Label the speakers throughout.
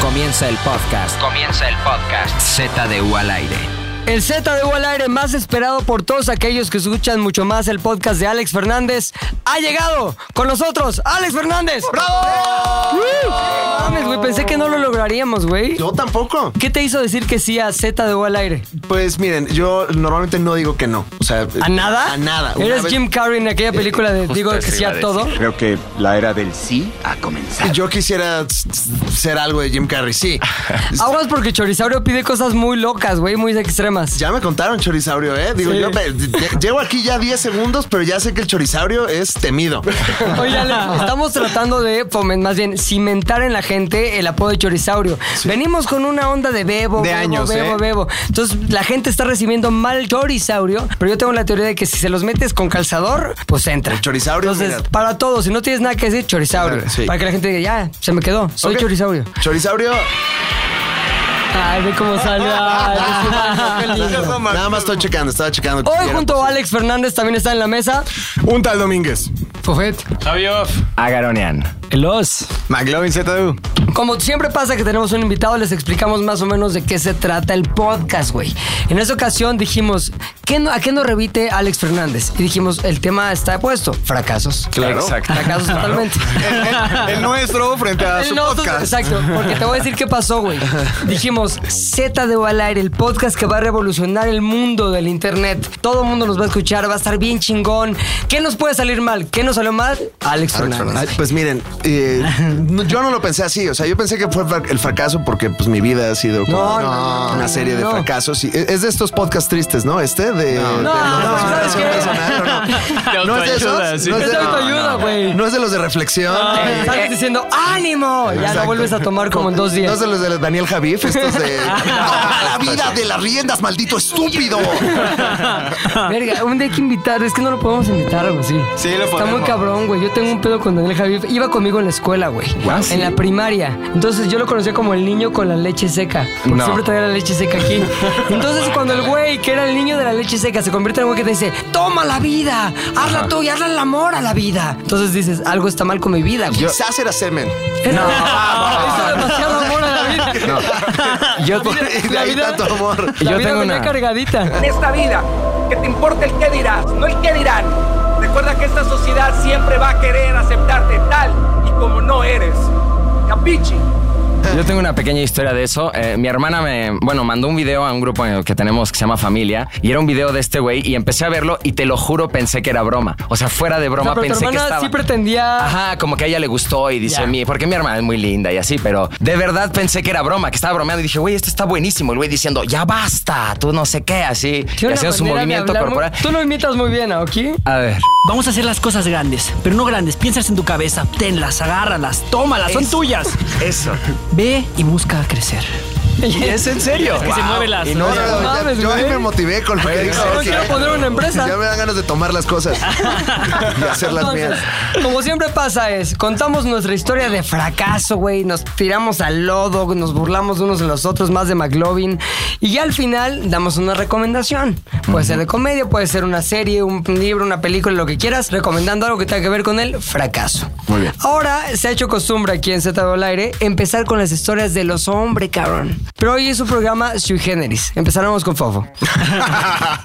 Speaker 1: Comienza el podcast. Comienza el podcast. Z de U al aire.
Speaker 2: El Z de U al aire más esperado por todos aquellos que escuchan mucho más el podcast de Alex Fernández ha llegado con nosotros, Alex Fernández. ¡Bravo! ¡Woo! Mames, güey, pensé que no lo lograríamos, güey.
Speaker 3: Yo tampoco.
Speaker 2: ¿Qué te hizo decir que sí a Z de U al aire?
Speaker 3: Pues miren, yo normalmente no digo que no. O sea,
Speaker 2: ¿A nada?
Speaker 3: A nada. Una
Speaker 2: ¿Eres
Speaker 3: vez- Eh,
Speaker 2: Jim Carrey en aquella película de Digo que sí a todo?
Speaker 4: Creo que la era del sí ha comenzado.
Speaker 3: Yo quisiera s- s- ser algo de Jim Carrey, sí.
Speaker 2: Aguas porque Chorizaurio pide cosas muy locas, güey, muy extremas.
Speaker 3: Ya me contaron Chorizaurio, ¿eh? Digo,
Speaker 2: Sí.
Speaker 3: yo me- lle- llevo aquí ya 10 segundos, pero ya sé que el Chorizaurio es temido.
Speaker 2: Oye, Ale, estamos tratando de, fomen- más bien, cimentar en la gente el apodo de Chorizaurio. Venimos con una onda de bebo,
Speaker 5: De
Speaker 2: bebo,
Speaker 5: años,
Speaker 2: bebo,
Speaker 5: ¿eh?
Speaker 2: bebo. Entonces, la gente está recibiendo mal Chorizaurio, pero yo tengo la teoría de que si se los metes con calzador, pues entra.
Speaker 3: El chorizaurio,
Speaker 2: Entonces,
Speaker 3: mira.
Speaker 2: para todos, si no tienes nada que decir, Chorizaurio.
Speaker 3: Sí.
Speaker 2: Para que la gente diga, ya, se me quedó, soy
Speaker 3: Ok.
Speaker 2: Chorizaurio.
Speaker 3: Chorizaurio,
Speaker 2: Ay, ve cómo sale. Ay, qué lindo.
Speaker 3: nada más estoy checando, estaba checando. que
Speaker 2: Hoy
Speaker 3: era
Speaker 2: junto a
Speaker 3: posible.
Speaker 2: Alex Fernández también está en la mesa.
Speaker 3: Un tal Domínguez.
Speaker 2: Fofet.
Speaker 4: Agaronian.
Speaker 5: Los. McLovin ZDU.
Speaker 2: Como siempre pasa que tenemos un invitado, les explicamos más o menos de qué se trata el podcast, güey. En esta ocasión dijimos, ¿qué no- ¿a qué nos revite Alex Fernández? Y dijimos, el tema está puesto, fracasos.
Speaker 4: Claro. Exacto.
Speaker 2: Fracasos totalmente.
Speaker 5: El, el nuestro frente a su
Speaker 2: No,
Speaker 5: podcast.
Speaker 2: Exacto, porque te voy a decir qué pasó, güey. Dijimos Z de al aire, el podcast que va a revolucionar el mundo del internet. Todo el mundo nos va a escuchar, va a estar bien chingón. ¿Qué nos puede salir mal? ¿Qué nos salió mal? Alex Fernández.
Speaker 3: Ay, pues miren, eh, no- yo no lo pensé así. O sea, yo pensé que fue fra- el fracaso porque pues mi vida ha sido como
Speaker 2: No, no, no,
Speaker 3: una serie de
Speaker 2: no.
Speaker 3: fracasos. y- e, es de estos podcasts tristes, ¿no? Este de. de-
Speaker 2: No,
Speaker 3: de-
Speaker 2: no,
Speaker 3: de-
Speaker 2: ¿sabes
Speaker 3: de-
Speaker 2: qué?
Speaker 3: personal, no, no. No es de esos. No
Speaker 2: Es
Speaker 3: de-
Speaker 2: de autoayuda, güey.
Speaker 3: No es de los de reflexión.
Speaker 2: Ay, Sales diciendo ánimo. Ya
Speaker 3: Exacto.
Speaker 2: lo vuelves a tomar como en dos
Speaker 3: No
Speaker 2: días. Ah.
Speaker 3: es de los de Daniel Javif, estos de. ¡Toma la vida de las riendas, maldito estúpido!
Speaker 2: Verga, un día hay que invitar. Es que no lo podemos invitar, güey. Sí,
Speaker 5: Sí, lo
Speaker 2: Está muy
Speaker 5: podemos.
Speaker 2: cabrón, güey. Yo tengo un pedo con Daniel Javif. Iba conmigo en la escuela, güey. en la primaria. Entonces yo lo conocía como el niño con la leche seca. Porque siempre traía la leche seca aquí. Entonces cuando el güey, que era el niño de la leche seca, se convierte en el güey que te dice: Toma la vida, hazla tú y hazla el amor a la vida. Entonces dices: Algo está mal con mi vida, güey.
Speaker 3: Quizás era semen.
Speaker 2: No, hizo demasiado amor a la vida.
Speaker 3: Yo de ahí tanto amor.
Speaker 2: La
Speaker 4: Yo
Speaker 2: vida
Speaker 4: tengo
Speaker 2: venía
Speaker 4: una.
Speaker 2: cargadita.
Speaker 6: en esta vida, que te importa el qué dirás, no el qué dirán. Recuerda que esta sociedad siempre va a querer aceptarte tal y como no eres. Capichi.
Speaker 4: Yo tengo una pequeña historia de eso. Eh, mi hermana me, bueno, mandó un video a un grupo en el que tenemos que se llama Familia y era un video de este güey y empecé a verlo y te lo juro pensé que era broma. O sea, fuera de
Speaker 2: O
Speaker 4: broma
Speaker 2: sea, pero tu
Speaker 4: pensé que
Speaker 2: hermana
Speaker 4: estaba.
Speaker 2: sí pretendía.
Speaker 4: Ajá, como que a ella le gustó y dice
Speaker 2: Ya.
Speaker 4: a mí, porque mi hermana es muy linda y así, pero de verdad pensé que era broma, que estaba bromeando y dije, güey, esto está buenísimo. El güey diciendo, ya basta, tú no sé qué, así, y
Speaker 2: Tiene una
Speaker 4: haciendo su
Speaker 2: manera de
Speaker 4: movimiento
Speaker 2: hablar muy-
Speaker 4: corporal.
Speaker 2: Tú lo imitas muy bien, Aoki.
Speaker 4: A ver.
Speaker 7: Vamos a hacer las cosas grandes, pero no grandes. Piénsalas en tu cabeza, tenlas, agárralas, tómalas, son tuyas.
Speaker 4: Eso.
Speaker 7: Ve y busca crecer.
Speaker 4: ¿Y es en serio?
Speaker 7: Que se mueve las.
Speaker 3: No, no, no,
Speaker 2: mames,
Speaker 3: ya- yo ahí
Speaker 2: güey.
Speaker 3: me motivé con lo que dijo.
Speaker 2: No quiero poner una empresa.
Speaker 3: Ya me dan ganas de tomar las cosas y hacerlas mías.
Speaker 2: Entonces, como siempre pasa es, contamos nuestra historia de fracaso, güey, nos tiramos al lodo, nos burlamos unos de los otros, más de McLovin, y ya al final damos una recomendación. Puede ser de comedia, puede ser una serie, un libro, una película, lo que quieras, recomendando algo que tenga que ver con el fracaso. Muy bien. Ahora se ha hecho costumbre aquí en Z al aire empezar con las historias de los hombres, cabrón. Pero hoy es un programa sui generis. Empezaremos con Fofo.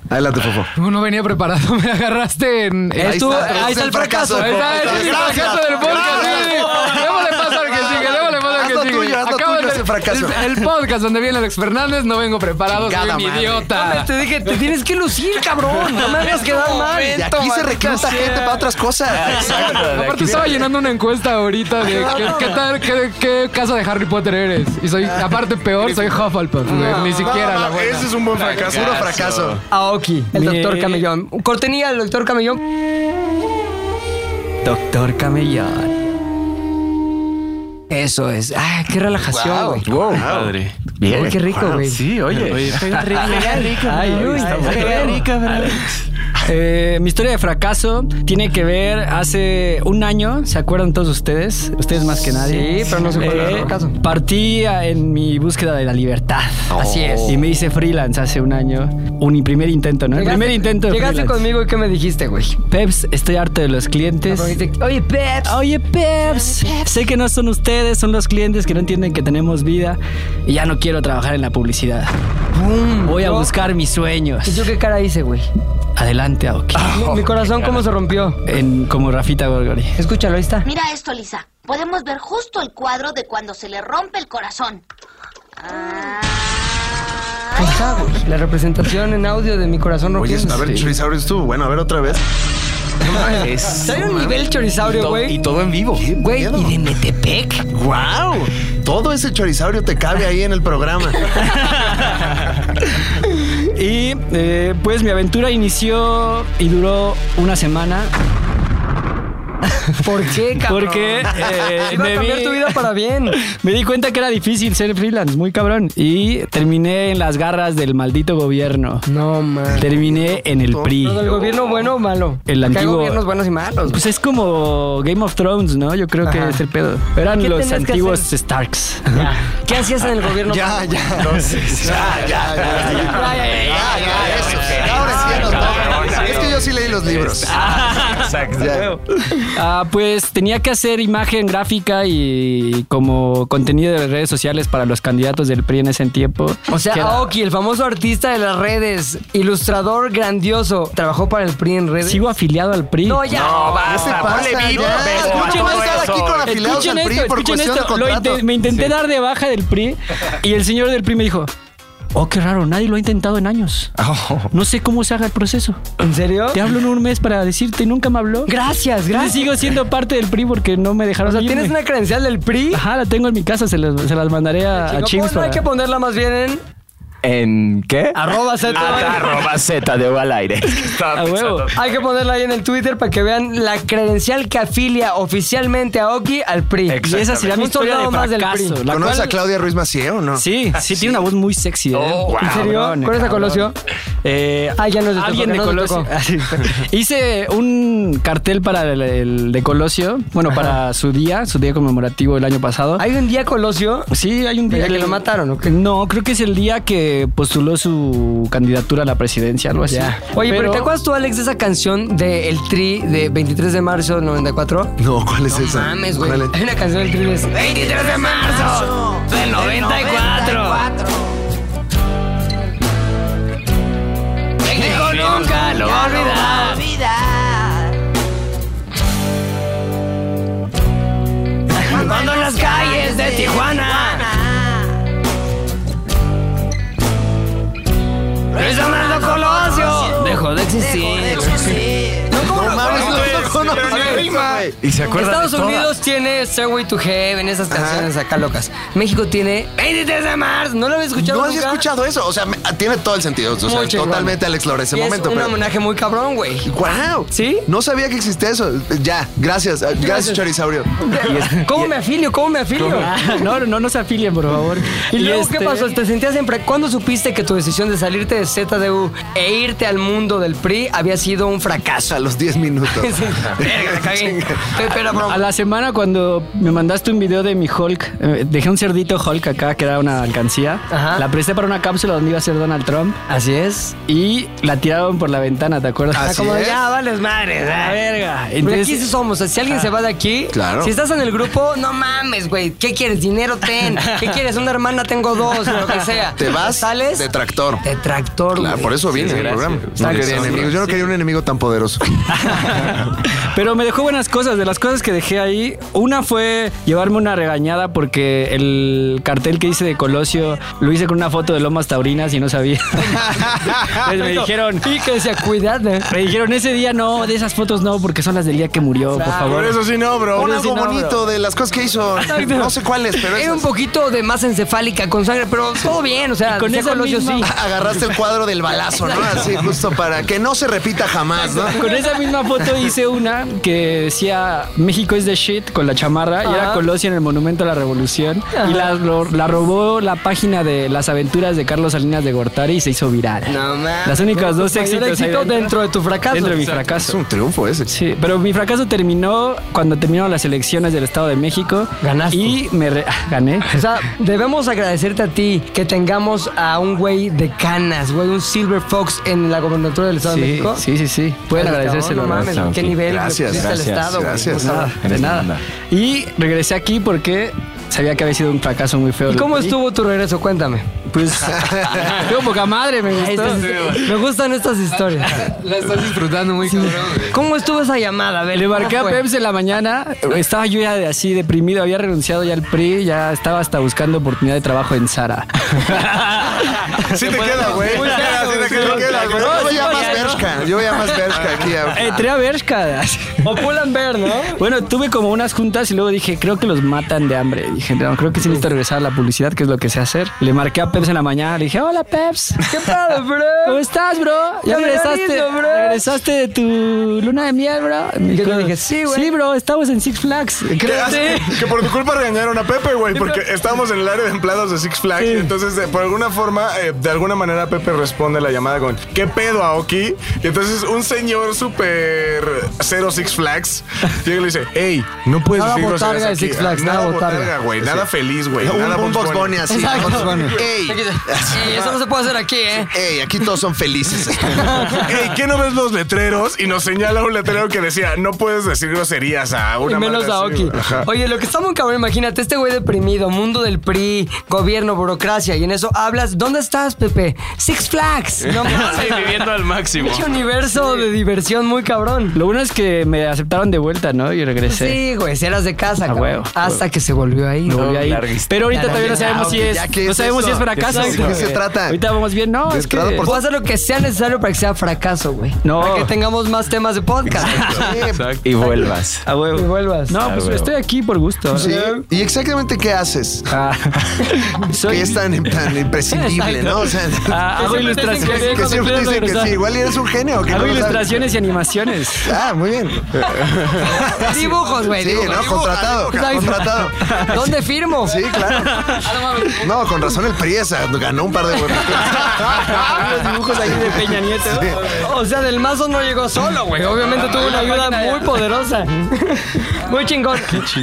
Speaker 3: Adelante, Fofo.
Speaker 8: No venía preparado, me agarraste en... en-
Speaker 2: Ahí, tú-
Speaker 3: está,
Speaker 2: ahí está el fracaso.
Speaker 8: Ahí está, ese es mi
Speaker 3: Gracias.
Speaker 8: fracaso del podcast.
Speaker 3: Gracias.
Speaker 8: sí. Luego le pasa al que sigue, luego le pasa al
Speaker 3: Hazlo
Speaker 8: que sigue.
Speaker 3: tuyo, hazlo
Speaker 8: Acabo
Speaker 3: tuyo
Speaker 8: de-
Speaker 3: ese fracaso.
Speaker 8: es El podcast donde viene Alex Fernández, no vengo preparado,
Speaker 3: Chingada
Speaker 8: soy un
Speaker 3: madre.
Speaker 8: idiota.
Speaker 2: Mames, te dije, te tienes que lucir, cabrón. No me hagas quedar mal. Ah,
Speaker 3: De aquí se recluta gente para otras cosas.
Speaker 8: Aparte estaba llenando una encuesta ahorita de qué, qué tal, qué, qué casa de Harry Potter eres. Y soy, aparte peor, soy Hufflepuff, güey,
Speaker 3: Ah.
Speaker 8: ni siquiera la buena.
Speaker 3: Ese es un buen fracaso. Puro fracaso.
Speaker 2: Aoki, el doctor Camellón. Cortenía el doctor Camellón.
Speaker 7: Doctor Camellón.
Speaker 2: Eso es. Ay, qué relajación, güey.
Speaker 4: Wow. Bien.
Speaker 2: Uy, qué rico,
Speaker 4: Wow,
Speaker 2: güey.
Speaker 4: Sí, oye.
Speaker 7: Ay, uy, qué rica, ¿verdad? Eh, mi historia de fracaso tiene que ver hace un año, ¿se acuerdan todos ustedes? Ustedes más que nadie. Eh,
Speaker 2: Sí, pero no se acuerdan del fracaso.
Speaker 7: Partí a- en mi búsqueda de la libertad. Oh.
Speaker 2: Así es.
Speaker 7: Y me hice freelance hace un año. Un mi primer intento, ¿no? El
Speaker 2: Llegaste-
Speaker 7: primer intento de
Speaker 2: Llegaste
Speaker 7: freelance.
Speaker 2: conmigo y ¿qué me dijiste, güey?
Speaker 7: Peps, estoy harto de los clientes.
Speaker 2: Oye, Peps.
Speaker 7: Oye, Peps, sé que no son ustedes, son los clientes que no entienden que tenemos vida y ya no quiero trabajar en la publicidad. Voy a
Speaker 2: ¿no?
Speaker 7: buscar mis sueños.
Speaker 2: ¿Y yo qué cara hice, güey?
Speaker 7: Adelante, Aoki.
Speaker 2: Mi- Mi corazón, ¿cómo se rompió?
Speaker 7: En, como Rafita Gorgori.
Speaker 2: Escúchalo, ahí está.
Speaker 9: Mira esto, Lisa. Podemos ver justo el cuadro de cuando se le rompe el corazón.
Speaker 2: Ahí está, güey. La representación en audio de mi corazón
Speaker 10: Oye,
Speaker 2: rompiendo.
Speaker 10: a ver, Chorizaurio estuvo bueno. A ver, otra vez.
Speaker 2: Trae un nivel chorizaurio,
Speaker 4: Y
Speaker 2: güey.
Speaker 4: todo en vivo.
Speaker 2: Güey,
Speaker 10: miedo.
Speaker 2: y de Metepec.
Speaker 10: ¡Guau! Todo ese chorizaurio te cabe ahí en el programa.
Speaker 7: Y eh, pues mi aventura inició y duró una semana
Speaker 2: ¿Por qué, cabrón?
Speaker 7: porque eh,
Speaker 2: Iba a cambiar
Speaker 7: vi-
Speaker 2: tu vida para bien.
Speaker 7: Me di cuenta que era difícil ser freelance, muy cabrón. Y terminé en las garras del maldito gobierno.
Speaker 2: No, man.
Speaker 7: Terminé en el PRI.
Speaker 2: ¿Todo el gobierno bueno o malo?
Speaker 7: El
Speaker 2: Porque
Speaker 7: antiguo-
Speaker 2: Hay gobiernos buenos y malos.
Speaker 7: Pues es como Game of Thrones, ¿no? Yo creo
Speaker 2: Ajá.
Speaker 7: que es el pedo.
Speaker 2: ¿Qué
Speaker 7: Eran los
Speaker 2: tenías que
Speaker 7: antiguos
Speaker 2: hacer?
Speaker 7: Starks.
Speaker 2: güey. ¿Qué hacías en el gobierno
Speaker 3: Ya,
Speaker 2: malo?
Speaker 3: ya.
Speaker 10: ya, ya, ya, ya.
Speaker 2: Ay, ay, ay.
Speaker 10: Ah, ya, eso. Ahora entiendo todo. Es que yo sí leí los libros.
Speaker 2: Ah.
Speaker 4: Exacto.
Speaker 10: Ya.
Speaker 7: Ah, pues tenía que hacer imagen gráfica y como contenido de redes sociales para los candidatos del PRI en ese tiempo.
Speaker 2: O sea,
Speaker 7: Que era-
Speaker 2: Aoki, el famoso artista de las redes, ilustrador grandioso, trabajó para el PRI en redes.
Speaker 7: sigo afiliado al PRI.
Speaker 2: No, ya.
Speaker 4: No,
Speaker 10: ¿Qué te
Speaker 4: basta.
Speaker 10: pasa?
Speaker 4: Ponle vivo.
Speaker 10: Ya,
Speaker 4: ves,
Speaker 10: ¿cómo
Speaker 4: ponle
Speaker 10: te vas a estar
Speaker 4: eso.
Speaker 10: aquí con afiliados
Speaker 7: Escuchen
Speaker 10: al PRI
Speaker 7: esto,
Speaker 10: por
Speaker 7: escuchen
Speaker 10: cuestión de
Speaker 7: esto. Lo
Speaker 10: contrato?
Speaker 7: inte- me intenté dar de baja del PRI y el señor del PRI me dijo, oh, qué raro, nadie lo ha intentado en años. No sé cómo se haga el proceso.
Speaker 2: ¿En serio?
Speaker 7: Te hablo en un mes para decirte, y nunca me habló.
Speaker 2: Gracias,
Speaker 7: Entonces
Speaker 2: gracias.
Speaker 7: sigo siendo parte del PRI porque no me dejaron
Speaker 2: O sea,
Speaker 7: irme.
Speaker 2: ¿tienes una credencial del PRI?
Speaker 7: Ajá, la tengo en mi casa, se, las- se las mandaré a, a
Speaker 2: Chingón,
Speaker 7: Chings
Speaker 2: no
Speaker 7: para-
Speaker 2: hay que ponerla más bien en
Speaker 4: ¿En qué? Ah,
Speaker 2: arroba Z.
Speaker 4: Arroba Z de U al aire.
Speaker 7: A huevo.
Speaker 2: Hay que ponerla ahí en el Twitter para que vean la credencial que afilia oficialmente a Oki al PRI.
Speaker 4: Ex-
Speaker 7: Y esa sería mi
Speaker 2: Un
Speaker 7: historia de
Speaker 2: soldado más del
Speaker 7: fracaso.
Speaker 2: PRI.
Speaker 7: La
Speaker 10: ¿Conoces
Speaker 7: cual-
Speaker 10: a Claudia Ruiz Macié o no?
Speaker 7: Sí, sí, tiene una voz muy sexy. ¿eh?
Speaker 4: Oh,
Speaker 7: ¿En serio?
Speaker 2: cabrón,
Speaker 7: ¿Cuál es la
Speaker 2: cabrón.
Speaker 7: Colosio? Eh,
Speaker 2: Ah, ya no es de
Speaker 7: Alguien de
Speaker 2: Tocó, no es de
Speaker 7: Colosio.
Speaker 2: Tocó.
Speaker 7: Ah, sí. Hice un cartel para el, el de Colosio, bueno, para su día, su día conmemorativo del año pasado.
Speaker 2: Hay un día Colosio.
Speaker 7: Sí, hay un
Speaker 2: ¿El
Speaker 7: día
Speaker 2: que lo mataron, o qué?
Speaker 7: No, creo que es el día que postuló su candidatura a la presidencia, algo así.
Speaker 2: Oye, pero, ¿te acuerdas tú, Alex, de esa canción de El Tri de 23 de marzo del 94?
Speaker 10: No, ¿cuál es esa?
Speaker 2: Mames, güey.
Speaker 10: ¿Cuál es?
Speaker 2: Hay una canción del Tri que es 23 de marzo del 94. México nunca lo va a olvidar. Cuando en las calles de Tijuana Luis Armando Colosio dejó de existir.
Speaker 10: No mames, no, no conozco eso, güey.
Speaker 4: Y se acuerda
Speaker 2: Estados
Speaker 4: de todas.
Speaker 2: Unidos tiene Stairway to Heaven, esas canciones acá locas. México tiene 23 de marzo. ¿No lo había escuchado
Speaker 10: No
Speaker 2: nunca?
Speaker 10: había escuchado eso. O sea, me- tiene todo el sentido. O sea,
Speaker 2: Muy chingón.
Speaker 10: totalmente Alex Lora ese
Speaker 2: Y
Speaker 10: momento.
Speaker 2: Es un
Speaker 10: pero-
Speaker 2: homenaje muy cabrón, güey.
Speaker 10: ¡Guau!
Speaker 2: ¿Sí?
Speaker 10: No sabía que existía eso. Ya, gracias. Eh, Gracias, Chorizaurio.
Speaker 2: ¿Cómo me afilio? ¿Cómo me afilio?
Speaker 7: Ah, No, no, no se afilien, por favor.
Speaker 2: ¿Y, luego
Speaker 7: este-
Speaker 2: qué pasó? ¿Te sentías siempre? ¿Cuándo supiste que tu decisión de salirte de ZDU e irte al mundo del PRI había sido un fracaso?
Speaker 10: A los 10 minutos.
Speaker 2: Verga, la cagué. Pero, bro,
Speaker 7: A la semana cuando me mandaste un video de mi Hulk, eh, dejé un cerdito Hulk acá, que era una alcancía.
Speaker 2: Ajá.
Speaker 7: La presté para una cápsula donde iba a ser Donald Trump
Speaker 2: Así es. Ah,
Speaker 7: y la tiraron por la ventana, ¿te acuerdas?
Speaker 10: Así
Speaker 2: Como
Speaker 10: es.
Speaker 2: ya, vales madres.
Speaker 7: La
Speaker 2: ah.
Speaker 7: verga.
Speaker 2: Porque
Speaker 7: Entonces, Ah.
Speaker 2: aquí sí somos. O sea, si alguien se va de aquí,
Speaker 10: Claro.
Speaker 2: si estás en el grupo, no mames, güey. ¿Qué quieres? Dinero ten. ¿Qué quieres? Una hermana tengo dos, lo que sea.
Speaker 10: Te vas
Speaker 2: Sales.
Speaker 10: de tractor.
Speaker 2: Detractor,
Speaker 10: Claro,
Speaker 2: güey.
Speaker 10: por eso viene el programa. No quería enemigos. Yo no quería un enemigo tan poderoso.
Speaker 7: Pero me dejó buenas cosas. De las cosas que dejé ahí, una fue llevarme una regañada porque el cartel que hice de Colosio lo hice con una foto de Lomas Taurinas y no sabía. Entonces me dijeron,
Speaker 2: Y que se cuidado.
Speaker 7: me dijeron ese día no, de esas fotos no, porque son las del día que murió, por favor.
Speaker 3: sí no, bro.
Speaker 10: Pon algo bonito de las cosas que hizo. No sé cuáles, pero
Speaker 2: Era un
Speaker 10: esas.
Speaker 2: poquito de masa encefálica con sangre, pero todo bien, o sea,
Speaker 7: Ah, con
Speaker 2: decía
Speaker 7: esa
Speaker 2: Colosio
Speaker 7: misma-
Speaker 2: sí.
Speaker 10: Agarraste el cuadro del balazo, ¿no? Así, justo para que no se repita jamás, ¿no?
Speaker 7: Con esa misma foto hice una que que decía México es de shit con la chamarra y era
Speaker 2: Ajá.
Speaker 7: Colosio en el Monumento a la Revolución y la, ro- la robó la página de las aventuras de Carlos Salinas de Gortari y se hizo viral.
Speaker 2: No mames.
Speaker 7: Las únicas dos
Speaker 2: Mayor
Speaker 7: éxitos ahí
Speaker 2: éxito dentro de tu fracaso.
Speaker 7: Dentro de mi
Speaker 2: Exacto.
Speaker 7: fracaso.
Speaker 10: Un triunfo ese.
Speaker 7: Sí, pero mi fracaso terminó cuando terminaron las elecciones del Estado de México.
Speaker 2: Ganaste.
Speaker 7: Y me re- gané.
Speaker 2: O sea, debemos agradecerte a ti que tengamos a un güey de canas, güey, un Silver Fox en la gobernatura del Estado
Speaker 7: Sí,
Speaker 2: de México.
Speaker 7: sí, sí, sí. Pueden
Speaker 2: Ay,
Speaker 7: agradecérselo.
Speaker 2: cabrón, No mames,
Speaker 4: Gracias,
Speaker 2: qué nivel
Speaker 10: Gracias,
Speaker 2: gracias, al
Speaker 4: gracias,
Speaker 2: Estado, güey.
Speaker 10: gracias.
Speaker 2: Nada.
Speaker 7: De nada. Y regresé aquí porque sabía que había sido un fracaso muy feo.
Speaker 2: ¿Y cómo estuvo tu regreso? Cuéntame. pues,
Speaker 7: Pues. Tengo poca madre, me gustó.
Speaker 2: Me gustan estas historias.
Speaker 8: La estás disfrutando muy cabrón, güey.
Speaker 2: ¿Cómo estuvo esa llamada? A ver,
Speaker 7: Le marqué a
Speaker 2: ¿cómo fue?
Speaker 7: Peps en la mañana. Estaba yo ya de- así deprimido, había renunciado ya al PRI, ya estaba hasta buscando oportunidad de trabajo en Sara.
Speaker 10: Sí te queda, güey. Sí te queda, güey. Yo voy a más Bershka. Yo voy a más Bershka aquí. a-
Speaker 7: Entré a Bershka.
Speaker 2: O Pull and Bear, ¿no?
Speaker 7: Bueno, tuve como unas juntas y luego dije, creo que los matan de hambre. Dije, no, creo que sí necesito regresar a la publicidad, que es lo que sé hacer. Le marqué a Peps en la mañana, le dije, hola Peps.
Speaker 2: ¿Qué pedo,
Speaker 7: ¿Cómo
Speaker 2: bro?
Speaker 7: estás, bro?
Speaker 2: Ya
Speaker 7: ¿Ya regresaste?
Speaker 2: regreso, bro.
Speaker 7: ¿Regresaste de tu luna de miel, bro?
Speaker 2: Y yo le dije, sí, güey.
Speaker 7: Sí, bro, estamos en Six Flags.
Speaker 10: ¿Qué hace? Que por tu culpa regañaron a Pepe, güey, porque estábamos en el área de empleados de Six Flags.
Speaker 7: Sí.
Speaker 10: Entonces, eh, por alguna forma, eh, de alguna manera, Pepe responde la llamada con ¿Qué pedo, Aoki? Y entonces, un señor súper cero Six Flags llega y le dice: Hey, no puedes
Speaker 2: Nada
Speaker 10: decir groserías
Speaker 2: botarga de
Speaker 10: aquí".
Speaker 2: Six Flags, nada botarga.
Speaker 10: güey. Nada feliz, güey.
Speaker 3: Un,
Speaker 10: nada
Speaker 3: un Box Bunny así.
Speaker 2: Exacto.
Speaker 3: Ey,
Speaker 2: Sí, eso no se puede hacer aquí, ¿eh?
Speaker 3: ey, aquí todos son felices.
Speaker 10: Hey, ¿qué no ves los letreros? Y nos señala un letrero que decía: No puedes decir groserías a una
Speaker 2: Y menos
Speaker 10: madre así,
Speaker 2: Aoki.
Speaker 10: güey. Ajá.
Speaker 2: Oye, lo que está muy cabrón, imagínate, este güey deprimido, mundo del PRI, gobierno, burocracia, y en eso hablas. ¿Dónde estás, Pepe? Six Flags. No mames.
Speaker 11: viviendo al máximo.
Speaker 2: Pinche universo de diversión muy cabrón.
Speaker 7: Lo bueno es que me aceptaron de vuelta, ¿no? Y regresé.
Speaker 2: Sí, güey, si eras de casa, cabrón.
Speaker 7: huevo,
Speaker 2: Hasta que se volvió ahí.
Speaker 7: Me volví a ir.
Speaker 4: larguísimo.
Speaker 7: Pero ahorita
Speaker 2: Ya,
Speaker 7: todavía no
Speaker 2: ya,
Speaker 7: sabemos si
Speaker 10: Ah, ok,
Speaker 7: es.
Speaker 10: ya, ¿qué
Speaker 7: No
Speaker 10: es
Speaker 7: sabemos si
Speaker 10: eso?
Speaker 7: es fracaso.
Speaker 10: ¿De qué
Speaker 7: güey.
Speaker 10: se trata?
Speaker 7: Ahorita vamos bien. No, es que.
Speaker 10: Entrada por-
Speaker 2: Puedo hacer lo que sea necesario para que sea fracaso, güey.
Speaker 7: No.
Speaker 2: Para que tengamos más temas de podcast.
Speaker 4: Y vuelvas.
Speaker 7: A huevo.
Speaker 2: Y vuelvas.
Speaker 7: No, pues
Speaker 4: huevo.
Speaker 7: estoy aquí por gusto.
Speaker 10: Sí. ¿Y exactamente qué haces?
Speaker 7: Ah. Soy-
Speaker 3: que es tan, tan imprescindible, ¿no? O sea,
Speaker 7: Ah, hago
Speaker 2: siempre te dicen
Speaker 7: ilustraciones.
Speaker 2: que sí,
Speaker 3: que siempre dicen que sí. Igual eres un genio.
Speaker 7: Hago
Speaker 3: Que no lo sabes.
Speaker 7: ilustraciones y animaciones.
Speaker 3: Ah, muy bien.
Speaker 2: Dibujos, güey.
Speaker 3: Sí,
Speaker 2: dibujos.
Speaker 3: ¿no? Contratado.
Speaker 2: Exacto.
Speaker 3: Contratado.
Speaker 2: ¿Dónde firmo?
Speaker 3: Sí, claro. No, con razón el Priesa ganó un par de huevos.
Speaker 7: Ah,
Speaker 2: Ah,
Speaker 7: Los dibujos ahí de Peña Nieto.
Speaker 2: O sea, del mazo no llegó solo, güey. Obviamente tuvo
Speaker 10: Ah,
Speaker 2: una ayuda muy poderosa. Muy chingón.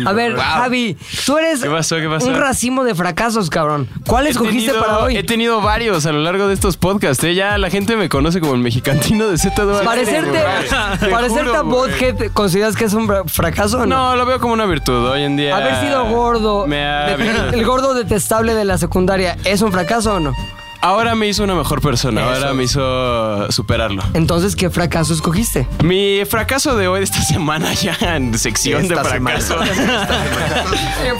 Speaker 2: A ver, Javi, tú eres
Speaker 11: ¿Qué pasó? ¿Qué pasó?
Speaker 2: un racimo de fracasos, cabrón. ¿Cuál
Speaker 11: He
Speaker 2: escogiste
Speaker 11: tenido-
Speaker 2: para
Speaker 11: He
Speaker 2: hoy?
Speaker 11: tenido varios a lo largo de estos podcasts. ¿eh? Ya la gente me conoce como el mexicantino de Z
Speaker 2: Parecerte, parecerte a Bothead, ¿consideras que es un fra- fracaso o no?
Speaker 11: No, lo veo como una virtud hoy en día.
Speaker 2: Haber sido gordo,
Speaker 11: Me ha-
Speaker 2: de- el gordo detestable de la secundaria, ¿es un fracaso o no?
Speaker 11: Ahora me hizo una mejor persona.
Speaker 2: Eso
Speaker 11: Ahora me hizo superarlo.
Speaker 2: Entonces, ¿qué fracaso escogiste?
Speaker 11: Mi fracaso de hoy, de esta semana, ya en sección
Speaker 3: Esta
Speaker 11: de
Speaker 3: semana.
Speaker 11: fracaso.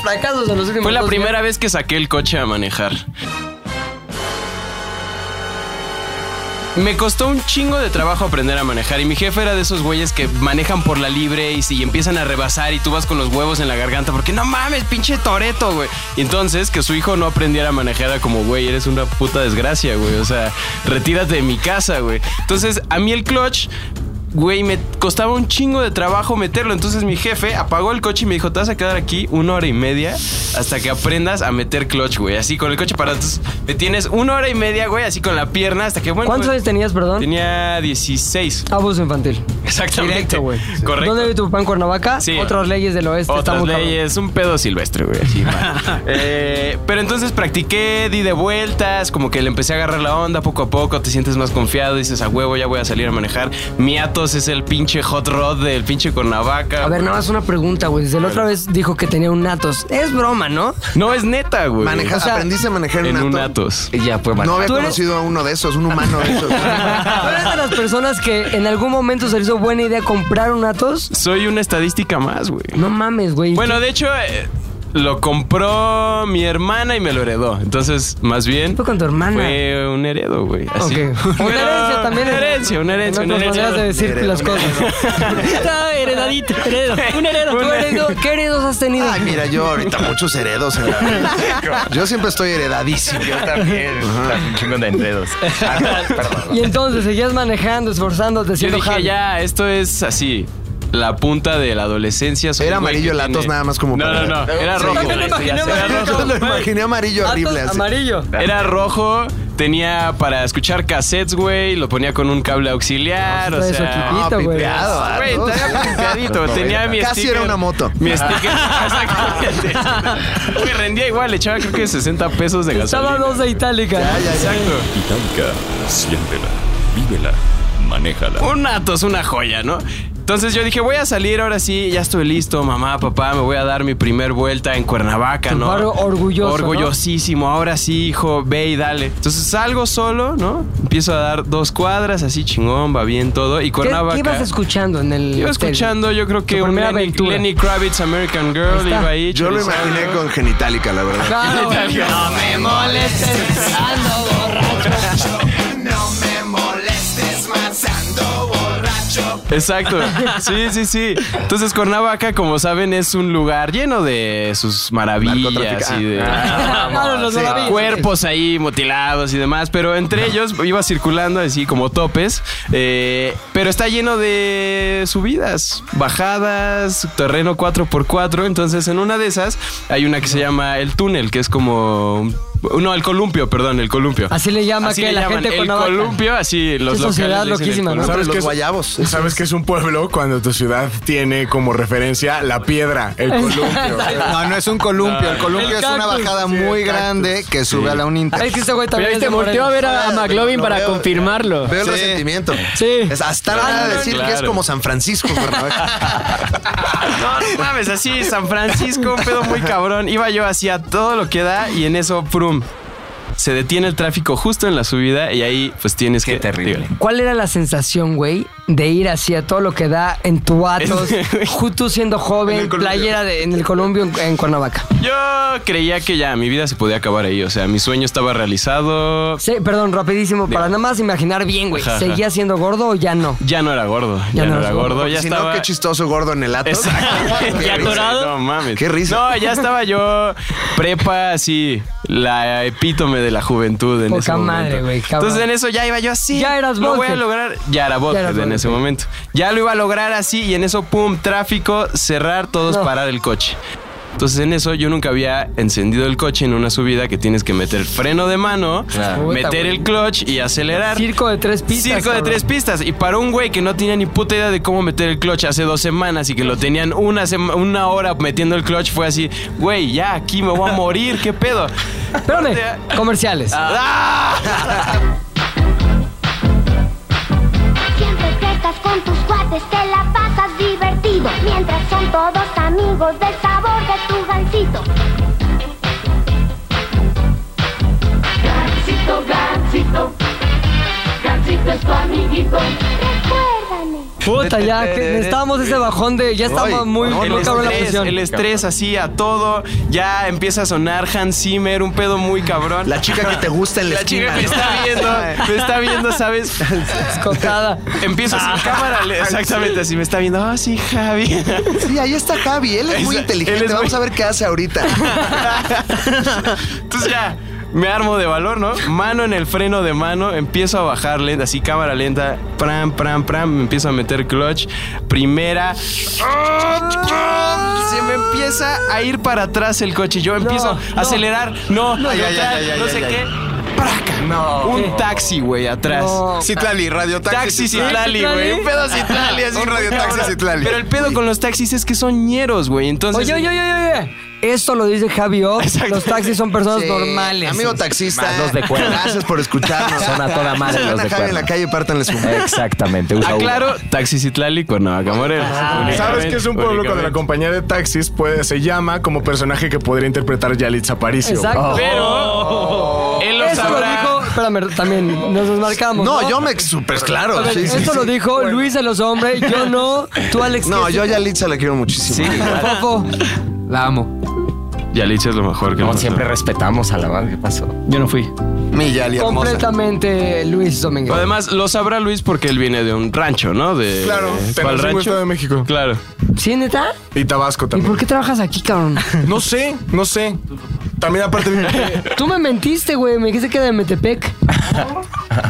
Speaker 2: fracasos los últimos
Speaker 11: Fue la primera vez que saqué el coche a manejar. Me costó un chingo de trabajo aprender a manejar y mi jefe era de esos güeyes que manejan por la libre y si empiezan a rebasar y tú vas con los huevos en la garganta porque no mames, pinche Toreto, güey. Y entonces que su hijo no aprendiera a manejar era como, güey, eres una puta desgracia, güey. O sea, retírate de mi casa, güey. Entonces a mí el clutch Güey, me costaba un chingo de trabajo meterlo. Entonces mi jefe apagó el coche y me dijo: Te vas a quedar aquí una hora y media hasta que aprendas a meter clutch, güey. Así con el coche parado. Entonces me tienes una hora y media, güey, así con la pierna hasta que, bueno.
Speaker 2: ¿Cuántos
Speaker 11: güey,
Speaker 2: años tenías, perdón?
Speaker 11: Tenía 16.
Speaker 2: Abuso infantil.
Speaker 11: Exactamente.
Speaker 2: Directo, güey.
Speaker 11: Correcto.
Speaker 2: ¿Dónde vive tu papá en Cuernavaca?
Speaker 11: Sí.
Speaker 2: Otras leyes del oeste. está
Speaker 11: Otras
Speaker 2: muy cabrón.
Speaker 11: leyes, un pedo silvestre, güey. así, mal. Eh, pero entonces practiqué, di de vueltas, como que le empecé a agarrar la onda poco a poco, te sientes más confiado, dices a huevo, ya voy a salir a manejar. Mi Atos es el pinche hot rod del pinche Cuernavaca.
Speaker 2: A ver, nada más una pregunta, güey. Desde la otra vez dijo que tenía un Natos. Es broma, ¿no?
Speaker 11: No es neta, güey.
Speaker 3: Maneja-
Speaker 2: O sea,
Speaker 3: aprendiste a manejar
Speaker 11: en un
Speaker 3: ato.
Speaker 11: Atos.
Speaker 4: Y ya, pues,
Speaker 3: No había
Speaker 2: Tú eres-
Speaker 3: conocido a uno de esos, un humano de esos.
Speaker 2: ¿Tú eres de las personas que en algún momento se le hizo buena idea comprar un Natos?
Speaker 11: Soy una estadística más, güey.
Speaker 2: No mames, güey.
Speaker 11: Bueno, de hecho, eh, lo compró mi hermana y me lo heredó. Entonces, más bien.
Speaker 2: fue con tu hermana? Ah,
Speaker 11: Fue un heredo, güey. así.
Speaker 2: Ok. Una herencia también.
Speaker 11: Una herencia, una herencia,
Speaker 2: En
Speaker 11: una
Speaker 2: otras
Speaker 11: herencia.
Speaker 2: maneras de decir las cosas. Está heredadito, heredo. Un heredo. ¿Tú heredo- ¿Qué heredos has tenido?
Speaker 3: Ay, mira, yo ahorita muchos heredos en la vida. Yo siempre estoy heredadísimo.
Speaker 4: Yo también. Un chingo de enredos.
Speaker 2: y entonces seguías manejando, esforzándote,
Speaker 11: Yo
Speaker 2: siendo
Speaker 11: dije,
Speaker 2: Javi.
Speaker 11: ya, esto es así. la punta de la adolescencia. soy
Speaker 3: Era
Speaker 11: un güey
Speaker 3: amarillo
Speaker 11: que
Speaker 3: Latos nada más como
Speaker 11: No,
Speaker 3: para-
Speaker 11: no, no. Era
Speaker 3: Sí,
Speaker 11: rojo.
Speaker 3: yo me lo
Speaker 11: güey,
Speaker 3: imaginé
Speaker 11: era
Speaker 3: amarillo.
Speaker 11: rojo.
Speaker 3: Yo lo imaginé amarillo
Speaker 2: Datos
Speaker 3: horrible así.
Speaker 2: Amarillo.
Speaker 11: Era rojo, tenía para escuchar cassettes, güey, lo ponía con un cable auxiliar, o
Speaker 2: Todo eso
Speaker 11: sea...
Speaker 3: No,
Speaker 2: chiquito, güey.
Speaker 3: pipeado, ah,
Speaker 11: Güey,
Speaker 3: todos.
Speaker 11: estaba pimpeadito, tenía mi
Speaker 3: Casi
Speaker 11: sticker-
Speaker 3: era una moto.
Speaker 11: Mi sticker, exactamente. Me rendía igual, le echaba creo que 60 pesos de gasolina.
Speaker 2: Estaba dos de itálica.
Speaker 11: Exacto.
Speaker 12: Itálica, siéntela, vívela, manéjala.
Speaker 11: Un Atos, una joya, ¿no? Entonces yo dije, voy a salir ahora sí, ya estoy listo, mamá, papá, me voy a dar mi primer vuelta en Cuernavaca,
Speaker 2: Tu
Speaker 11: ¿no?
Speaker 2: barrio orgulloso,
Speaker 11: Orgullosísimo, ahora sí, hijo, ve y dale. Entonces salgo solo, ¿no? Empiezo a dar dos cuadras, así chingón, va bien todo. Y
Speaker 2: ¿Qué,
Speaker 11: Cuernavaca.
Speaker 2: qué ibas escuchando en el.? hotel?
Speaker 11: Iba escuchando, yo creo que
Speaker 2: Tu
Speaker 11: un
Speaker 2: primera
Speaker 11: Lenny,
Speaker 2: aventura.
Speaker 11: Lenny Kravitz American Girl
Speaker 2: Ahí está.
Speaker 11: iba ahí.
Speaker 3: Yo lo
Speaker 11: chorizando.
Speaker 3: imaginé con genitálica, la verdad.
Speaker 2: Claro, güey.
Speaker 11: No me
Speaker 2: molestes, ando borracho.
Speaker 11: Exacto. Sí, sí, sí. Entonces, Cuernavaca, como saben, es un lugar lleno de sus maravillas
Speaker 3: Narcotrafic-
Speaker 11: y de
Speaker 2: Claro, los
Speaker 3: Sí.
Speaker 2: maravillas.
Speaker 11: cuerpos ahí mutilados y demás. Pero entre ellos iba circulando así como topes. eh, pero está lleno de subidas, bajadas, terreno 4x4. Entonces, en una de esas hay una que se llama el túnel, que es como. No, el columpio, perdón, el columpio.
Speaker 2: Así le llama
Speaker 11: Así
Speaker 2: que
Speaker 11: le
Speaker 2: la
Speaker 11: llaman,
Speaker 2: gente
Speaker 11: el
Speaker 2: Cuernavaca.
Speaker 11: columpio, así los
Speaker 2: Qué
Speaker 11: locales
Speaker 2: sociedad
Speaker 11: le dicen el
Speaker 2: loquísimo, ¿no?
Speaker 11: columpio.
Speaker 3: Pero
Speaker 10: ¿Sabes
Speaker 3: los
Speaker 10: qué es-
Speaker 3: guayabos.
Speaker 10: Sabes que es un pueblo cuando tu ciudad tiene como referencia la piedra, el columpio.
Speaker 3: No, no es un columpio. El columpio es una
Speaker 2: cactus.
Speaker 3: bajada
Speaker 10: Sí, el
Speaker 3: muy
Speaker 10: cactus.
Speaker 3: grande que sube a la uninter.
Speaker 2: Es que este güey
Speaker 7: Pero
Speaker 2: también.
Speaker 7: ahí
Speaker 2: es de
Speaker 7: te volteó a
Speaker 2: Morelos.
Speaker 7: ver a, a McLovin
Speaker 3: Lo
Speaker 7: para
Speaker 3: veo.
Speaker 7: confirmarlo.
Speaker 3: Veo el
Speaker 7: Sí.
Speaker 3: resentimiento.
Speaker 7: Sí.
Speaker 3: Es hasta la
Speaker 2: Ah,
Speaker 3: hora de decir que es
Speaker 11: claro.
Speaker 3: como San Francisco, Cuernavaca.
Speaker 11: No, no mames, así, San Francisco, un pedo muy cabrón. Iba yo hacia todo lo que da y en eso, prum. Se detiene el tráfico justo en la subida y ahí pues tienes
Speaker 4: Qué
Speaker 11: que...
Speaker 4: terrible.
Speaker 2: ¿Cuál era la sensación, güey, de ir así a todo lo que da en tu Atos, ju- tú siendo joven, playera de- en el Columbio, en, en Cuernavaca?
Speaker 11: Yo creía que ya mi vida se podía acabar ahí, o sea, mi sueño estaba realizado.
Speaker 2: Sí, perdón, rapidísimo, para nada más imaginar bien, güey.
Speaker 11: Ajá,
Speaker 2: ¿Seguía siendo gordo o ya no?
Speaker 11: Ya no era gordo,
Speaker 2: Ya
Speaker 11: ya,
Speaker 2: no
Speaker 11: no
Speaker 2: eras
Speaker 11: era
Speaker 2: gordo,
Speaker 11: gordo,
Speaker 3: Porque
Speaker 11: ya
Speaker 3: si
Speaker 11: estaba...
Speaker 3: no, qué chistoso gordo en el Atos.
Speaker 11: Exacto.
Speaker 3: Qué risa.
Speaker 11: No mames.
Speaker 3: Qué risa.
Speaker 11: No, ya estaba yo prepa así, la epítome de la juventud en
Speaker 2: Poca
Speaker 11: ese momento.
Speaker 2: madre, güey, cabrón.
Speaker 11: Entonces en eso ya iba yo así.
Speaker 2: Ya eras
Speaker 11: Lo voy a
Speaker 2: Volker.
Speaker 11: lograr.
Speaker 2: Ya
Speaker 11: Ya era
Speaker 2: eras
Speaker 11: Volker en ese
Speaker 2: Volker.
Speaker 11: momento. Ya lo iba a lograr así y en eso, pum, tráfico, cerrar, todos
Speaker 2: No.
Speaker 11: parar el coche. Entonces en eso yo nunca había encendido el coche en una subida que tienes que meter freno de mano,
Speaker 4: Claro.
Speaker 2: Puta,
Speaker 11: meter
Speaker 2: güey.
Speaker 11: el clutch y acelerar.
Speaker 2: Circo de tres pistas.
Speaker 11: Circo de
Speaker 2: cabrón.
Speaker 11: tres pistas. Y para un güey que no tenía ni puta idea de cómo meter el clutch hace dos semanas y que lo tenían una, sema- una hora metiendo el clutch, fue así, güey, ya aquí me voy a morir, qué pedo. Ah,
Speaker 2: Espérame, comerciales.
Speaker 13: Siempre que estás con tus cuates te la pasas divertido Mientras son todos amigos del sabor de tu gansito Gansito, gansito Gansito es tu amiguito Recuérdame
Speaker 2: Puta, ya,
Speaker 11: Eh,
Speaker 2: que necesitábamos ese bajón de. Ya estaba
Speaker 3: Ay,
Speaker 2: muy,
Speaker 3: no,
Speaker 2: muy
Speaker 11: el,
Speaker 2: cabrón la
Speaker 11: estrés,
Speaker 2: presión.
Speaker 11: el estrés así a todo, ya empieza a sonar Hans Zimmer, un pedo muy cabrón.
Speaker 3: La chica que te gusta en la,
Speaker 11: La chica
Speaker 3: esquina,
Speaker 11: me
Speaker 3: ¿no?
Speaker 11: está viendo, me está viendo, ¿sabes?
Speaker 2: Escotada.
Speaker 11: Empiezo sin cámara, le- exactamente así, me está viendo, ah, sí, Javi.
Speaker 3: Sí, ahí está Javi. Él es muy
Speaker 11: Esa-
Speaker 3: inteligente.
Speaker 11: él es
Speaker 3: Vamos
Speaker 11: muy-
Speaker 3: a ver qué hace ahorita.
Speaker 11: Entonces ya, me armo de valor, ¿no? Mano en el freno de mano, empiezo a bajar lenta, así cámara lenta, pram, pram, pram, me empiezo a meter clutch, primera. Se me empieza a ir para atrás el coche. Yo empiezo a acelerar, no, no,
Speaker 3: ya, ya,
Speaker 11: tal,
Speaker 3: ya,
Speaker 11: no
Speaker 3: ya,
Speaker 11: sé
Speaker 3: ya,
Speaker 11: qué. ¡Praca! No. Un taxi, güey, atrás.
Speaker 2: No.
Speaker 3: Citlali, radio
Speaker 11: Taxi Citlali, güey. Un pedo Citlali. así,
Speaker 3: Un radio
Speaker 11: cabrón.
Speaker 3: taxi Citlali.
Speaker 11: Pero el pedo con los taxis es que son ñeros, güey. Entonces.
Speaker 2: Oye, oye, oye, oye. oye. Esto lo dice Javi O.
Speaker 11: Exacto.
Speaker 2: Los taxis son personas
Speaker 3: Sí.
Speaker 2: normales.
Speaker 3: Eh, Amigo taxista.
Speaker 4: Más los de cuerda.
Speaker 3: Gracias por escucharnos.
Speaker 4: Son a toda madre
Speaker 3: Si ven
Speaker 4: los
Speaker 3: a
Speaker 4: de
Speaker 3: Javi en
Speaker 4: cuerda.
Speaker 3: la calle, pártanle su
Speaker 4: Exactamente. usa Uber.
Speaker 11: Aclaro, Taxi Citlali, Cuernavaca, Morelos.
Speaker 10: ¿Sabes que es un pueblo cuando la compañía de taxis puede, se llama como personaje que podría interpretar Yalitza Aparicio?
Speaker 3: Oh.
Speaker 10: Oh.
Speaker 2: Exacto.
Speaker 11: Pero él lo
Speaker 2: Eso
Speaker 11: sabrá.
Speaker 2: lo dijo. Espérame, también nos desmarcamos. No,
Speaker 3: No, yo me super claro.
Speaker 2: A ver,
Speaker 3: Sí, sí,
Speaker 2: esto
Speaker 3: sí.
Speaker 2: lo dijo Luis de los hombres, yo no, tú Alex.
Speaker 3: No,
Speaker 2: ¿qué
Speaker 3: yo a
Speaker 2: sí?
Speaker 3: Yalitza la quiero muchísimo.
Speaker 2: Fofo.
Speaker 8: La amo.
Speaker 11: Yalitza es lo mejor que
Speaker 4: No,
Speaker 11: nos-
Speaker 4: siempre respetamos a la madre. ¿Qué pasó?
Speaker 7: Yo no fui.
Speaker 3: Mi Yali hermosa.
Speaker 2: Completamente Luis Domínguez.
Speaker 11: Además, lo sabrá Luis porque él viene de un rancho, ¿no? De,
Speaker 10: Claro,
Speaker 11: ¿cuál
Speaker 10: tenemos un Estado de México.
Speaker 11: Claro.
Speaker 2: ¿Sí, neta?
Speaker 10: Y Tabasco
Speaker 2: ¿Y
Speaker 10: también.
Speaker 2: por qué trabajas aquí, cabrón?
Speaker 10: No sé, no sé. También aparte...
Speaker 2: Tú me mentiste, güey, me dijiste que era de Metepec.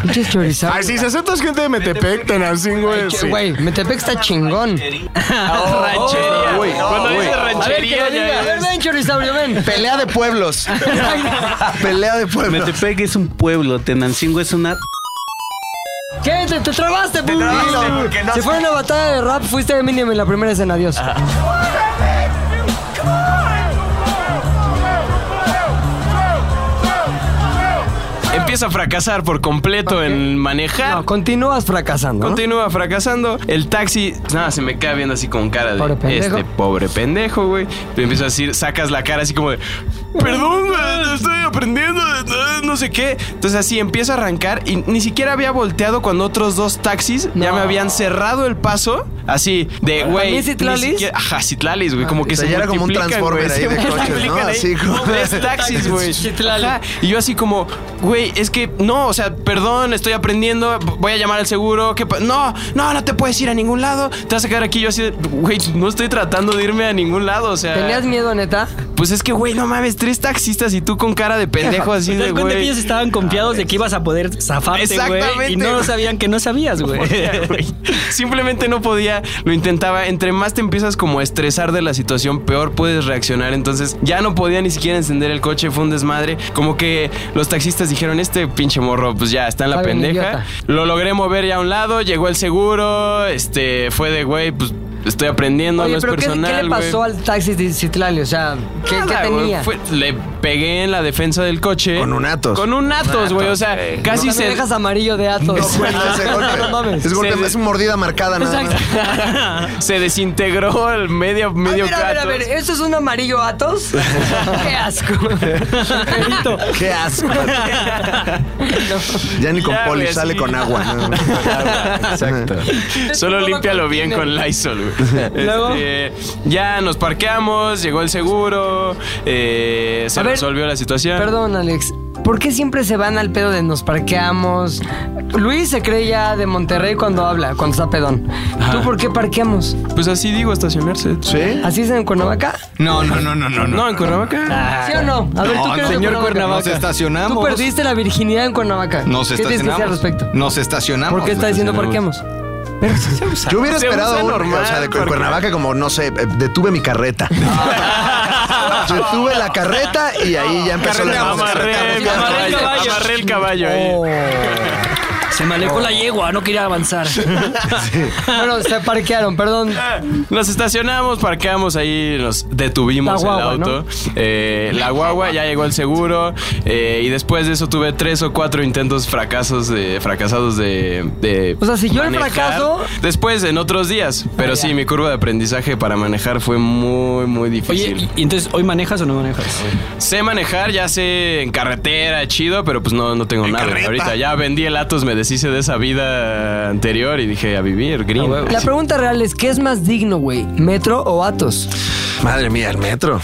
Speaker 2: Pinches chorizal.
Speaker 10: Ay, sí, si aceptas gente de Metepec, Tenancingo
Speaker 2: Ay,
Speaker 10: es.
Speaker 2: che, Güey, Metepec está chingón.
Speaker 11: ranchería.
Speaker 2: Güey,
Speaker 11: Cuando dice ranchería,
Speaker 2: A ver, que lo
Speaker 11: ya
Speaker 2: diga. A ver, ven, chorizaurio, ven.
Speaker 3: Pelea de pueblos. Pelea de pueblos.
Speaker 14: Metepec es un pueblo, Tenancingo es una...
Speaker 2: ¿Qué? ¿Te, te trabaste, pu?
Speaker 14: trabaste, porque no
Speaker 2: Se
Speaker 14: sé.
Speaker 2: fue una batalla de rap, fuiste Eminem en la primera escena, adiós.
Speaker 11: Empieza a fracasar por completo en manejar.
Speaker 2: continúas fracasando. ¿no?
Speaker 11: Continúa fracasando. El taxi, nada, se me queda viendo así con cara de
Speaker 2: Pobre pendejo.
Speaker 11: este pobre pendejo, güey. Te empiezas a decir, sacas la cara así como de, perdón, güey, estoy aprendiendo, eh, no sé qué. Entonces así empieza a arrancar y ni siquiera había volteado cuando otros dos taxis ya me habían cerrado el paso. Así de, güey.
Speaker 2: ¿También
Speaker 11: ni
Speaker 2: Citlalis?
Speaker 11: siquiera- Ajá, Citlalis,
Speaker 2: Ah.
Speaker 11: güey. Como que
Speaker 3: o sea,
Speaker 11: se
Speaker 3: ya era como un
Speaker 11: multiplican, güey,
Speaker 3: transformer ahí
Speaker 11: se
Speaker 3: de coches,
Speaker 11: multiplican
Speaker 3: ¿no?
Speaker 11: ahí.
Speaker 3: Así como-
Speaker 11: Tres taxis, güey.
Speaker 3: Citlali.
Speaker 11: Ajá. Y yo así como, güey, es que no, o sea, perdón, estoy aprendiendo, voy a llamar al seguro, que no, no, no te puedes ir a ningún lado, te vas a quedar aquí yo así, de, güey, no estoy tratando de irme a ningún lado, o sea,
Speaker 2: ¿Tenías miedo, neta?
Speaker 11: pues es que güey, no mames, tres taxistas y tú con cara de pendejo así
Speaker 7: ¿Te das
Speaker 11: de
Speaker 7: cuenta que
Speaker 11: güey.
Speaker 7: ellos estaban confiados de que ibas a poder zafarte, güey?
Speaker 11: Exactamente,
Speaker 7: Y no
Speaker 11: güey.
Speaker 7: sabían que no sabías, güey.
Speaker 11: podía, güey. Simplemente no podía, lo intentaba. Entre más te empiezas como a estresar de la situación, peor puedes reaccionar. Entonces ya no podía ni siquiera encender el coche, fue un desmadre. Como que los taxistas dijeron, este pinche morro, pues ya está en la
Speaker 2: Está bien
Speaker 11: pendeja.
Speaker 2: idiota.
Speaker 11: Lo logré mover ya a un lado, llegó el seguro, este fue de, güey, pues estoy aprendiendo,
Speaker 2: Oye,
Speaker 11: no es
Speaker 2: pero ¿qué-
Speaker 11: personal.
Speaker 2: ¿qué, le
Speaker 11: güey".
Speaker 2: pasó al taxi de Citlali? O sea, ¿qué, qué
Speaker 11: Nada, güey,
Speaker 2: tenía?
Speaker 11: fue- le pegué en la defensa del coche. Con un Atos. Con un Atos, güey. O sea, casi
Speaker 2: no
Speaker 11: se.
Speaker 2: me dejas amarillo de Atos.
Speaker 11: No cuenta ese golpe.
Speaker 2: No mames.
Speaker 11: Es golpe- es
Speaker 3: mordida marcada,
Speaker 2: nada más.
Speaker 11: se desintegró el
Speaker 3: Ah,
Speaker 11: medio, medio
Speaker 2: a ver, Ah, a ver, a
Speaker 11: Atos.
Speaker 2: ver, ¿eso es un amarillo Atos? ¡Qué asco!
Speaker 3: Qué asco. Ya ni con
Speaker 11: Ya,
Speaker 3: poli,
Speaker 11: güey,
Speaker 3: sale
Speaker 11: sí.
Speaker 3: con agua. ¿no?
Speaker 11: Exacto. Solo límpialo bien con Lysol, güey.
Speaker 3: Luego.
Speaker 11: Este, ya nos parqueamos, llegó el seguro, eh, se
Speaker 2: A ver,
Speaker 11: resolvió la situación.
Speaker 2: Perdón, Alex. ¿Por qué siempre se van al pedo de nos parqueamos? Luis se cree ya de Monterrey cuando habla, cuando está pedón. ¿Tú por qué parqueamos?
Speaker 11: Pues así digo, estacionarse.
Speaker 3: ¿Sí?
Speaker 2: ¿Así es en Cuernavaca? Ah,
Speaker 15: No, no, no, no, no.
Speaker 11: No, en Cuernavaca.
Speaker 2: ¿Sí o no? A ver,
Speaker 15: No,
Speaker 2: ¿tú crees
Speaker 15: señor Cuernavaca. Ah. Nos estacionamos.
Speaker 2: Tú perdiste la virginidad en Cuernavaca.
Speaker 15: Nos
Speaker 2: ¿Qué tienes que
Speaker 15: estacionamos.
Speaker 2: decir al respecto?
Speaker 15: Nos estacionamos.
Speaker 2: ¿Por qué está diciendo parqueamos?
Speaker 3: Yo hubiera esperado un, o sea, de Cuernavaca como, no sé, eh, detuve mi carreta. detuve la carreta y ahí
Speaker 2: Ah,
Speaker 3: ya empezó la
Speaker 11: Amarré el caballo. Amarré el caballo ahí.
Speaker 7: Oh. Se me alejó
Speaker 3: Oh.
Speaker 7: la yegua, no quería avanzar.
Speaker 2: Bueno, se parquearon, perdón.
Speaker 11: Ah. Nos estacionamos, parqueamos ahí, nos detuvimos
Speaker 2: La guagua,
Speaker 11: el auto. Eh, la guagua, ya llegó el seguro. eh, y después de eso tuve tres o cuatro intentos fracasos de, fracasados de, de
Speaker 2: O sea, si yo el fracaso- Ah,
Speaker 11: Después, en otros días. Pero sí, mi curva de aprendizaje para manejar fue muy, muy difícil.
Speaker 7: Oye, ¿y entonces hoy manejas o no manejas?
Speaker 11: Sé manejar, ya sé en carretera, chido, pero pues no, no tengo nada. Ahorita ya vendí el Atos, me deshice de esa vida anterior y dije a vivir, green.
Speaker 2: Ah, La pregunta real es, ¿qué es más digno, güey? ¿Metro o Atos?
Speaker 3: Madre mía, el metro.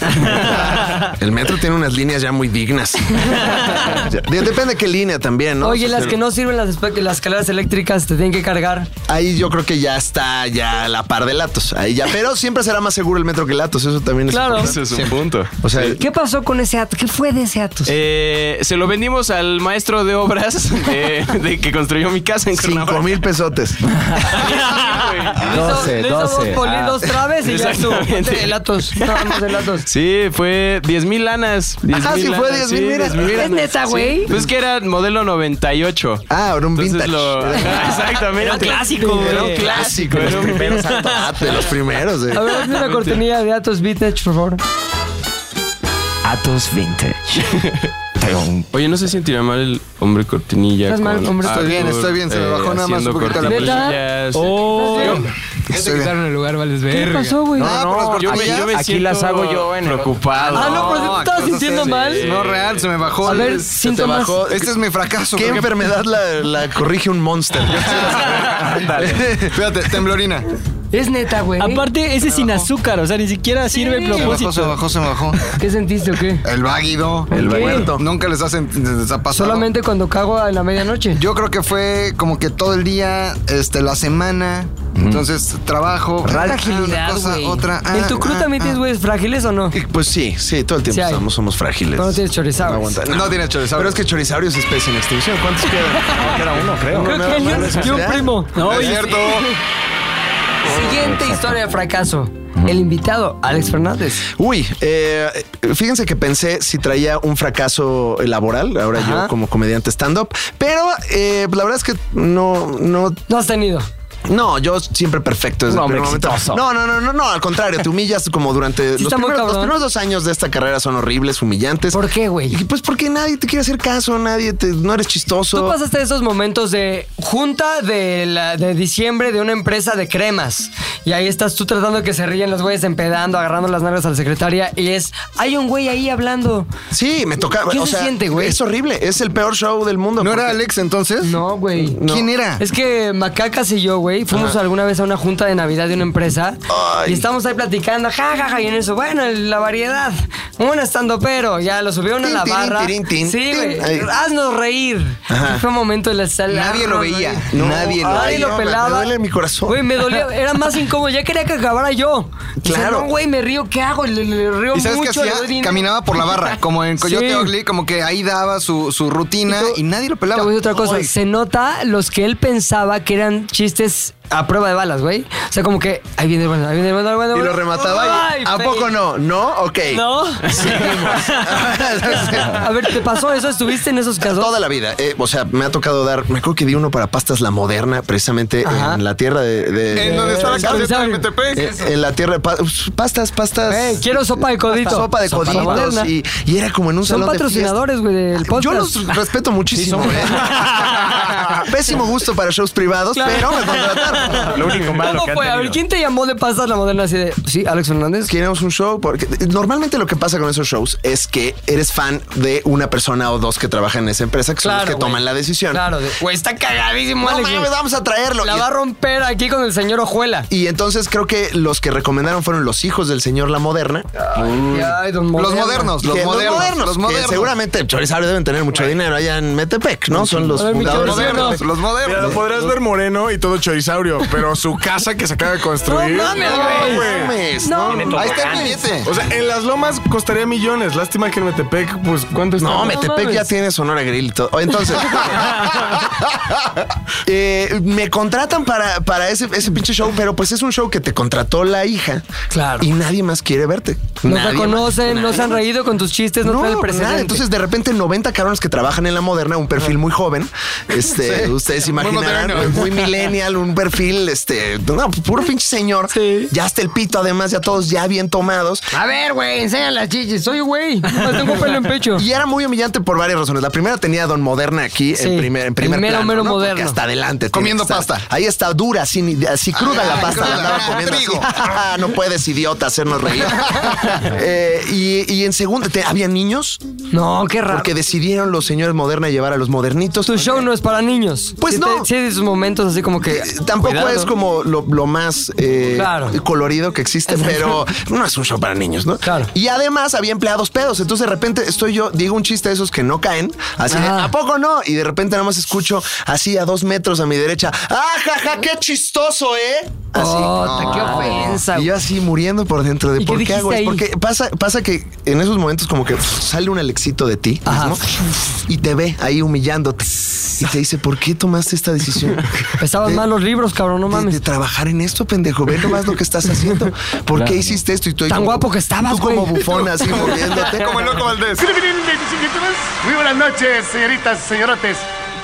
Speaker 3: El metro tiene unas líneas ya muy dignas. Ya, de- Depende de qué línea también, ¿no?
Speaker 2: Oye, las que no sirven las, espe- las escaleras eléctricas te tienen que cargar.
Speaker 3: Ahí yo creo que ya está ya a la par de Latos. Ahí ya, pero siempre será más seguro el metro que Latos, eso también es
Speaker 11: Claro.
Speaker 3: importante.
Speaker 11: Ese es un
Speaker 3: Siempre.
Speaker 11: punto.
Speaker 3: O sea,
Speaker 2: ¿Qué pasó con ese Atos? ¿Qué fue de ese Atos?
Speaker 11: Eh, se lo vendimos al maestro de obras eh, de que construyó mi casa en Cuernavaca.
Speaker 3: cinco mil pesotes.
Speaker 2: Le hizo dos poli- dos traves y ya estuvo.
Speaker 11: Ah. Exactamente.
Speaker 2: Ponte El Atos. Nada más el Atos.
Speaker 11: Sí, fue 10 mil lanas. 10,000
Speaker 2: Ah, sí, fue
Speaker 11: lanas,
Speaker 2: 10,000, mira.
Speaker 11: 10,000
Speaker 2: ¿Es
Speaker 11: lanas.
Speaker 2: neta,
Speaker 11: Sí.
Speaker 2: güey?
Speaker 11: Pues que era modelo 98.
Speaker 3: Ah, era un
Speaker 11: vintage. Exactamente.
Speaker 7: Era un clásico, güey.
Speaker 11: Era un clásico.
Speaker 3: De
Speaker 11: Era
Speaker 3: los
Speaker 11: un
Speaker 3: primeros, Santo Ato, de los primeros. eh.
Speaker 2: A ver, hazme una cortinilla de Atos Vintage, por favor.
Speaker 11: Atos Vintage. Oye, no se sentirá mal el hombre cortinilla.
Speaker 2: ¿Estás mal,
Speaker 11: con
Speaker 2: hombre? Estoy
Speaker 11: Arthur,
Speaker 2: bien, estoy bien, se me bajó nada más
Speaker 11: haciendo
Speaker 2: un poquito la
Speaker 11: cortinillas.
Speaker 2: presión.
Speaker 11: Oh.
Speaker 2: ¿Estás
Speaker 11: Yo-
Speaker 8: Ya te quitaron el lugar, vales verga.
Speaker 2: pasó, güey?
Speaker 11: No, no, yo me, yo me
Speaker 8: Aquí
Speaker 11: siento
Speaker 8: las hago yo en el-
Speaker 11: preocupado.
Speaker 2: Ah, no, pero si tú estabas sintiendo mal.
Speaker 15: No, real, se me bajó.
Speaker 2: A
Speaker 15: Se
Speaker 2: ver,
Speaker 15: te
Speaker 2: síntomas.
Speaker 15: bajó. Este es mi fracaso.
Speaker 3: ¿Qué
Speaker 15: creo que-
Speaker 3: enfermedad la, la corrige un monster?
Speaker 15: Fíjate, temblorina.
Speaker 2: Es neta, güey.
Speaker 7: Aparte, ese es sin azúcar, o sea, ni siquiera sirve el
Speaker 15: Se me bajó, se me
Speaker 7: propósito.
Speaker 15: bajó, se me bajó.
Speaker 2: ¿Qué sentiste o qué?
Speaker 15: El váguido,
Speaker 2: El
Speaker 15: el
Speaker 2: váguido.
Speaker 15: muerto. Nunca les hacen, les ha pasado.
Speaker 2: Solamente cuando cago a la medianoche.
Speaker 15: Yo creo que fue como que todo el día, este, la semana. Entonces, trabajo,
Speaker 2: Fragilidad,
Speaker 15: una cosa,
Speaker 2: güey.
Speaker 15: otra. ah,
Speaker 2: ¿En tu crew
Speaker 15: ah,
Speaker 2: también tienes güeyes frágiles o no?
Speaker 3: Pues sí, sí, todo el
Speaker 2: Sí
Speaker 3: tiempo
Speaker 2: hay.
Speaker 3: somos, somos frágiles.
Speaker 2: Pero no tienes chorizabas.
Speaker 3: No aguanta.
Speaker 15: No tiene chorizaurios.
Speaker 3: Pero es que chorizaurios es especie en extinción. ¿Cuántos quedan? No, queda uno, creo.
Speaker 2: Creo
Speaker 3: No,
Speaker 2: que
Speaker 3: no,
Speaker 2: yo-
Speaker 3: no, no,
Speaker 2: yo un
Speaker 3: ya.
Speaker 2: primo.
Speaker 3: No,
Speaker 2: No,
Speaker 3: es
Speaker 2: y-
Speaker 3: cierto.
Speaker 2: Siguiente historia de fracaso. El invitado, Alex Fernández.
Speaker 3: Uy, eh, fíjense que pensé si traía un fracaso laboral, ahora yo como comediante stand-up, pero
Speaker 15: ah,
Speaker 3: eh, la verdad es que no, no.
Speaker 2: No has tenido.
Speaker 3: No, yo siempre perfecto desde
Speaker 4: Un
Speaker 3: el
Speaker 4: hombre
Speaker 3: primer momento.
Speaker 4: exitoso.
Speaker 3: No, no, no, no, no, al contrario, te humillas como durante
Speaker 2: Sí
Speaker 3: los
Speaker 2: está muy
Speaker 3: primeros, los
Speaker 2: cabrón.
Speaker 3: primeros dos años de esta carrera son horribles, humillantes. ¿Por
Speaker 2: qué, güey?
Speaker 3: Pues porque nadie te quiere hacer caso, nadie te, no eres chistoso.
Speaker 2: Tú pasaste esos momentos de junta de, la- de diciembre de una empresa de cremas. Y ahí estás tú tratando que se ríen los güeyes empedando, agarrando las nalgas a la secretaria. Y es, hay un güey ahí hablando.
Speaker 3: Sí, me tocaba.
Speaker 2: ¿Qué
Speaker 3: o
Speaker 2: se
Speaker 3: sea,
Speaker 2: siente, güey?
Speaker 3: Es horrible, es el peor show del mundo.
Speaker 15: ¿No era
Speaker 3: porque-
Speaker 15: Alex entonces?
Speaker 2: No, güey. No.
Speaker 15: ¿Quién era?
Speaker 2: Es que Macacas y yo, güey, fuimos
Speaker 15: Ajá.
Speaker 2: alguna vez a una junta de Navidad de una empresa
Speaker 3: Ay.
Speaker 2: y estamos ahí platicando, jajaja, y en eso, bueno, el- la variedad, un estando pero, ya lo subieron a
Speaker 3: Tin,
Speaker 2: la
Speaker 3: tirin,
Speaker 2: barra.
Speaker 3: tirin, tin,
Speaker 2: sí,
Speaker 3: tin.
Speaker 2: güey,
Speaker 3: Ay.
Speaker 2: haznos reír.
Speaker 3: Ajá.
Speaker 2: Fue un momento de la sala.
Speaker 15: Nadie lo
Speaker 2: haznos
Speaker 15: veía,
Speaker 2: reír.
Speaker 3: No,
Speaker 15: nadie lo
Speaker 2: Nadie
Speaker 3: veía.
Speaker 2: lo
Speaker 3: No, me-
Speaker 2: pelaba.
Speaker 3: me duele mi corazón.
Speaker 2: Güey, me dolía. Era más incómodo. Ya quería que acabara yo. Dice,
Speaker 3: Claro.
Speaker 2: no, güey, me río. ¿Qué hago? Le, le- le río
Speaker 15: ¿Y sabes qué
Speaker 2: mucho. le doy
Speaker 15: hacía?
Speaker 2: dinero.
Speaker 15: Caminaba por la barra, como en Coyote
Speaker 2: Sí.
Speaker 15: Ugly, como que ahí daba su, su rutina y, nadie lo pelaba.
Speaker 2: Te voy a decir otra cosa.
Speaker 15: Ay.
Speaker 2: Se nota los que él pensaba que eran chistes a prueba de balas, güey. O sea, como que ahí viene el bueno, ahí viene el bueno, ahí viene el
Speaker 3: Y
Speaker 2: bueno.
Speaker 3: lo remataba
Speaker 2: Ay,
Speaker 3: y. ¿A
Speaker 2: fe-
Speaker 3: poco no? ¿No? Ok.
Speaker 2: ¿No? A ver, ¿te pasó eso? ¿Estuviste en esos casos?
Speaker 3: Toda la vida. eh, o sea, me ha tocado dar. Me acuerdo que di uno para pastas la moderna, precisamente en la tierra de. de-
Speaker 15: En donde está
Speaker 2: Eh,
Speaker 15: la caseta de Metepec.
Speaker 3: Eh, en la tierra de pa- pastas, pastas.
Speaker 2: Ey, quiero sopa de codito.
Speaker 3: Sopa de
Speaker 2: Sopa
Speaker 3: coditos.
Speaker 2: moderna.
Speaker 3: Y, y era como en un
Speaker 2: Son
Speaker 3: salón de
Speaker 2: patrocinadores, güey, del
Speaker 3: fiesta. Yo
Speaker 2: podcast.
Speaker 3: los respeto muchísimo.
Speaker 4: Sí, son-
Speaker 3: eh. Pésimo gusto para shows privados,
Speaker 2: Claro.
Speaker 3: pero me contrataron.
Speaker 4: Lo único malo
Speaker 2: ¿Cómo
Speaker 4: que han
Speaker 2: fue? A ver,
Speaker 4: tenido.
Speaker 2: ¿quién te llamó de pastas la moderna así de. Sí, Alex Fernández?
Speaker 3: Queremos un show porque normalmente lo que pasa con esos shows es que eres fan de una persona o dos que trabajan en esa empresa que son
Speaker 2: Claro,
Speaker 3: los que
Speaker 2: güey.
Speaker 3: toman la decisión.
Speaker 2: Claro, de- güey, está cagadísimo,
Speaker 3: No
Speaker 2: Alex.
Speaker 3: mames,
Speaker 2: güey.
Speaker 3: vamos a traerlo.
Speaker 2: La
Speaker 3: Y-
Speaker 2: va a romper aquí con el señor Ojuela.
Speaker 3: Y entonces creo que los que recomendaron fueron los hijos del señor La Moderna.
Speaker 2: Ay, don
Speaker 15: Mm. Los
Speaker 2: Moderno.
Speaker 15: modernos, los
Speaker 3: Que-
Speaker 15: modernos. Los
Speaker 3: que
Speaker 15: modernos.
Speaker 3: seguramente el Chorizabrio deben tener mucho dinero allá en Metepec, ¿no? Son los
Speaker 2: A ver, mi
Speaker 3: fundadores.
Speaker 15: Los
Speaker 2: Chorizabrio.
Speaker 15: modernos. Los
Speaker 10: Mira, lo
Speaker 15: modernos.
Speaker 10: podrás ver moreno y todo chorizaurio, pero su casa que se acaba de construir.
Speaker 2: No mames,
Speaker 10: no,
Speaker 2: güey.
Speaker 10: güey.
Speaker 3: Mames,
Speaker 2: No,
Speaker 3: no,
Speaker 2: no
Speaker 3: Ahí está el
Speaker 2: mames.
Speaker 3: billete.
Speaker 10: O sea, en las lomas costaría millones. Lástima que en Metepec, pues, ¿cuánto está?
Speaker 3: No, Metepec ya tiene Sonora Grill y todo. Oye, Entonces, eh, me contratan para, para ese, ese pinche show, pero pues es un show que te contrató la hija.
Speaker 2: Claro.
Speaker 3: Y nadie más quiere verte.
Speaker 2: No
Speaker 3: Nadie
Speaker 2: te
Speaker 3: más.
Speaker 2: conocen, no se han reído con tus chistes, no,
Speaker 3: No,
Speaker 2: traen el
Speaker 3: nada.
Speaker 2: precedente.
Speaker 3: Entonces, de repente, 90 cabrones que trabajan en la moderna, un perfil muy joven. Este, ustedes imaginarán, muy,
Speaker 15: moderno.
Speaker 3: millennial, un perfil, este, no, puro pinche señor. Ya hasta el pito, además, ya todos ya bien tomados.
Speaker 2: A ver, güey, enseña las chichis. Soy güey. No tengo pelo en pecho.
Speaker 3: Y era muy humillante por varias razones. La primera tenía a Don Moderna aquí
Speaker 2: Sí,
Speaker 3: en primer, en
Speaker 2: el
Speaker 3: primer
Speaker 2: mero,
Speaker 3: plano,
Speaker 2: mero
Speaker 3: ¿no? Porque
Speaker 2: moderno.
Speaker 3: Hasta adelante. tiene
Speaker 15: Comiendo
Speaker 3: que estar.
Speaker 15: pasta.
Speaker 3: Ahí está dura, así, así cruda
Speaker 15: Ah,
Speaker 3: la pasta.
Speaker 15: cruda.
Speaker 3: la andaba
Speaker 15: Ah,
Speaker 3: comiendo
Speaker 15: trigo.
Speaker 3: así. Ah, no puedes, idiota, hacernos reír. Eh, y, y en segundo, te- había niños
Speaker 2: No, Pues qué raro.
Speaker 3: porque decidieron los señores Moderna llevar a los modernitos.
Speaker 2: Tu show no es para niños.
Speaker 3: Pues
Speaker 2: Sí
Speaker 3: no.
Speaker 2: te- sí, hay sus momentos así como que.
Speaker 3: Eh, Tampoco
Speaker 2: Cuidado.
Speaker 3: es como lo, lo más eh,
Speaker 2: Claro.
Speaker 3: colorido que existe, pero no es un show para niños, ¿no?
Speaker 2: Claro.
Speaker 3: Y además había empleados pedos. Entonces de repente estoy yo, digo un chiste de esos que no caen, así de,
Speaker 2: Ah.
Speaker 3: ¿a poco no? Y de repente nada más escucho así a dos metros a mi derecha, ¡ah, jaja, qué chistoso, eh!
Speaker 6: Ah,
Speaker 3: Así.
Speaker 2: Oh, ta- qué ofensa.
Speaker 3: Y
Speaker 2: güey.
Speaker 3: yo así muriendo por dentro de
Speaker 2: ¿Y
Speaker 3: por
Speaker 2: qué
Speaker 3: qué, hago
Speaker 2: dijiste
Speaker 3: esto?
Speaker 2: ahí?
Speaker 3: Porque pasa, pasa que en esos momentos como que pff, sale un Alexito de ti
Speaker 2: Ajá.
Speaker 3: mismo, y te ve ahí humillándote y te dice, ¿por qué tomaste esta decisión?
Speaker 2: Pesaban
Speaker 3: De-
Speaker 2: mal los libros, cabrón, no
Speaker 3: de- De,
Speaker 2: mames.
Speaker 3: trabajar en esto, pendejo. Ve nomás lo que estás haciendo. ¿Por qué hiciste esto? Y tú ahí
Speaker 2: Tan
Speaker 3: como-
Speaker 2: guapo que estabas,
Speaker 3: Tú como
Speaker 2: güey.
Speaker 3: bufón, así moviéndote.
Speaker 15: Como el loco Valdés.
Speaker 16: Muy buenas noches, señoritas, señorotes.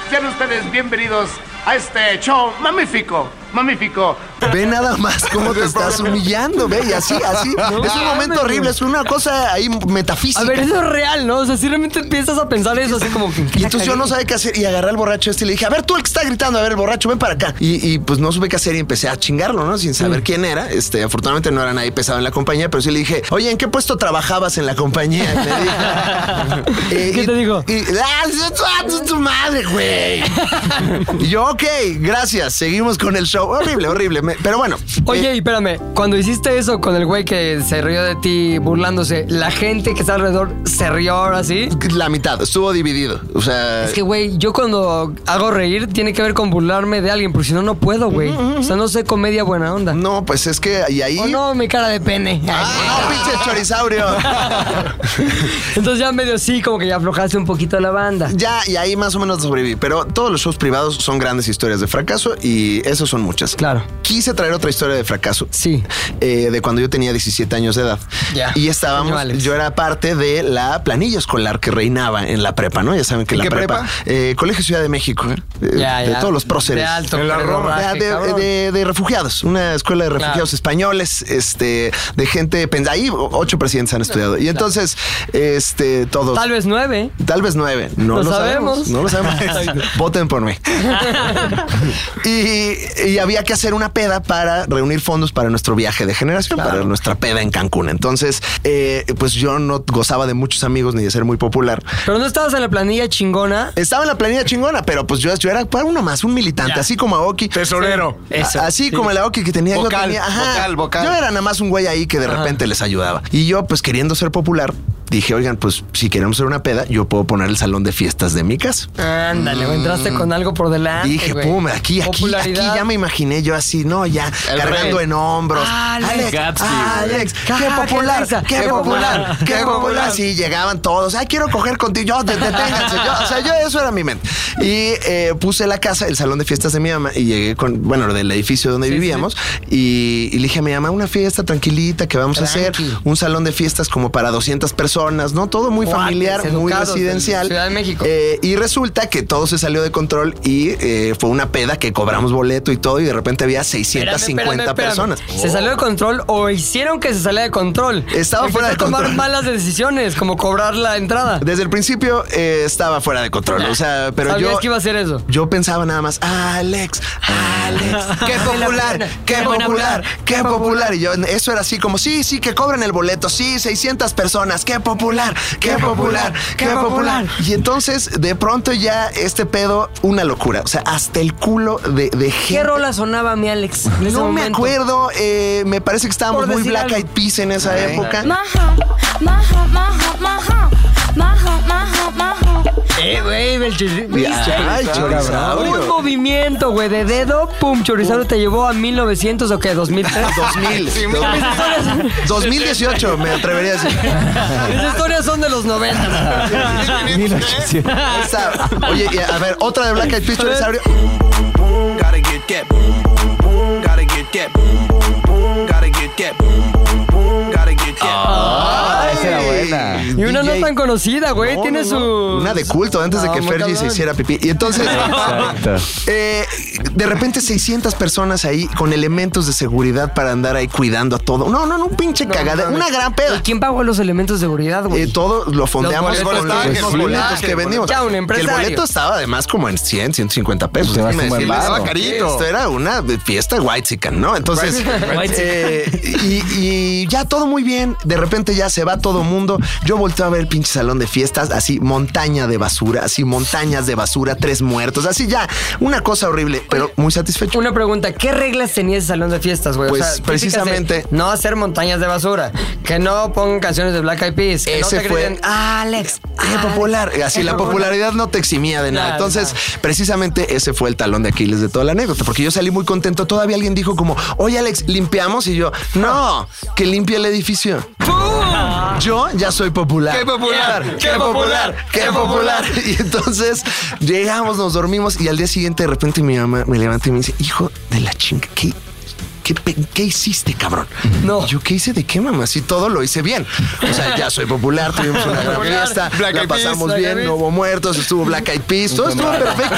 Speaker 16: Sean ustedes bienvenidos a este show mamífico, mamífico.
Speaker 3: Ve nada más cómo te estás humillando, ve. Y así, así. es un
Speaker 2: mames,
Speaker 3: momento horrible.
Speaker 2: güey.
Speaker 3: Es una cosa ahí metafísica.
Speaker 2: A ver, eso es real, ¿no? O sea, si realmente empiezas a pensar eso así como que.
Speaker 3: Y entonces yo no sabía qué hacer y agarré al borracho este y le dije, a ver, tú el que está gritando, a ver, el borracho, ven para acá. Y, y, pues no supe qué hacer y empecé a chingarlo, ¿no? Sin saber quién era. Este, afortunadamente no era nadie pesado en la compañía, pero sí le dije, oye, ¿en qué puesto trabajabas en la compañía? Y me dijo,
Speaker 2: ¿Qué te dijo?
Speaker 3: Y, "Ah, tu- tu- tu- tu madre, güey. Y yo, ok, gracias, seguimos con el show. no, horrible, horrible. Me- pero bueno.
Speaker 2: Oye, y espérame, cuando hiciste eso con el güey que se rió de ti burlándose, la gente que está alrededor se rió ahora sí.
Speaker 3: La mitad, estuvo dividido. O sea.
Speaker 2: Es que, güey, yo cuando hago reír tiene que ver con burlarme de alguien, porque si no, no puedo, güey. O sea, no sé comedia buena onda.
Speaker 3: No, pues es que y ahí.
Speaker 2: O no, mi cara de pene.
Speaker 3: ¡Ah, pinche chorizaurio!
Speaker 2: Entonces ya medio sí, como que ya aflojaste un poquito la banda.
Speaker 3: Ya, y ahí más o menos sobreviví. Pero todos los shows privados son grandes historias de fracaso y esos son muchas. Claro. Quise traer otra historia de fracaso. eh,
Speaker 2: Sí.
Speaker 3: de cuando yo tenía 17 años de edad.
Speaker 2: Ya.
Speaker 3: Y estábamos,
Speaker 2: Señales.
Speaker 3: yo era parte de la planilla escolar que reinaba en la prepa, ¿no? Ya saben que
Speaker 15: ¿En
Speaker 3: la
Speaker 15: qué
Speaker 3: prepa.
Speaker 15: prepa?
Speaker 3: eh, Colegio Ciudad de México. eh,
Speaker 15: Ya,
Speaker 3: de
Speaker 15: ya.
Speaker 3: todos los próceres.
Speaker 15: De alto En la pedorraje,
Speaker 3: De- de-
Speaker 15: cabrón.
Speaker 3: de- de refugiados. Una escuela de refugiados españoles, este, de gente. pens- Ahí ocho presidentes han estudiado. Y entonces, este, todos.
Speaker 2: Tal vez nueve.
Speaker 3: Tal vez nueve. No
Speaker 2: Lo
Speaker 3: lo, sabemos.
Speaker 2: sabemos.
Speaker 3: No lo sabemos. Voten por mí. Y, y había que hacer una peda para reunir fondos para nuestro viaje de generación, para nuestra peda en Cancún. Entonces, eh, pues yo no gozaba de muchos amigos ni de ser muy popular.
Speaker 2: Pero no estabas en la planilla chingona.
Speaker 3: Estaba en la planilla chingona, pero pues yo, yo era para uno más, un militante, así como Aoki.
Speaker 10: Tesorero.
Speaker 3: Sí, eso, así como el Aoki que tenía yo
Speaker 15: Vocal,
Speaker 3: tenía.
Speaker 15: vocal, vocal.
Speaker 3: Yo era nada más un güey ahí que de
Speaker 15: Ajá.
Speaker 3: repente les ayudaba. Y yo, pues queriendo ser popular, dije, oigan, pues si queremos hacer una peda, yo puedo poner el salón de fiestas de mi casa.
Speaker 2: Ándale,
Speaker 3: Mm.
Speaker 2: o entraste con algo por delante.
Speaker 3: Dije,
Speaker 2: güey.
Speaker 3: pum, aquí, aquí, aquí
Speaker 2: Popularidad.
Speaker 3: ya me imaginé yo así, no, ya,
Speaker 2: El
Speaker 3: cargando
Speaker 2: rey.
Speaker 3: en hombros.
Speaker 6: Ah,
Speaker 2: Alex,
Speaker 3: Alex,
Speaker 2: Gatsby, güey.
Speaker 3: Alex, qué
Speaker 2: Caja,
Speaker 3: popular,
Speaker 2: qué
Speaker 3: qué
Speaker 2: Alexa,
Speaker 3: popular, qué popular. Sí, llegaban todos, ay, quiero coger contigo, yo, de- deténganse. yo, o sea, yo, eso era mi mente. Y eh, puse la casa, el salón de fiestas de mi mamá, y llegué con, bueno, del edificio donde vivíamos, y, y le dije a mi mamá, una fiesta tranquilita que vamos a hacer, un salón de fiestas como para 200 personas, ¿no? Todo muy
Speaker 2: Cuates,
Speaker 3: familiar, muy
Speaker 2: educados del
Speaker 3: residencial.
Speaker 2: Ciudad de México.
Speaker 3: Eh, y resulta que todo se salió de control y eh, fue una peda que cobramos boleto y todo y de repente había 650
Speaker 2: Espérame, espérame.
Speaker 3: personas.
Speaker 2: ¿Se salió de control o hicieron que se saliera de control?
Speaker 3: Estaba
Speaker 2: Porque
Speaker 3: fuera de
Speaker 2: fue tomar
Speaker 3: control.
Speaker 2: malas decisiones, como cobrar la entrada.
Speaker 3: Oh. Desde el principio eh, estaba fuera de control, o sea, pero
Speaker 2: ¿Sabías
Speaker 3: yo
Speaker 2: que iba a hacer eso? Ah.
Speaker 3: yo pensaba nada más, Alex, Alex, qué popular, qué popular, qué popular. Y yo, eso era así como, sí, sí, que cobren el boleto, sí, 600 personas, qué popular, qué popular, qué popular. Y entonces, de pronto ya este pedo, una locura. O sea, hasta el culo de, de
Speaker 2: ¿Qué
Speaker 3: gente.
Speaker 2: rola sonaba mi Alex? en ese
Speaker 3: No me
Speaker 2: momento?
Speaker 3: acuerdo, eh, me parece que estábamos
Speaker 2: Por
Speaker 3: muy
Speaker 2: decir
Speaker 3: Black
Speaker 2: algo.
Speaker 3: Eyed Peas en esa
Speaker 2: Ajá.
Speaker 3: época.
Speaker 2: Eh, güey, el chis-
Speaker 3: Ay, chorizaurio.
Speaker 2: Un movimiento, güey, de dedo, pum,
Speaker 3: Uh.
Speaker 2: chorizaurio te llevó a 1900 o qué, 2003.
Speaker 3: 2000.
Speaker 2: Sí, mis historias-
Speaker 3: 2018, me atrevería a decir.
Speaker 2: mis historias son de los 90.
Speaker 3: Ahí está. Oye, y a ver, otra de Black Eyed Peas, chorizaurio.
Speaker 17: Gotta get that boom boom boom. Gotta get that boom boom boom. Gotta get that boom boom boom. Gotta get that.
Speaker 2: Ah, esa era buena. Y una no tan conocida, güey, tiene su...
Speaker 3: Una de culto antes de
Speaker 2: No,
Speaker 3: que
Speaker 2: muy
Speaker 3: Fergie se
Speaker 2: cabrón.
Speaker 3: hiciera pipí. Y entonces,
Speaker 2: Exacto.
Speaker 3: eh, de repente 600 personas ahí con elementos de seguridad para andar ahí cuidando a todo. No, no, no, un pinche cagada. Una gran peda.
Speaker 2: ¿Y quién pagó los elementos de seguridad, güey?
Speaker 3: Eh, todo lo fondeamos
Speaker 2: Los
Speaker 3: con
Speaker 2: boletos
Speaker 3: los
Speaker 2: estaban
Speaker 3: mismos
Speaker 2: que sí.
Speaker 3: boletos
Speaker 2: Ah,
Speaker 3: que
Speaker 2: el
Speaker 3: vendimos.
Speaker 2: boleto. Ya, un
Speaker 3: Que
Speaker 2: empresario.
Speaker 3: El boleto estaba además como en 100, 150 pesos.
Speaker 15: Te vas
Speaker 3: déjame
Speaker 15: un buen
Speaker 3: decirles.
Speaker 15: varo.
Speaker 3: Estaba carito. Esto era una fiesta white ¿no? Entonces,
Speaker 15: White chican.
Speaker 3: eh, y, y ya todo muy bien. De repente ya se va todo mundo. Yo volteo a ver el pinche salón de fiestas, así montaña de basura, así montañas de basura, tres muertos, así ya. Una cosa horrible, pero muy satisfecho.
Speaker 2: Una pregunta, ¿qué reglas tenía ese salón de fiestas, güey? O
Speaker 3: Pues,
Speaker 2: sea, típicas de
Speaker 3: precisamente-
Speaker 2: No hacer montañas de basura, que no pongan canciones de Black Eyed Peas, que no
Speaker 3: Ese
Speaker 2: te
Speaker 3: fue-
Speaker 2: griten, "Ah, Alex,
Speaker 3: Qué popular. Así
Speaker 2: Qué
Speaker 3: la
Speaker 2: popular.
Speaker 3: popularidad no te eximía de nada.
Speaker 2: Nada,
Speaker 3: Entonces, precisamente ese fue el talón de Aquiles de toda la anécdota, porque yo salí muy contento. Todavía alguien dijo como, oye Alex, limpiamos y yo, no, que limpie el edificio. Yo ya soy popular.
Speaker 15: ¡Qué popular! ¡Qué popular!
Speaker 3: ¡Qué popular! Y entonces llegamos, nos dormimos y al día siguiente de repente mi mamá me levanta y me dice, hijo de la chinga, ¿qué, qué, pe- qué hiciste, cabrón? No. yo, ¿qué hice de qué, mamá? Si todo lo hice bien. O sea, ya soy popular, tuvimos una gran
Speaker 15: Popular.
Speaker 3: fiesta,
Speaker 15: Black
Speaker 3: la
Speaker 15: Eyed Peas,
Speaker 3: pasamos
Speaker 15: Black Eyed
Speaker 3: bien,
Speaker 15: Peas.
Speaker 3: no hubo muertos, estuvo Black Eyed Peas, todo estuvo perfecto.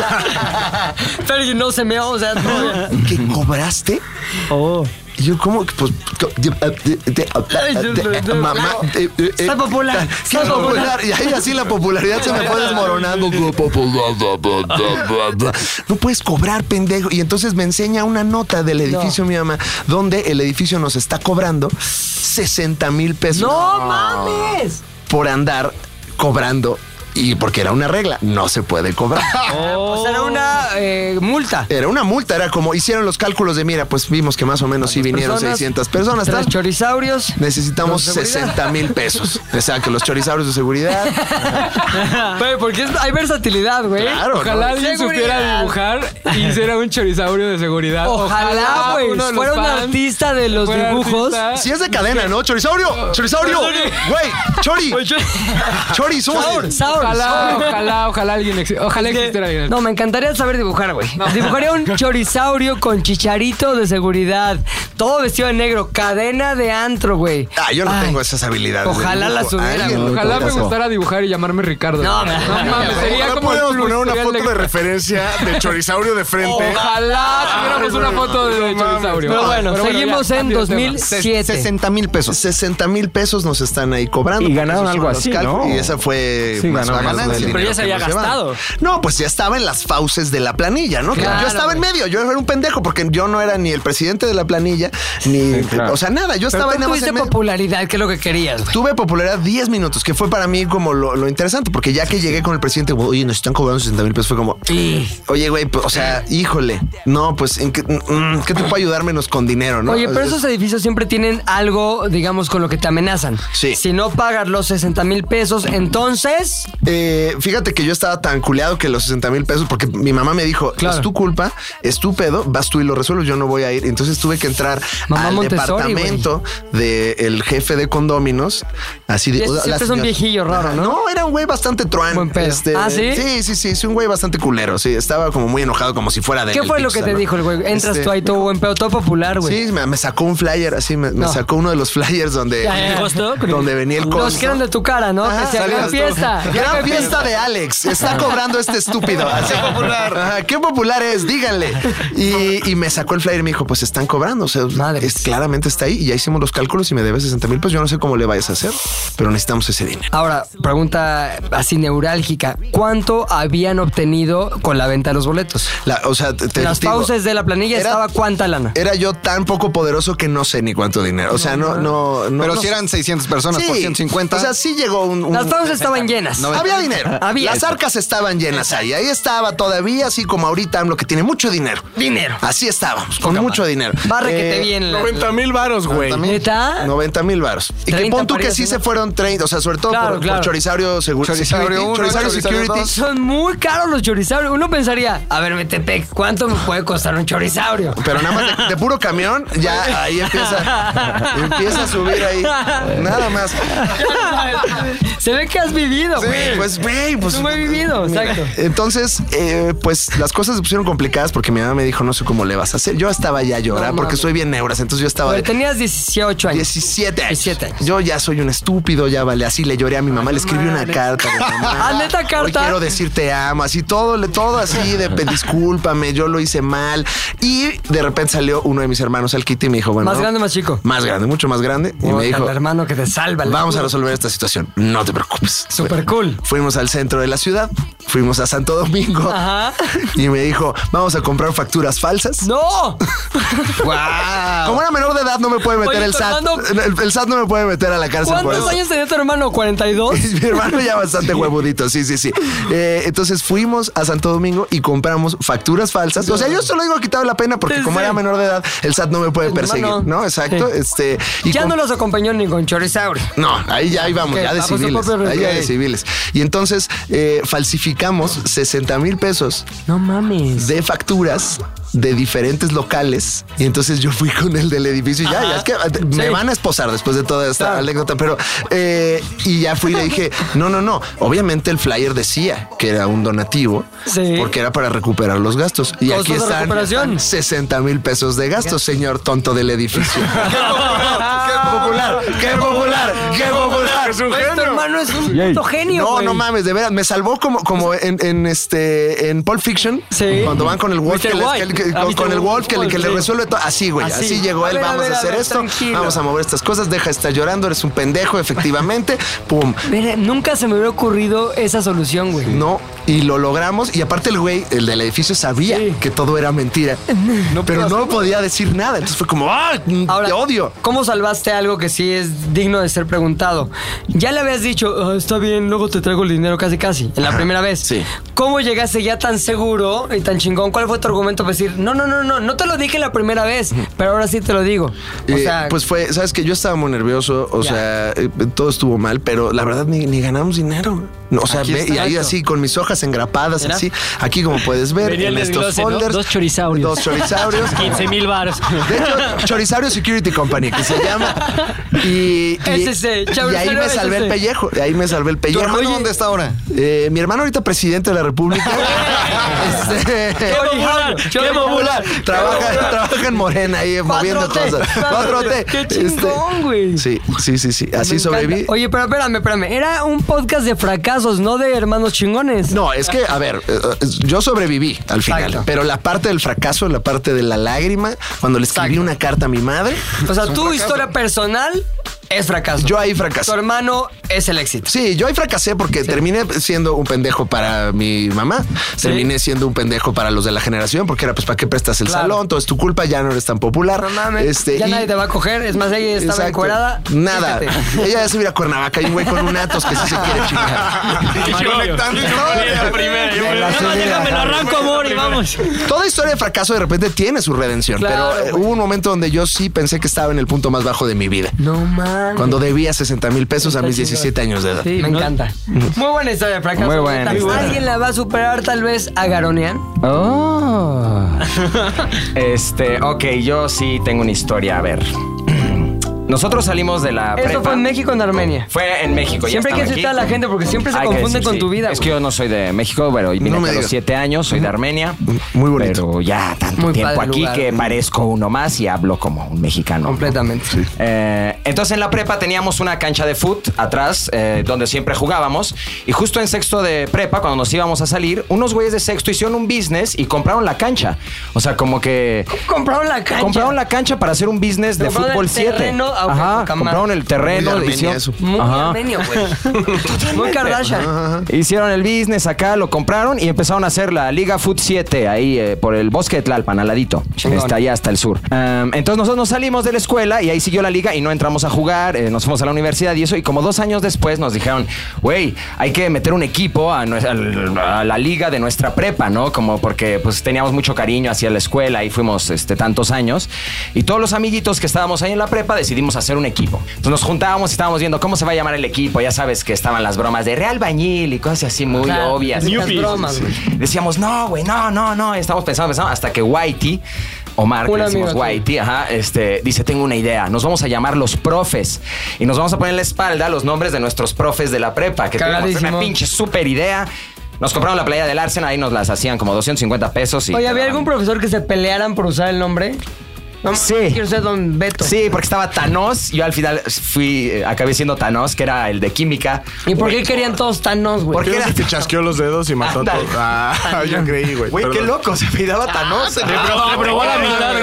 Speaker 2: Fergie no se meó, o sea, todo bien.
Speaker 3: ¿Qué cobraste?
Speaker 7: Oh.
Speaker 3: Y yo, ¿cómo? Pues. co- de- de- de- de- de- Mamá. eh, eh, eh,
Speaker 15: Está popular,
Speaker 3: Qué
Speaker 15: está
Speaker 3: popular.
Speaker 15: popular.
Speaker 3: Y ahí así la popularidad se me fue desmoronando. No puedes cobrar, pendejo. Y entonces me enseña una nota del edificio, mi mamá, donde el edificio nos está cobrando 60 mil pesos.
Speaker 2: ¡No mames!
Speaker 3: Por andar cobrando Y porque era una regla, no se puede cobrar.
Speaker 2: O sea, era una eh, multa.
Speaker 3: Era una multa, era como hicieron los cálculos de mira, pues vimos que más o menos sí vinieron
Speaker 2: personas,
Speaker 3: 600 personas.
Speaker 2: tres
Speaker 3: tal.
Speaker 2: chorizaurios.
Speaker 3: Necesitamos
Speaker 2: los de seguridad.
Speaker 3: 60 mil pesos. Exacto, los chorizaurios de seguridad.
Speaker 2: Güey, porque es- hay versatilidad, güey.
Speaker 3: Claro,
Speaker 8: Ojalá
Speaker 2: ¿no?
Speaker 8: alguien
Speaker 2: Seguridad.
Speaker 8: supiera dibujar y hiciera un chorizaurio de seguridad.
Speaker 2: Ojalá, güey,
Speaker 8: uno de los
Speaker 2: fuera un
Speaker 8: fans
Speaker 2: artista de los
Speaker 8: fuera
Speaker 2: dibujos.
Speaker 8: artista.
Speaker 3: Si es de cadena, ¿no? Chorizaurio, chorizaurio, güey, chori, chori, somos-
Speaker 2: Saur, Saur.
Speaker 8: Ojalá,
Speaker 2: Saur.
Speaker 8: ojalá, ojalá alguien exi- ojalá
Speaker 2: Es que-
Speaker 8: existiera alguien.
Speaker 2: No, me encantaría saber dibujar, güey. Dibujaría un chorizaurio con chicharito de seguridad. Todo vestido de negro. Cadena de antro, güey.
Speaker 3: Ah, yo no
Speaker 2: Ay,
Speaker 3: tengo esas habilidades. de
Speaker 2: Ojalá
Speaker 3: dibujo.
Speaker 2: las hubiera,
Speaker 3: Alguien
Speaker 2: güey.
Speaker 3: lo
Speaker 8: Ojalá me
Speaker 3: tocó.
Speaker 8: gustara dibujar y llamarme Ricardo.
Speaker 2: No, no, no,
Speaker 8: mames,
Speaker 2: no,
Speaker 8: sería
Speaker 10: Ahora
Speaker 8: como el
Speaker 10: podemos poner una
Speaker 8: plural
Speaker 10: foto de
Speaker 8: de-
Speaker 10: referencia de Chorizaurio de frente. Ah,
Speaker 8: Ojalá tuviéramos una foto de chorizaurio.
Speaker 2: Pero bueno,
Speaker 8: Pero
Speaker 2: seguimos
Speaker 8: ya,
Speaker 2: en
Speaker 8: cambio de tema.
Speaker 2: 2007.
Speaker 15: 60 mil pesos.
Speaker 3: 60 mil pesos nos están ahí cobrando.
Speaker 4: Y ganaron
Speaker 3: Esos son
Speaker 4: algo
Speaker 3: los
Speaker 4: así,
Speaker 3: cálculos.
Speaker 4: ¿no?
Speaker 3: Y esa fue
Speaker 4: Sí,
Speaker 3: más o
Speaker 4: ganaron
Speaker 3: menos
Speaker 4: algo
Speaker 3: el
Speaker 4: así.
Speaker 3: dinero
Speaker 7: Pero ya se
Speaker 3: que
Speaker 7: había
Speaker 3: nos llevaron.
Speaker 7: gastado.
Speaker 3: No, pues ya estaba en las fauces de la planilla, ¿no? Que
Speaker 2: Claro,
Speaker 3: yo estaba en medio, yo era un pendejo, porque yo no era ni el presidente de la planilla, ni. O sea, nada,
Speaker 2: Pero
Speaker 3: yo estaba
Speaker 2: tú
Speaker 3: en nada más
Speaker 2: tuviste
Speaker 3: en medio.
Speaker 2: popularidad, que es lo que querías, güey.
Speaker 3: Tuve popularidad 10 minutos, que fue para mí como lo, lo interesante, porque ya que llegué con el presidente, como, oye, nos están cobrando 60 mil pesos, fue como, oye, güey, pues, o sea, híjole, no, pues, ¿en qué, mm, ¿qué te puedo ayudar menos con dinero, no?
Speaker 2: Oye, pero
Speaker 3: Es-
Speaker 2: esos edificios siempre tienen algo, digamos, con lo que te amenazan.
Speaker 3: Sí.
Speaker 2: Si no pagas los 60 mil pesos, entonces.
Speaker 3: Eh, fíjate que yo estaba tan culeado que los 60 mil pesos, porque mi mamá me dijo,
Speaker 2: Claro.
Speaker 3: es tu culpa, es tu pedo, vas tú y lo resuelves, yo no voy a ir. Entonces tuve que entrar
Speaker 2: Mamá
Speaker 3: al
Speaker 2: Montessori,
Speaker 3: departamento del jefe de condóminos, así
Speaker 2: Y
Speaker 3: de...
Speaker 2: ese
Speaker 3: "Hola,
Speaker 2: siempre es un
Speaker 3: señor".
Speaker 2: viejillo raro,
Speaker 3: Ajá,
Speaker 2: ¿no?
Speaker 3: No, era un güey bastante truán.
Speaker 2: Buen pedo.
Speaker 3: Este,
Speaker 2: ¿Ah, sí?
Speaker 3: Sí, sí, sí, sí, un güey bastante culero, sí, estaba como muy enojado, como si fuera de...
Speaker 2: ¿Qué fue lo que te dijo el güey? Entras tú ahí todo buen pedo, todo popular, güey.
Speaker 3: Este, Sí, me, me sacó un flyer así, me, me
Speaker 2: No.
Speaker 3: sacó uno de los flyers donde,
Speaker 2: Ya, ya, ya. ¿Costo?
Speaker 3: donde venía el
Speaker 2: Los
Speaker 3: costo.
Speaker 2: que eran de tu cara, ¿no?
Speaker 3: Ajá,
Speaker 2: que sea,
Speaker 3: salías
Speaker 2: gran
Speaker 3: tú.
Speaker 2: fiesta.
Speaker 3: Gran fiesta de Alex. Está cobrando este estúpido. Así popular. qué popular es, díganle. Y, y me sacó el flyer y me dijo, pues están cobrando. O sea, es- claramente está ahí. Y ya hicimos los cálculos y me debes 60 mil pesos. Yo no sé cómo le vayas a hacer, pero necesitamos ese dinero.
Speaker 2: Ahora, pregunta así neurálgica. ¿Cuánto habían obtenido con la venta de los boletos?
Speaker 3: La- o sea, te- te
Speaker 2: Las
Speaker 3: digo,
Speaker 2: pausas de la planilla
Speaker 3: era-
Speaker 2: estaba cuánta lana.
Speaker 3: Era yo tan poco poderoso que no sé ni cuánto dinero. O sea, no, no, no.
Speaker 15: Pero
Speaker 3: no
Speaker 15: si
Speaker 3: sé.
Speaker 15: eran 600 personas por
Speaker 3: Sí.
Speaker 15: 150.
Speaker 3: O sea, sí llegó un. un-
Speaker 2: Las pausas estaban llenas.
Speaker 15: No,
Speaker 3: Había dinero.
Speaker 2: Había.
Speaker 3: Las arcas estaban llenas ahí. Ahí estaba todavía, así como ahorita AMLO, que tiene mucho dinero.
Speaker 2: Dinero.
Speaker 3: Así estábamos, con mucho dinero.
Speaker 2: Barre que te viene. la-
Speaker 10: 90 mil varos, güey.
Speaker 3: 90 mil.
Speaker 2: ¿Neta?
Speaker 3: 90 mil varos. Y que
Speaker 2: 30
Speaker 3: pon tú que
Speaker 2: parías,
Speaker 3: sí
Speaker 2: ¿no?
Speaker 3: se fueron 30, o sea, sobre todo
Speaker 2: Claro,
Speaker 3: por, por
Speaker 2: claro.
Speaker 3: Chorizaurio Segu-
Speaker 15: Chorizaurio
Speaker 3: Security.
Speaker 15: uno,
Speaker 3: Chorizaurio
Speaker 15: Chorizaurio
Speaker 3: Security.
Speaker 15: dos.
Speaker 2: Son muy caros los chorizauros. Uno pensaría, a ver, Metepec, ¿cuánto me puede costar un chorizaurio?
Speaker 3: Pero nada más de, de puro camión, ya ahí empieza, empieza a subir ahí. Nada más.
Speaker 2: Se ve que has vivido,
Speaker 3: Sí,
Speaker 2: güey.
Speaker 3: pues, güey, pues.
Speaker 2: Tú me has vivido, exacto.
Speaker 3: Entonces, eh, pues las cosas se pusieron complicadas porque mi mamá me dijo, no sé cómo le vas a hacer. Yo estaba ya llorando
Speaker 2: No
Speaker 3: porque
Speaker 2: mames.
Speaker 3: soy bien neuras. Entonces yo estaba
Speaker 2: Pero
Speaker 3: de
Speaker 2: tenías 18 años.
Speaker 3: 17 años.
Speaker 2: 17 años.
Speaker 3: Yo ya soy un estúpido, ya vale. Así le lloré a mi mamá, le escribí una carta. de mamá,
Speaker 2: Ah, ¿neta
Speaker 3: hoy
Speaker 2: carta?
Speaker 3: quiero decir te amo, así todo, le- todo así de pe- discúlpame, yo lo hice mal. Y de repente salió uno de mis hermanos al Kitty y me dijo, bueno.
Speaker 2: ¿Más grande o más chico?
Speaker 3: Más grande, mucho más grande. Y me
Speaker 2: Puta,
Speaker 3: dijo,
Speaker 2: el hermano que te salva. la-
Speaker 3: Vamos a resolver esta situación. No te preocupes.
Speaker 2: Super cool.
Speaker 3: Fuimos al centro de la ciudad, fuimos a Santo Domingo
Speaker 2: Ajá.
Speaker 3: y me dijo, vamos a comprar facturas falsas.
Speaker 2: ¡No!
Speaker 3: Como era menor de edad, no me puede meter
Speaker 2: Oye,
Speaker 3: el
Speaker 2: tu
Speaker 3: SAT.
Speaker 2: hermano-
Speaker 3: El, el SAT no me puede meter a la cárcel por
Speaker 2: ¿Cuántos
Speaker 3: eso.
Speaker 2: años tenía tu hermano? ¿42?
Speaker 3: Mi hermano ya bastante huevudito, sí, sí, sí. Eh, entonces fuimos a Santo Domingo y compramos facturas falsas. O sea, yo solo digo quitado la pena porque
Speaker 2: Sí,
Speaker 3: como
Speaker 2: sí.
Speaker 3: era menor de edad, el SAT no me puede
Speaker 2: Mi
Speaker 3: perseguir,
Speaker 2: hermano.
Speaker 3: ¿no? Exacto.
Speaker 2: Sí.
Speaker 3: Este, y
Speaker 2: Ya
Speaker 3: com-
Speaker 2: no los acompañó ni con Chorizaurio.
Speaker 3: no, ahí ya íbamos,
Speaker 2: Ok,
Speaker 3: ya de
Speaker 2: bajo su
Speaker 3: civiles.
Speaker 2: propio
Speaker 3: Ahí ya de
Speaker 2: riesgo.
Speaker 3: civiles. Y entonces eh, falsificamos 60 mil pesos
Speaker 2: No mames.
Speaker 3: de facturas de diferentes locales. Y entonces yo fui con el del edificio y ya, ya es que eh, me
Speaker 2: Sí.
Speaker 3: van a esposar después de toda esta anécdota. Pero eh, y ya fui y le dije, no, no, no. Obviamente el flyer decía que era un donativo
Speaker 2: Sí.
Speaker 3: porque era para recuperar los gastos. Y
Speaker 2: Costos
Speaker 3: aquí
Speaker 2: de
Speaker 3: están
Speaker 2: recuperación.
Speaker 3: 60 mil pesos de gastos, señor tonto del edificio. ¡Qué popular! ¡Qué popular!
Speaker 10: Es un
Speaker 2: Güey, Tu
Speaker 10: genio.
Speaker 2: hermano es un puto genio.
Speaker 3: No,
Speaker 2: güey.
Speaker 3: no mames, de veras, me salvó como, como en, en este en Pulp Fiction.
Speaker 2: Sí.
Speaker 3: Cuando van con el Walker,
Speaker 2: Mr.
Speaker 3: que, les-
Speaker 2: White.
Speaker 3: que- que-
Speaker 2: A mí
Speaker 3: con, con
Speaker 2: te-
Speaker 3: el Wolf que, le- que le
Speaker 2: Wolf, sí.
Speaker 3: resuelve todo. Así, güey.
Speaker 2: Así.
Speaker 3: Así, llegó
Speaker 2: A
Speaker 3: él.
Speaker 2: ver, a
Speaker 3: vamos a,
Speaker 2: ver, a
Speaker 3: hacer
Speaker 2: ver,
Speaker 3: esto.
Speaker 2: tranquilo.
Speaker 3: Vamos a mover estas cosas. Deja de estar llorando. Eres un pendejo, efectivamente. Pum.
Speaker 2: Mira, nunca se me hubiera ocurrido esa solución, güey.
Speaker 3: No, y lo logramos. Y aparte el güey, el del edificio, sabía que todo era mentira. pero no podía decir nada. Entonces fue como, ¡ah!
Speaker 2: Ahora,
Speaker 3: te odio.
Speaker 2: ¿Cómo salvaste algo que sí es digno de ser preguntado? Ya le habías dicho, "Ah, está bien, luego te traigo el dinero casi casi, en la
Speaker 3: Ajá,
Speaker 2: primera vez. Sí. ¿Cómo llegaste ya tan seguro y tan chingón? ¿Cuál fue tu argumento para decir, no, no, no, no, no te lo dije la primera vez, pero ahora sí te lo digo? O
Speaker 3: Eh,
Speaker 2: sea,
Speaker 3: pues fue, sabes que yo estaba muy nervioso, o sea, eh, todo estuvo mal, pero la verdad ni, ni ganamos dinero. No, o sea,
Speaker 2: Aquí
Speaker 3: ve-
Speaker 2: está.
Speaker 3: y ahí así con mis hojas engrapadas,
Speaker 7: Mira.
Speaker 3: así. Aquí como puedes ver,
Speaker 7: Venía el
Speaker 3: en estos
Speaker 7: desglose, ¿no?
Speaker 3: folders.
Speaker 7: Dos chorizaurios.
Speaker 3: Dos chorizaurios.
Speaker 7: 15 mil baros.
Speaker 3: De hecho, Chorizaurio Security Company, que se llama. Y, y-
Speaker 2: SC,
Speaker 3: y ahí
Speaker 2: Chorizaurio
Speaker 3: me salvé
Speaker 2: SC.
Speaker 3: el pellejo. de Ahí me salvé el pellejo.
Speaker 15: hermano dónde
Speaker 3: está ahora? mi hermano ahorita presidente de la República. Este,
Speaker 2: ¡Qué popular!
Speaker 3: ¡Qué popular! Trabaja, trabaja en Morena ahí moviendo cosas.
Speaker 2: 4T. ¡Qué chingón, güey!
Speaker 3: Este, Sí, sí, sí, sí.
Speaker 2: Me
Speaker 3: Así
Speaker 2: encanta.
Speaker 3: sobreviví.
Speaker 2: Oye, pero espérame, espérame. Era un podcast de fracasos, no de hermanos chingones.
Speaker 3: No, es que, a ver, eh, eh, yo sobreviví al final,
Speaker 2: Exacto.
Speaker 3: pero la parte del fracaso, la parte de la lágrima, cuando le escribí una carta a mi madre.
Speaker 2: O sea,
Speaker 3: es un
Speaker 2: tu
Speaker 3: fracaso.
Speaker 2: historia personal es fracaso.
Speaker 3: Yo ahí fracasé.
Speaker 2: Tu hermano es el éxito.
Speaker 3: Sí, yo ahí fracasé porque terminé siendo un pendejo para mi mamá, terminé siendo un pendejo para los de la generación, porque era pues para qué prestas el
Speaker 2: Claro.
Speaker 3: salón, todo es tu culpa, ya no eres tan popular.
Speaker 2: No mames,
Speaker 3: Este,
Speaker 2: ya
Speaker 3: y-
Speaker 2: nadie te va a coger. Es más, ella estaba
Speaker 3: Exacto.
Speaker 2: encuerada.
Speaker 3: Nada.
Speaker 2: Fíjate.
Speaker 3: Ella ya se hubiera a Cuernavaca y un güey con un Atos que sí se quiere chingar.
Speaker 10: Conectando historias.
Speaker 3: déjame lo arranco, amor, y vamos. Toda historia de fracaso de repente tiene su redención,
Speaker 2: Claro,
Speaker 3: pero eh, hubo un momento donde yo sí pensé que estaba en el punto más bajo de mi vida.
Speaker 2: No mames.
Speaker 3: Cuando debía 60 mil pesos a mis 17 años de edad.
Speaker 2: Sí, me encanta. Muy buena historia de fracaso.
Speaker 3: Muy buena.
Speaker 2: Tal vez
Speaker 3: Muy buena.
Speaker 2: Alguien la va a superar, tal vez a Garonean.
Speaker 4: Oh. este, ok, yo sí tengo una historia. A ver. Nosotros salimos de la
Speaker 2: Eso
Speaker 4: prepa.
Speaker 2: fue en México o en Armenia.
Speaker 4: Fue en México. ya
Speaker 2: Siempre hay que
Speaker 4: estaba aquí.
Speaker 2: insultar a la gente porque siempre se
Speaker 4: Hay que
Speaker 2: confunde
Speaker 4: decir,
Speaker 2: con
Speaker 4: sí.
Speaker 2: tu vida.
Speaker 4: Es que yo no soy de México, pero vine
Speaker 3: No me
Speaker 4: aquí a los
Speaker 3: digas.
Speaker 4: siete años, soy de Armenia.
Speaker 3: Muy bonito.
Speaker 4: Pero ya tanto
Speaker 2: Muy
Speaker 4: tiempo
Speaker 2: padre
Speaker 4: aquí
Speaker 2: lugar.
Speaker 4: que parezco uno más y hablo como un mexicano.
Speaker 2: Completamente.
Speaker 4: Eh, entonces en la prepa teníamos una cancha de foot atrás, eh, donde siempre jugábamos. Y justo en sexto de prepa, cuando nos íbamos a salir, unos güeyes de sexto hicieron un business y compraron la cancha. O sea, como que
Speaker 2: Compraron la cancha.
Speaker 4: compraron la cancha para hacer un business de
Speaker 2: Compraron
Speaker 4: fútbol
Speaker 2: el
Speaker 4: 7.
Speaker 2: terreno, ah, ok,
Speaker 4: Ajá,
Speaker 2: poca madre.
Speaker 4: compraron el
Speaker 3: Muy
Speaker 4: terreno,
Speaker 3: de
Speaker 4: el
Speaker 3: Armenia
Speaker 4: visión.
Speaker 3: eso.
Speaker 2: Muy
Speaker 4: Ajá.
Speaker 2: armenio, güey. Muy Kardashian.
Speaker 4: Hicieron el business acá, lo compraron y empezaron a hacer la Liga Foot 7 ahí eh, por el bosque de Tlalpan, al ladito.
Speaker 2: Chingón.
Speaker 4: Está allá hasta el sur. Um, entonces nosotros nos salimos de la escuela y ahí siguió la liga y no entramos a jugar, eh, nos fuimos a la universidad y eso. Y como dos años después nos dijeron, güey, hay que meter un equipo a, nue- al- a la liga de nuestra prepa, ¿no? Como porque pues teníamos mucho cariño hacia la escuela y fuimos este, tantos años. Y todos los amiguitos que estábamos ahí en la prepa decidimos hacer un equipo. Entonces nos juntábamos y estábamos viendo cómo se va a llamar el equipo. Ya sabes que estaban las bromas de Real Bañil y cosas así muy
Speaker 2: Claro,
Speaker 4: obvias.
Speaker 2: esas Newbies. bromas, güey.
Speaker 4: Decíamos, no, güey, no, no, no. Estamos pensando, pensando, hasta que Whitey, Omar, que
Speaker 2: Un
Speaker 4: le decimos
Speaker 2: amigo
Speaker 4: Whitey, ajá, este, dice, tengo una idea. Nos vamos a llamar los profes. Y nos vamos a poner en la espalda los nombres de nuestros profes de la prepa. Que tuvimos
Speaker 2: Cagadísimo.
Speaker 4: una pinche super idea. Nos compraron la playa del Arsenal, ahí nos las hacían como 250 pesos. Y
Speaker 2: Oye, ¿había algún profesor que se pelearan por usar el nombre? No,
Speaker 4: Sí.
Speaker 2: Quiero ser Don Beto.
Speaker 4: Sí, porque estaba Thanos. Yo al final fui, eh, acabé siendo Thanos, que era el de química.
Speaker 2: ¿Y por qué querían todos Thanos, güey?
Speaker 4: Porque
Speaker 10: ¿Qué
Speaker 4: era-
Speaker 10: que te chasqueó los dedos y mató a
Speaker 4: Ándale.
Speaker 10: todos? Ah, yo creí, güey.
Speaker 4: Güey, qué
Speaker 10: Perdón.
Speaker 4: loco, se apellidaba
Speaker 10: Ah,
Speaker 4: Thanos.
Speaker 10: probó la mitad,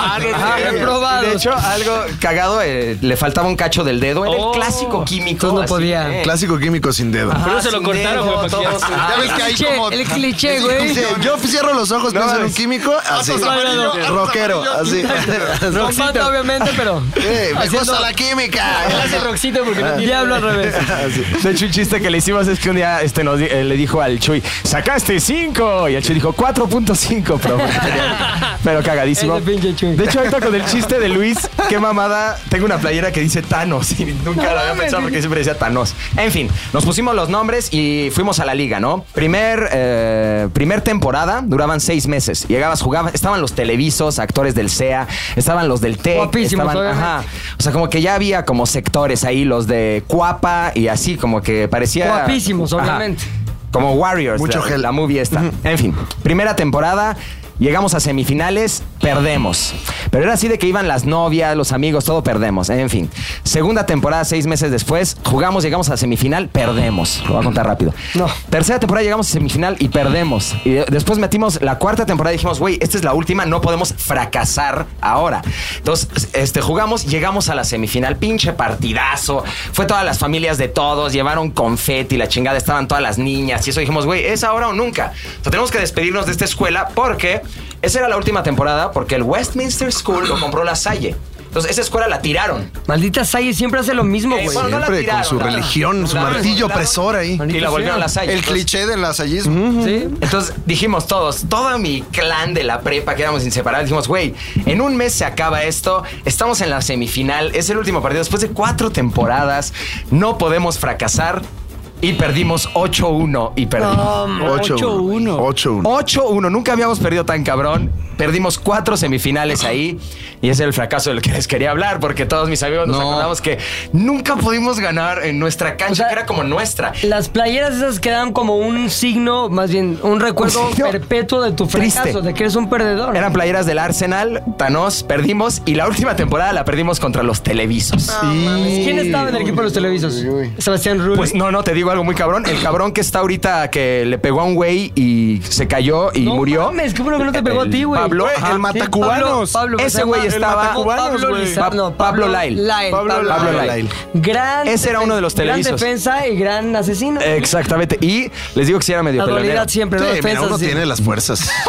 Speaker 10: Ah, güey.
Speaker 2: Ah,
Speaker 4: Ajá,
Speaker 10: sí.
Speaker 2: Reprobado.
Speaker 4: De hecho, algo cagado, eh, le faltaba un cacho del dedo. Era el clásico químico.
Speaker 2: Oh. Entonces no
Speaker 4: así,
Speaker 2: podía.
Speaker 4: eh.
Speaker 3: Clásico químico sin dedo.
Speaker 4: Ajá,
Speaker 7: Pero se lo
Speaker 4: sin
Speaker 7: cortaron,
Speaker 4: dedo,
Speaker 7: güey, porque
Speaker 4: todo
Speaker 7: ya-
Speaker 4: sin-
Speaker 3: Ya ves que hay
Speaker 2: Cliché,
Speaker 3: como-
Speaker 2: Ah, El cliché, güey.
Speaker 3: Sí, yo cierro los ojos,
Speaker 4: No,
Speaker 3: pienso en un
Speaker 4: es-
Speaker 3: químico,
Speaker 7: Ah,
Speaker 3: así.
Speaker 4: Atos amarillo, atos
Speaker 3: Rockero, así.
Speaker 2: Con pata, obviamente, pero.
Speaker 3: Eh, me
Speaker 2: haciendo-
Speaker 3: gusta la química.
Speaker 4: Ah.
Speaker 7: Hace Roxito porque no tiene...
Speaker 2: Diablo al revés.
Speaker 4: De hecho, un chiste que le hicimos es que un día este, nos di- eh, le dijo al Chuy, sacaste 5. Y el Chuy dijo, 4.5, profe. Pero cagadísimo.
Speaker 2: Ese pinche Chuy.
Speaker 4: De hecho, ahorita con el chiste de Luis, qué mamada. Tengo una playera que dice Thanos. Y nunca la había pensado porque siempre decía Thanos. En fin, nos pusimos los nombres y fuimos a la liga, ¿no? Primer, eh, primer temporada, duraban seis meses. Llegabas, jugabas, estaban los televisos, actores del SEA, estaban los del T.
Speaker 2: Guapísimos, obviamente.
Speaker 4: O sea, como que ya había como sectores ahí, los de Cuapa y así, como que parecía.
Speaker 2: Guapísimos,
Speaker 4: ah. Ajá.
Speaker 2: obviamente.
Speaker 4: Como Warriors,
Speaker 3: Mucho
Speaker 4: la,
Speaker 3: gel.
Speaker 4: la movie esta. En fin, primera temporada. Llegamos a semifinales, perdemos. Pero era así de que iban las novias, los amigos, todo perdemos. En fin. Segunda temporada, seis meses después, jugamos, llegamos a semifinal, perdemos. Lo voy a contar rápido. No. Tercera temporada llegamos a semifinal y perdemos. Y de- después metimos la cuarta temporada y dijimos, güey, esta es la última, no podemos fracasar ahora. Entonces, este, jugamos, llegamos a la semifinal, pinche partidazo. Fue todas las familias de todos, llevaron confeti, la chingada, estaban todas las niñas. Y eso dijimos, güey, es ahora o nunca. O sea, tenemos que despedirnos de esta escuela porque esa era la última temporada, porque el Westminster School lo compró la Salle. Entonces, esa escuela la tiraron.
Speaker 2: Maldita Salle siempre hace lo mismo,
Speaker 4: Eh,
Speaker 2: güey.
Speaker 4: bueno, no la
Speaker 15: Siempre
Speaker 4: tiraron,
Speaker 15: con su
Speaker 4: la-
Speaker 15: religión, su
Speaker 4: la-
Speaker 15: martillo
Speaker 4: la-
Speaker 15: opresor ahí.
Speaker 4: Y la volvieron la Salle.
Speaker 15: El
Speaker 4: Entonces-
Speaker 15: cliché del lasallismo.
Speaker 4: entonces dijimos todos, todo mi clan de la prepa que éramos inseparables, dijimos, güey, en un mes se acaba esto, estamos en la semifinal, es el último partido, después de cuatro temporadas, no podemos fracasar. Y perdimos 8-1 y perdimos.
Speaker 7: No, 8-1.
Speaker 4: 8-1. 8-1. Nunca habíamos perdido tan cabrón. Perdimos cuatro semifinales ahí. Y ese era el fracaso del que les quería hablar, porque todos mis amigos nos acordamos que nunca pudimos ganar en nuestra cancha, que era como nuestra.
Speaker 2: Las playeras esas quedan como un signo, más bien un recuerdo
Speaker 4: Un signo
Speaker 2: perpetuo de tu
Speaker 4: Triste.
Speaker 2: fracaso, de que eres un perdedor.
Speaker 4: Eran playeras del Arsenal, Thanos, perdimos y la última temporada la perdimos contra los televisos.
Speaker 15: Ah,
Speaker 2: ¿Quién estaba en el equipo de los televisos? Sebastián Rubio.
Speaker 4: Pues no, no, te digo algo muy cabrón. El cabrón que está ahorita que le pegó a un güey y se cayó y murió.
Speaker 2: mames, qué bueno que no te pegó a ti, güey.
Speaker 4: Pablo,
Speaker 2: Güey,
Speaker 4: ajá.
Speaker 2: el matacubanos.
Speaker 4: Pablo, Pablo,
Speaker 2: Se
Speaker 4: ese
Speaker 2: llama
Speaker 4: güey
Speaker 2: el
Speaker 4: estaba.
Speaker 2: matacubanos, güey.
Speaker 4: Pa-
Speaker 2: No, Pablo
Speaker 4: Pablo Lyle.
Speaker 2: Lyle, Pablo
Speaker 4: Pablo
Speaker 2: Lyle.
Speaker 4: Lyle.
Speaker 2: Gran
Speaker 4: Ese era uno de los
Speaker 2: gran
Speaker 4: televisos.
Speaker 2: defensa y gran asesino.
Speaker 4: Exactamente. Y les digo que sí era medio
Speaker 2: La dualidad
Speaker 4: peleonero.
Speaker 2: siempre, ¿no? Sí, mira, Defensas uno sí. tiene
Speaker 15: las fuerzas.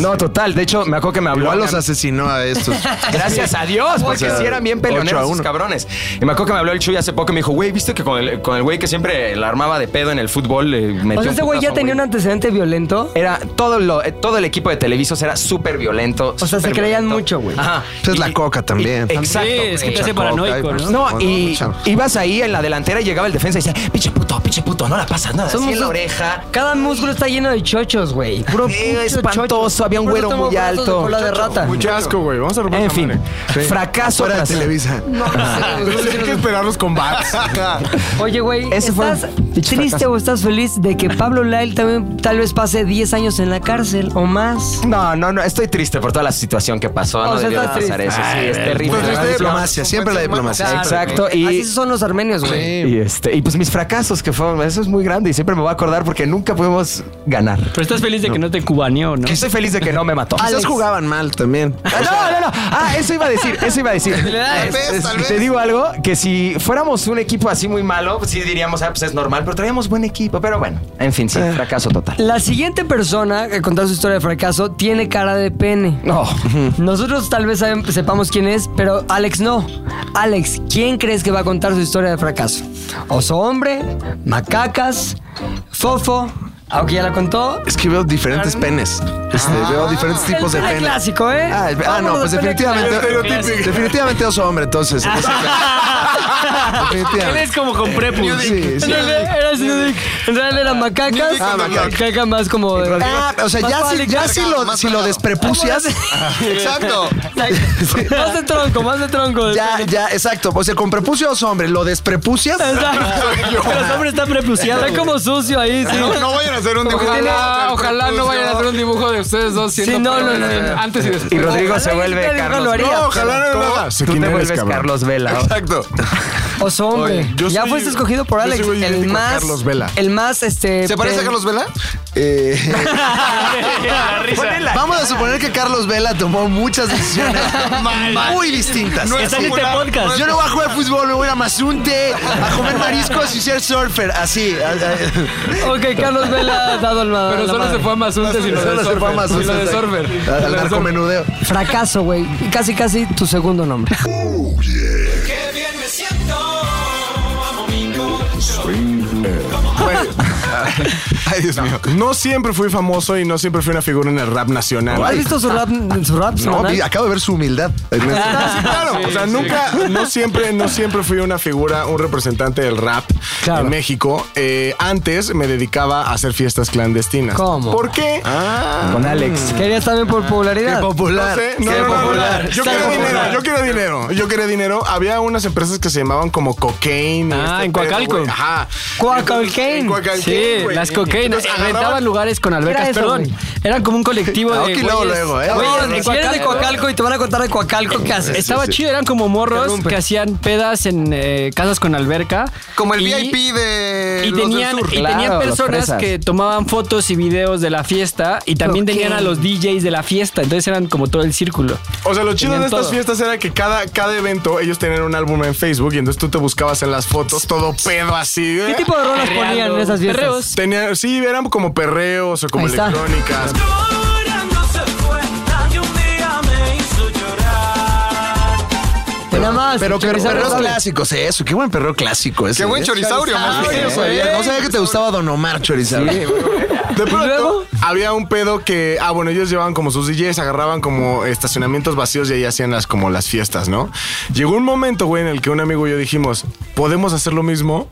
Speaker 4: No, total. De hecho, me acuerdo que me habló.
Speaker 15: Igual los
Speaker 4: mi am-
Speaker 15: asesinó a estos.
Speaker 4: Gracias a Dios, porque
Speaker 15: O sea,
Speaker 4: sí eran bien
Speaker 15: ocho a
Speaker 4: peleoneros esos
Speaker 15: uno.
Speaker 4: cabrones. Y me acuerdo que me habló el Chuy hace poco y me dijo, güey, ¿viste que con el, con el güey que siempre la armaba de pedo en el fútbol le metió
Speaker 2: O sea,
Speaker 4: un
Speaker 2: este güey ya
Speaker 4: putazo,
Speaker 2: tenía un antecedente violento.
Speaker 4: Era todo, lo, eh, todo el equipo de Televisos era súper violento.
Speaker 2: O sea, se creían mucho, güey.
Speaker 4: Ajá.
Speaker 15: Pues la coca también.
Speaker 4: Exacto.
Speaker 7: Sí, es que te
Speaker 4: güey.
Speaker 7: hace paranoico, ¿no?
Speaker 4: No, y ibas ahí en la delantera y llegaba el defensa y decía, pinche puto, pinche puto, no la pasas, no, así
Speaker 2: Somos
Speaker 4: en la
Speaker 2: un-
Speaker 4: oreja.
Speaker 2: Cada músculo está lleno de chochos, güey. Puro
Speaker 4: Sí,
Speaker 2: pinche
Speaker 4: espantoso,
Speaker 2: chocho.
Speaker 4: había un
Speaker 2: Por eso
Speaker 4: güero
Speaker 2: tengo
Speaker 4: muy
Speaker 2: brazos de
Speaker 4: alto.
Speaker 2: cola de rata.
Speaker 10: Mucho asco, güey. Vamos a romper
Speaker 4: En
Speaker 10: esa
Speaker 4: fin,
Speaker 10: madre. Sí.
Speaker 4: fracaso
Speaker 15: Fuera de
Speaker 4: tras-
Speaker 15: Televisa.
Speaker 10: Pensé Pues que esperarnos con bats.
Speaker 2: Oye, güey,
Speaker 4: Ese fue
Speaker 2: ¿estás
Speaker 4: un pinche
Speaker 2: triste
Speaker 4: fracaso.
Speaker 2: o estás feliz de que Pablo Lyle también tal vez pase 10 años en la cárcel o más?
Speaker 4: No, no, no, estoy triste por toda la situación que pasó.
Speaker 2: O
Speaker 4: no
Speaker 2: sea,
Speaker 4: debió de
Speaker 2: estás
Speaker 4: pasar
Speaker 2: triste.
Speaker 4: eso, sí, es terrible.
Speaker 15: Pues, la
Speaker 4: ¿verdad?
Speaker 15: diplomacia, siempre la diplomacia.
Speaker 4: Exacto. Y,
Speaker 2: Así son los armenios, güey.
Speaker 4: y este, y pues mis fracasos que fueron, eso es muy grande y siempre me voy a acordar porque nunca pudimos ganar.
Speaker 7: Pero estás feliz de que no te cubaneó, ¿no?
Speaker 4: Estoy feliz de que no me mató.
Speaker 15: Quizás jugaban mal también.
Speaker 4: Ah, No, no, no. Ah, eso iba a decir, eso iba a decir.
Speaker 15: Tal vez, tal
Speaker 4: Te
Speaker 15: vez.
Speaker 4: digo algo, que si fuéramos un equipo así muy malo, pues sí diríamos, ah, pues es normal, pero traíamos buen equipo. Pero bueno, en fin, sí,
Speaker 15: Eh.
Speaker 4: fracaso total.
Speaker 2: La siguiente persona que contar su historia de fracaso tiene cara de pene.
Speaker 4: No.
Speaker 2: Nosotros tal vez sabem- sepamos quién es, pero Alex no. Alex, ¿quién crees que va a contar su historia de fracaso? Oso hombre, macacas, fofo. Aunque ya la contó.
Speaker 15: Es que veo diferentes penes. Este, veo diferentes tipos de
Speaker 2: Ah, El pene
Speaker 15: penes.
Speaker 2: clásico, ¿eh?
Speaker 15: Ah, el- ah,
Speaker 2: Vámonos
Speaker 15: no,
Speaker 2: al
Speaker 15: pues
Speaker 2: pene
Speaker 15: definitivamente.
Speaker 2: clásico.
Speaker 15: Definitivamente oso hombre, entonces. O
Speaker 4: Ah.
Speaker 15: sea,
Speaker 7: Él
Speaker 15: definitivamente. Eh,
Speaker 7: es como con prepus.
Speaker 15: Sí, sí.
Speaker 2: En realidad era así, En realidad era macacas.
Speaker 15: Ah, macacas.
Speaker 2: Caca más como. de-
Speaker 15: Ah, o sea,
Speaker 2: Más
Speaker 15: ya, si,
Speaker 2: Alex
Speaker 15: ya si lo, si lo desprepucias. Exacto.
Speaker 2: Exacto. Más de tronco, más de tronco.
Speaker 15: Ya, ya, exacto. O sea, con prepucio oso hombre, lo desprepucias.
Speaker 2: Exacto.
Speaker 7: Pero el hombre está prepuciado.
Speaker 2: Está como sucio ahí, sí.
Speaker 10: No, no vayan a hacer un dibujo.
Speaker 8: Ojalá, ojalá no vayan a hacer un dibujo de ustedes dos siendo
Speaker 2: Sí, no, no,
Speaker 8: pareja,
Speaker 2: no, no, no.
Speaker 8: antes y después.
Speaker 4: Y Rodrigo
Speaker 2: Ojalá
Speaker 4: se
Speaker 2: y
Speaker 4: vuelve
Speaker 2: nunca
Speaker 4: Carlos.
Speaker 2: lo haría.
Speaker 10: No, ojalá no lo hagas.
Speaker 4: Tú te
Speaker 15: ¿Quién eres,
Speaker 4: vuelves
Speaker 15: cabrón?
Speaker 4: Carlos Vela.
Speaker 10: Exacto.
Speaker 2: Oso hombre.
Speaker 10: Oye, yo
Speaker 2: ya
Speaker 10: soy-
Speaker 2: fuiste escogido por
Speaker 10: yo
Speaker 2: Alex.
Speaker 10: soy
Speaker 2: el
Speaker 10: idéntico a
Speaker 2: más.
Speaker 10: Carlos Vela.
Speaker 2: El más, este.
Speaker 15: ¿Se parece a
Speaker 2: del-
Speaker 15: Carlos Vela? Eh, vamos a suponer que Carlos Vela tomó muchas decisiones muy distintas.
Speaker 7: Que está en este podcast.
Speaker 15: Yo no voy a jugar fútbol, me voy a ir a Mazunte, a comer mariscos y ser surfer, así.
Speaker 2: Ok, Carlos Vela ha dado el
Speaker 8: Pero solo se fue a Mazuntes y lo de
Speaker 15: Solo se fue a
Speaker 8: Sorber. Y lo de
Speaker 15: Mazuntes.
Speaker 8: Sorber.
Speaker 15: Al narcomenudeo.
Speaker 2: Fracaso, güey. Y Casi, casi tu segundo nombre.
Speaker 15: Ay, Dios mío.
Speaker 10: No siempre fui famoso y no siempre fui una figura en el rap nacional.
Speaker 2: ¿Has visto su rap? Su rap
Speaker 15: No,
Speaker 2: semanal?
Speaker 15: vi- acabo de ver su humildad.
Speaker 10: Ah, sí, claro.
Speaker 8: Sí,
Speaker 10: o sea,
Speaker 8: sí.
Speaker 10: nunca, no siempre, no siempre fui una figura, un representante del rap
Speaker 2: Claro.
Speaker 10: en México. Eh, antes me dedicaba a hacer fiestas clandestinas.
Speaker 2: ¿Cómo?
Speaker 10: ¿Por qué?
Speaker 4: Con Alex.
Speaker 2: Querías también por popularidad.
Speaker 10: No
Speaker 15: Popular.
Speaker 10: sé, no,
Speaker 15: Ah. Qué
Speaker 10: no, no, no.
Speaker 15: popular.
Speaker 10: Yo
Speaker 15: Qué
Speaker 10: quería dinero,
Speaker 15: popular.
Speaker 10: yo quería dinero, yo quería dinero. Había unas empresas que se llamaban como Cocaine. este
Speaker 7: Ah, en
Speaker 10: pedo,
Speaker 7: Coacalco.
Speaker 10: güey. Ajá.
Speaker 2: Coacalcane.
Speaker 10: En Coacalcane.
Speaker 7: Sí, Sí, las cocaínas.
Speaker 2: Entonces,
Speaker 7: Rentaban
Speaker 2: agarraban-
Speaker 7: lugares con albercas,
Speaker 2: Era eso,
Speaker 7: perdón.
Speaker 2: güey.
Speaker 7: Eran como un
Speaker 15: Ah,
Speaker 7: colectivo de.
Speaker 2: Aoki
Speaker 7: güeyes-
Speaker 2: luego, luego, ¿eh?
Speaker 7: güeyes
Speaker 2: Cabrón,
Speaker 7: de
Speaker 2: si eres de
Speaker 7: Coacalco.
Speaker 2: Coacalco y te van a contar de Coacalco, ¿qué haces?
Speaker 7: Estaba
Speaker 2: Sí, sí.
Speaker 7: chido, eran como
Speaker 2: Te
Speaker 7: morros
Speaker 2: rompen.
Speaker 7: que hacían pedas en eh, casas con alberca.
Speaker 3: Como el
Speaker 7: Y-
Speaker 3: VIP de.
Speaker 7: y
Speaker 3: los del
Speaker 7: tenían,
Speaker 3: sur.
Speaker 7: y tenían personas que tomaban fotos y videos de la fiesta y también
Speaker 10: Ok.
Speaker 7: tenían a los DJs de la fiesta, entonces eran como todo el círculo.
Speaker 10: O sea, lo chido
Speaker 7: Tenían
Speaker 10: de estas
Speaker 7: todo.
Speaker 10: fiestas era que cada, cada evento ellos tenían un álbum en Facebook y entonces tú te buscabas en las fotos todo pedo así. ¿Qué
Speaker 2: tipo de rolas Perreando. ponían en esas fiestas? Perreos.
Speaker 10: Tenían, sí, eran como perreos o como
Speaker 2: Ahí está.
Speaker 10: electrónicas.
Speaker 2: Nada más.
Speaker 3: Pero que
Speaker 2: chorizaurio
Speaker 3: perreos
Speaker 2: sabe.
Speaker 3: clásicos, eso. Qué buen perreo clásico ese.
Speaker 2: Qué buen
Speaker 3: ¿eh?
Speaker 2: chorizaurio,
Speaker 3: Ah,
Speaker 2: man.
Speaker 3: no sabía, No sabía que te gustaba Don Omar Chorizaurio.
Speaker 10: ¿eh? De pronto había un pedo que, ah, bueno, ellos llevaban como sus DJs, agarraban como estacionamientos vacíos y ahí hacían las como las fiestas, ¿no? Llegó un momento, güey, en el que un amigo y yo dijimos, podemos hacer lo mismo,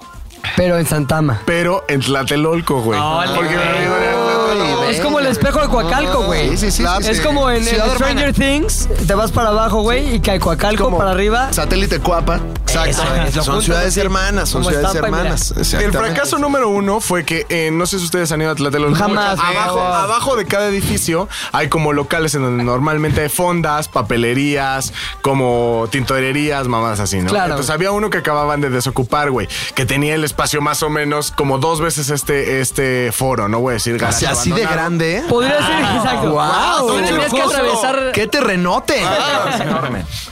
Speaker 2: Pero en Santama.
Speaker 10: pero en Tlatelolco, güey. Porque mi amigo era de Tlatelolco.
Speaker 2: Es como el espejo de Coacalco, güey.
Speaker 3: Sí, sí, sí, sí,
Speaker 2: Es
Speaker 3: sí.
Speaker 2: como en, en
Speaker 3: Ciudad
Speaker 2: Stranger Things, te vas para abajo, güey, y cae Coacalco para arriba.
Speaker 3: Satélite Cuapa. Exacto. son ciudades hermanas, son ciudades hermanas.
Speaker 10: El
Speaker 3: Exactamente.
Speaker 10: fracaso número uno fue que, eh, no sé si ustedes han ido a Tlatelolco.
Speaker 2: Jamás.
Speaker 10: Abajo,
Speaker 2: Jamás.
Speaker 10: abajo de cada edificio hay como locales en donde normalmente hay fondas, papelerías, como tintorerías, mamadas así, ¿no?
Speaker 2: Claro.
Speaker 10: Entonces había uno que acababan de desocupar, güey, que tenía el espacio más o menos como dos veces este, este foro, no voy a decir
Speaker 3: O sea, así de
Speaker 15: ¿eh?
Speaker 3: grande.
Speaker 2: Podría ser,
Speaker 15: Ah,
Speaker 2: exacto.
Speaker 3: Wow.
Speaker 10: Wow,
Speaker 7: Tendrías que atravesar-
Speaker 3: ¡Qué terrenote!
Speaker 2: Ah,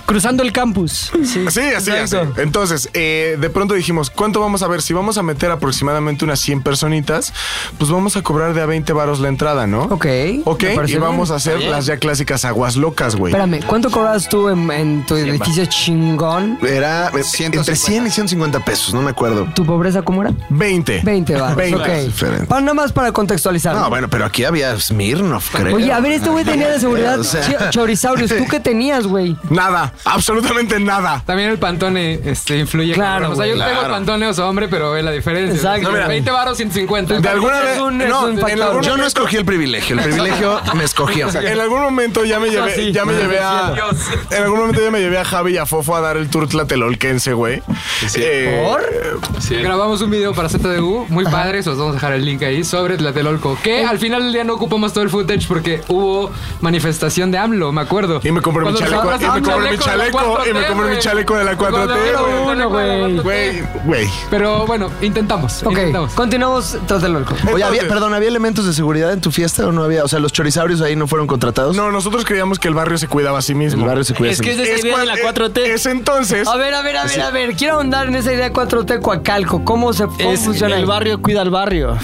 Speaker 7: Cruzando el campus. Sí,
Speaker 10: Sí, así, así. Entonces, eh, de pronto dijimos, ¿cuánto vamos a ver? Si vamos a meter aproximadamente unas 100 personitas, pues vamos a cobrar de a 20 varos la entrada, ¿no?
Speaker 2: Ok.
Speaker 10: Ok,
Speaker 2: me parece
Speaker 10: y vamos
Speaker 2: bien.
Speaker 10: a hacer
Speaker 2: Está bien.
Speaker 10: las ya clásicas aguas locas, güey.
Speaker 2: Espérame, ¿cuánto cobras tú en, en tu edificio chingón?
Speaker 3: Era eh, entre 100 y 150 pesos, no me acuerdo.
Speaker 2: ¿Tu pobreza cómo era?
Speaker 10: 20.
Speaker 2: 20 va.
Speaker 3: 20.
Speaker 2: Ok.
Speaker 3: Diferente.
Speaker 2: Para nada más para contextualizar.
Speaker 3: No, bueno, pero aquí había Smirnoff, creo.
Speaker 2: Oye, a ver, este güey tenía de seguridad
Speaker 3: O sea-
Speaker 2: chi- chorizaurios. ¿Tú qué tenías, güey?
Speaker 10: Nada, absolutamente nada.
Speaker 8: También el pantone este, influye.
Speaker 2: Claro,
Speaker 8: cabrón. O sea, yo
Speaker 2: güey.
Speaker 8: tengo
Speaker 2: Claro.
Speaker 8: el pantone o sea, hombre, pero ve la diferencia.
Speaker 2: Exacto.
Speaker 8: No, mira,
Speaker 2: Mira.
Speaker 8: 20 baros, 150.
Speaker 10: De alguna vez. no, en algún
Speaker 3: Yo no
Speaker 10: momento-
Speaker 3: escogí el privilegio, el privilegio me escogió.
Speaker 10: En algún momento ya me
Speaker 3: Eso
Speaker 10: llevé,
Speaker 3: sí.
Speaker 10: ya me llevé a.
Speaker 3: Dios.
Speaker 10: En algún momento ya me llevé a Javi y a Fofo a dar el tour tlatelolquense, güey. Eh,
Speaker 8: Grabamos un video para ZDU, muy padre, se los vamos a dejar el link ahí, sobre Tlatelolco, que al final del día no ocupamos todo el footage porque hubo manifestación de AMLO, me acuerdo. Y me
Speaker 10: compré mi chaleco, y me compré mi chaleco, y me compré mi chaleco de la 4T, güey. Güey, güey.
Speaker 8: Pero bueno, intentamos.
Speaker 2: Ok, continuamos tras del orco.
Speaker 3: Oye, había, perdón, ¿había elementos de seguridad en tu fiesta o no había? O sea, los chorizaurios ahí no fueron contratados.
Speaker 10: No, nosotros creíamos que el barrio se cuidaba a sí mismo.
Speaker 3: El barrio se cuida. a sí mismo.
Speaker 2: esa idea de la
Speaker 10: 4T. Es entonces.
Speaker 2: A ver, a ver, a ver, a ver. Quiero ahondar en esa idea 4T Coacalco. ¿Cómo se cómo
Speaker 7: Es
Speaker 2: funciona?
Speaker 7: el barrio cuida al barrio.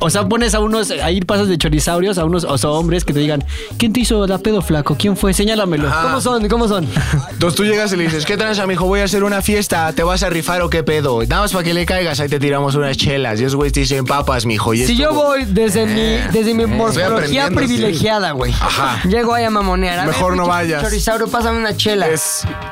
Speaker 7: O sea, pones a unos, ahí pasas de chorizaurios a unos o sea, hombres que te digan, ¿quién te hizo la pedo flaco? ¿Quién fue? Señálamelo.
Speaker 2: ¿Cómo son? ¿Cómo son?
Speaker 15: Entonces tú llegas y le dices, ¿qué tranza, mijo? Voy a hacer una fiesta, ¿te vas a rifar o qué pedo? Nada más para que le caigas, ahí te tiramos unas chelas. Y esos güeyes te dicen papas, mijo. Y
Speaker 2: Si
Speaker 15: esto-
Speaker 2: yo voy desde mi, desde mi morfología
Speaker 15: aprendiendo,
Speaker 2: privilegiada, güey.
Speaker 15: Ajá.
Speaker 2: Llego ahí a mamonear. A ver,
Speaker 10: Mejor no
Speaker 2: pinche
Speaker 10: vayas.
Speaker 2: Chorizaurio, pásame una chela.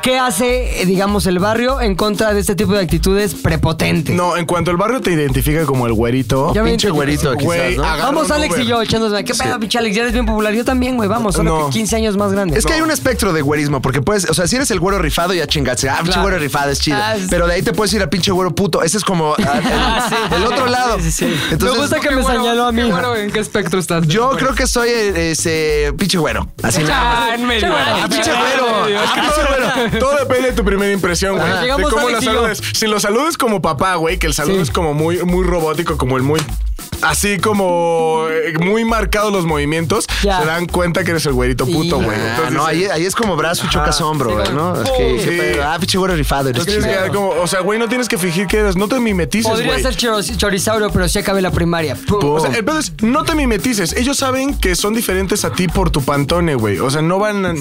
Speaker 2: ¿Qué hace, eh, digamos, el barrio en contra de este tipo de actitudes prepotentes?
Speaker 10: No, en cuanto el barrio te identifica como el Oh, güerito.
Speaker 2: Ya me
Speaker 3: Pinche
Speaker 2: entendí.
Speaker 3: güerito, quizás,
Speaker 10: Güey,
Speaker 3: ¿no?
Speaker 10: agarra
Speaker 2: Vamos,
Speaker 10: un
Speaker 2: Alex
Speaker 10: Uber.
Speaker 2: y yo, echándose. ¿Qué pedo, pinche Alex? Ya eres bien popular. Yo también, güey. Vamos, solo
Speaker 3: No.
Speaker 2: que 15 años más grande.
Speaker 3: Es que hay un espectro de güerismo, porque puedes, o sea, si eres el güero rifado, ya chingaste. Ah, pinche
Speaker 2: Claro.
Speaker 3: güero rifado es chido.
Speaker 2: Ah, sí.
Speaker 3: Pero de ahí te puedes ir al pinche güero puto. Ese es como ah, el, el otro lado. Entonces,
Speaker 8: me señaló a mí. Bueno, ¿en qué espectro estás?
Speaker 3: yo creo que soy eh, ese pinche güero. Así nada más.
Speaker 8: Ah, en medio.
Speaker 3: Ah, pinche güero.
Speaker 10: Es que todo- Todo depende de tu primera impresión, güey.
Speaker 3: Ajá.
Speaker 10: De
Speaker 3: Llegamos
Speaker 10: cómo la
Speaker 3: Alex y yo.
Speaker 10: saludes. Si lo saludes como papá, güey, que el saludo es como muy, muy robótico, como el muy. Así como eh, muy marcados los movimientos,
Speaker 3: Ya.
Speaker 10: se dan cuenta que eres el güerito puto, güey.
Speaker 3: Ah,
Speaker 10: Entonces,
Speaker 3: no, ahí, ahí es como brazo y chocas
Speaker 10: Ajá.
Speaker 3: hombro,
Speaker 10: Sí,
Speaker 3: güey, ¿no? Es que,
Speaker 10: Sí.
Speaker 3: qué pedo. Ah, pinche güero rifado,
Speaker 10: tú
Speaker 3: eres
Speaker 10: tienes que
Speaker 3: chido.
Speaker 10: quedar como, o sea, güey, no tienes que fingir que eres, no te mimetices,
Speaker 2: Podría
Speaker 10: güey. Eh,
Speaker 2: ser choro- chorizaurio, pero sí acabé la primaria. Pum.
Speaker 10: O sea, el pedo es, no te mimetices. Ellos saben que son diferentes a ti por tu pantone, güey. O sea, no van. a-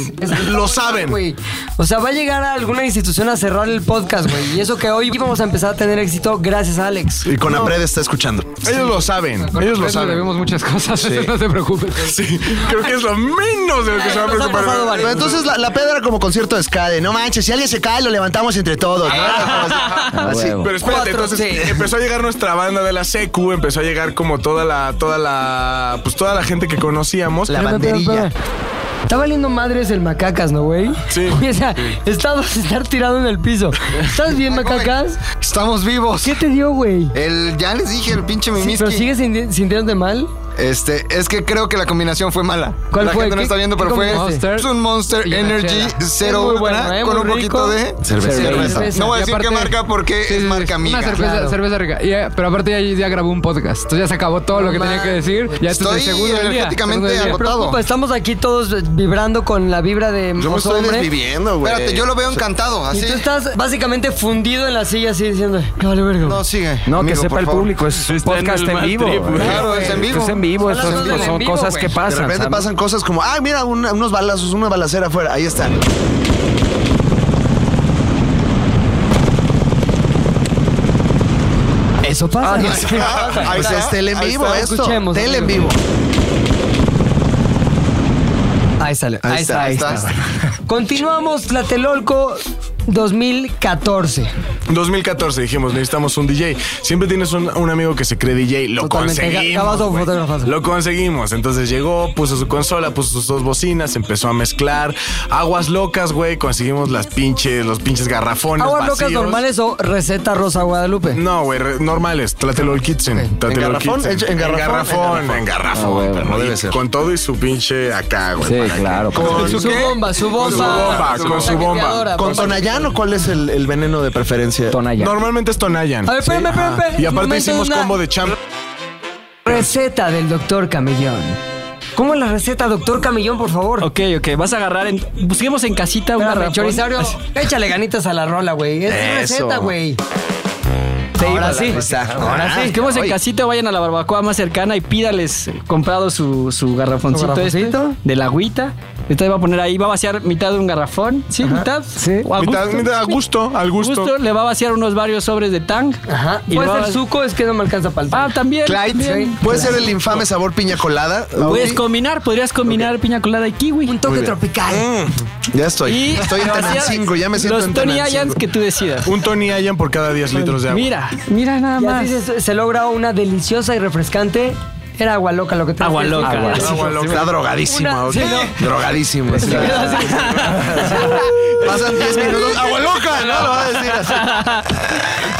Speaker 10: Lo saben.
Speaker 2: güey. O sea, va a llegar a alguna institución a cerrar el podcast, güey. Y eso que hoy vamos a empezar a tener éxito gracias a Alex.
Speaker 3: Y con Apred está escuchando.
Speaker 10: Ellos lo saben. Ellos lo saben.
Speaker 8: Debemos muchas cosas,
Speaker 3: Sí.
Speaker 8: no te preocupes.
Speaker 10: Sí, creo que es lo menos de lo que se va a preocupar.
Speaker 3: Pero entonces la, la peda era como concierto de ska de, no manches, si alguien se cae, lo levantamos entre todos. ¿no?
Speaker 10: Ah.
Speaker 2: Ah,
Speaker 3: Así.
Speaker 10: Pero espérate, entonces empezó a llegar nuestra banda de la secu, empezó a llegar como toda la, toda la, pues toda la gente que conocíamos.
Speaker 3: La banderilla.
Speaker 2: Está valiendo madres el macacas, ¿no, güey? Sí. o sea, estabas estar tirado en el piso. ¿Estás bien, macacas?
Speaker 3: Estamos vivos.
Speaker 2: ¿Qué te dio, güey?
Speaker 3: El, ya les dije, el pinche
Speaker 2: Sí,
Speaker 3: mimiski.
Speaker 2: ¿Pero sigues sinti- sintiéndote mal?
Speaker 3: Este, es que creo que la combinación fue mala.
Speaker 2: ¿Cuál
Speaker 3: la
Speaker 2: fue?
Speaker 3: gente no
Speaker 2: ¿Qué-
Speaker 3: está viendo,
Speaker 2: qué
Speaker 3: pero fue
Speaker 2: combinaste?
Speaker 3: es un Monster
Speaker 2: Y una
Speaker 3: Energy
Speaker 2: chela. Es muy
Speaker 3: 0
Speaker 2: bueno, ¿eh?
Speaker 3: con
Speaker 2: Muy
Speaker 3: un poquito
Speaker 2: rico.
Speaker 3: de
Speaker 8: Cerveza.
Speaker 3: cerveza. No voy a decir
Speaker 8: Y aparte-
Speaker 3: qué marca porque
Speaker 8: Sí,
Speaker 3: es
Speaker 8: sí,
Speaker 3: marca amiga.
Speaker 8: Una cerveza, cerveza rica. Y, eh, pero aparte ya, ya grabó un podcast. Entonces ya se acabó todo lo que tenía que decir. Ya este es el segundo del día. Segundo del día.
Speaker 2: Preocupa, Estamos aquí todos vibrando con la vibra de Yo
Speaker 3: me estoy desviviendo, güey. Espérate, yo lo veo encantado, así.
Speaker 2: Y tú estás básicamente fundido en la silla así diciendo, "Ya vale verga. No,
Speaker 3: sigue.
Speaker 4: No, que sepa el público, es un podcast en, vivo.
Speaker 3: Claro, es en vivo.
Speaker 4: Es en vivo, eso es- son, cosas que pasan.
Speaker 3: De repente
Speaker 4: ¿sabes?
Speaker 3: pasan cosas como, ah, mira, una- unos balazos, una balacera afuera. Ahí está.
Speaker 2: Eso pasa.
Speaker 3: Ahí está, es tele en
Speaker 2: Ahí
Speaker 3: vivo
Speaker 2: está,
Speaker 3: esto.
Speaker 2: escuchemos,
Speaker 3: tele en vivo.
Speaker 2: escuchemos. Ahí sale. Ahí, está, ahí está. Continuamos Tlatelolco 2014.
Speaker 10: 2014 dijimos, necesitamos un DJ. Siempre tienes un, un amigo que se cree DJ, lo
Speaker 2: Totalmente,
Speaker 10: conseguimos.
Speaker 2: acabas de
Speaker 10: güey.
Speaker 2: fotografar.
Speaker 10: Lo conseguimos. Entonces llegó, puso su consola, puso sus dos bocinas, empezó a mezclar. Aguas locas, güey. Conseguimos las pinches, los pinches garrafones.
Speaker 2: ¿Aguas locas
Speaker 10: vacíos.
Speaker 2: normales o receta rosa Guadalupe?
Speaker 10: No, güey, re- normales. Tlatelol Kitchen. Tlatelol
Speaker 2: garrafón?
Speaker 10: Kitchen.
Speaker 2: ¿En- en
Speaker 10: En
Speaker 2: garrafón?
Speaker 10: garrafón. En garrafón,
Speaker 4: Ah, güey,
Speaker 10: perro,
Speaker 4: no
Speaker 10: y
Speaker 4: debe ser.
Speaker 10: Con todo y su pinche acá, güey.
Speaker 4: Sí,
Speaker 10: para que-
Speaker 4: claro.
Speaker 10: Con
Speaker 2: Su bomba, su bomba.
Speaker 10: Con su bomba,
Speaker 2: Su
Speaker 10: con su
Speaker 2: bomba.
Speaker 10: bomba.
Speaker 3: ¿Con Tonayán o cuál es el, el veneno de preferencia?
Speaker 4: Tonayán.
Speaker 10: Normalmente es Tonayan.
Speaker 2: A ver, espérame,
Speaker 3: Sí, ajá.
Speaker 2: espérame, espérame.
Speaker 3: Y aparte
Speaker 2: Momento
Speaker 3: hicimos
Speaker 2: una
Speaker 3: combo
Speaker 10: de champ.
Speaker 2: Receta del doctor Camellón. ¿Cómo es la receta, doctor Camellón, por favor?
Speaker 7: Ok, ok, vas a agarrar en. Busquemos en casita una garrafón.
Speaker 2: Espérame, Chorizario, échale ganitas a la rola, güey. Es
Speaker 7: Eso.
Speaker 2: receta, güey. Sí,
Speaker 7: ahora sí. Ahora sí. Busquemos en casita, vayan a la barbacoa más cercana y pídales comprado su, su garrafoncito
Speaker 2: ¿Su
Speaker 7: este
Speaker 2: garrafoncito?
Speaker 7: de la agüita. Entonces va a poner ahí, va a vaciar mitad de un garrafón. Sí, mitad. Sí.
Speaker 10: Mitad- mitad, a gusto, al gusto.
Speaker 7: Le va a vaciar unos varios sobres de tang. Ajá.
Speaker 2: Puede ser suco, es que no me alcanza para el
Speaker 7: Ah, también.
Speaker 3: Clyde.
Speaker 7: también.
Speaker 3: ¿Puede ser el infame sabor piña colada?
Speaker 7: Puedes
Speaker 3: Ah, Ok.
Speaker 7: combinar, podrías combinar piña colada y kiwi. Un
Speaker 3: Muy bien. Mm, ya estoy.
Speaker 7: Y-
Speaker 3: estoy en
Speaker 7: o sea,
Speaker 3: Tenancingo, ya me siento
Speaker 7: los
Speaker 3: en
Speaker 7: Tony
Speaker 3: Tenancingo.
Speaker 7: Ayans que tú decidas.
Speaker 10: Un Tony Ayan por cada 10 litros de agua.
Speaker 7: Mira, mira nada
Speaker 2: Y
Speaker 7: más.
Speaker 2: así se, se logra una deliciosa y refrescante. Era agua loca lo que te
Speaker 7: Agua
Speaker 2: decía.
Speaker 7: loca.
Speaker 3: Agua
Speaker 7: Sí,
Speaker 3: loca.
Speaker 7: sí,
Speaker 3: Está
Speaker 7: sí.
Speaker 3: drogadísimo.
Speaker 7: Una-
Speaker 3: ok.
Speaker 7: sí, ¿no?
Speaker 3: Drogadísimo. sí. Pasan 10 minutos. ¡Agua loca! No lo va a decir así.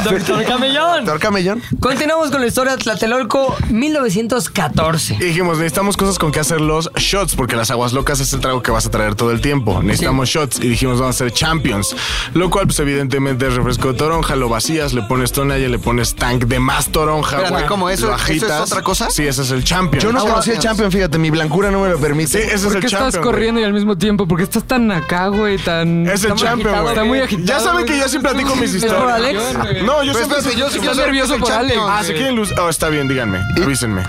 Speaker 7: Doctor Camellón.
Speaker 3: Doctor Camellón.
Speaker 2: Continuamos con la historia de Tlatelolco 1914.
Speaker 10: Y dijimos, necesitamos cosas con que hacer los shots, porque las aguas locas es el trago que vas a traer todo el tiempo. Necesitamos shots. Y dijimos, vamos a hacer champions. Lo cual, pues, evidentemente, es refresco de toronja, lo vacías, le pones tonalla, le pones tank de más toronja.
Speaker 3: Espérate,
Speaker 10: güey.
Speaker 3: ¿cómo? ¿Eso-
Speaker 10: Lo
Speaker 3: eso es
Speaker 10: agitas.
Speaker 3: otra cosa?
Speaker 10: Sí, ese es el champion.
Speaker 3: Yo no conocí el champion, fíjate, mi blancura no me lo permite.
Speaker 10: Sí, ese es
Speaker 8: ¿Por
Speaker 10: el
Speaker 8: qué estás
Speaker 10: champion, güey.
Speaker 8: corriendo y al mismo tiempo? ¿Por qué estás tan acá, güey? Tan...
Speaker 10: Es el
Speaker 8: Está muy
Speaker 10: champion,
Speaker 8: agitado,
Speaker 10: güey.
Speaker 8: Está muy agitado.
Speaker 10: Ya saben que yo siempre platico mis historias. No,
Speaker 8: Pues,
Speaker 10: yo siempre.
Speaker 8: Estás nervioso por Alex.
Speaker 10: Ah, si quieren luz. Oh, está bien, díganme. Avísenme.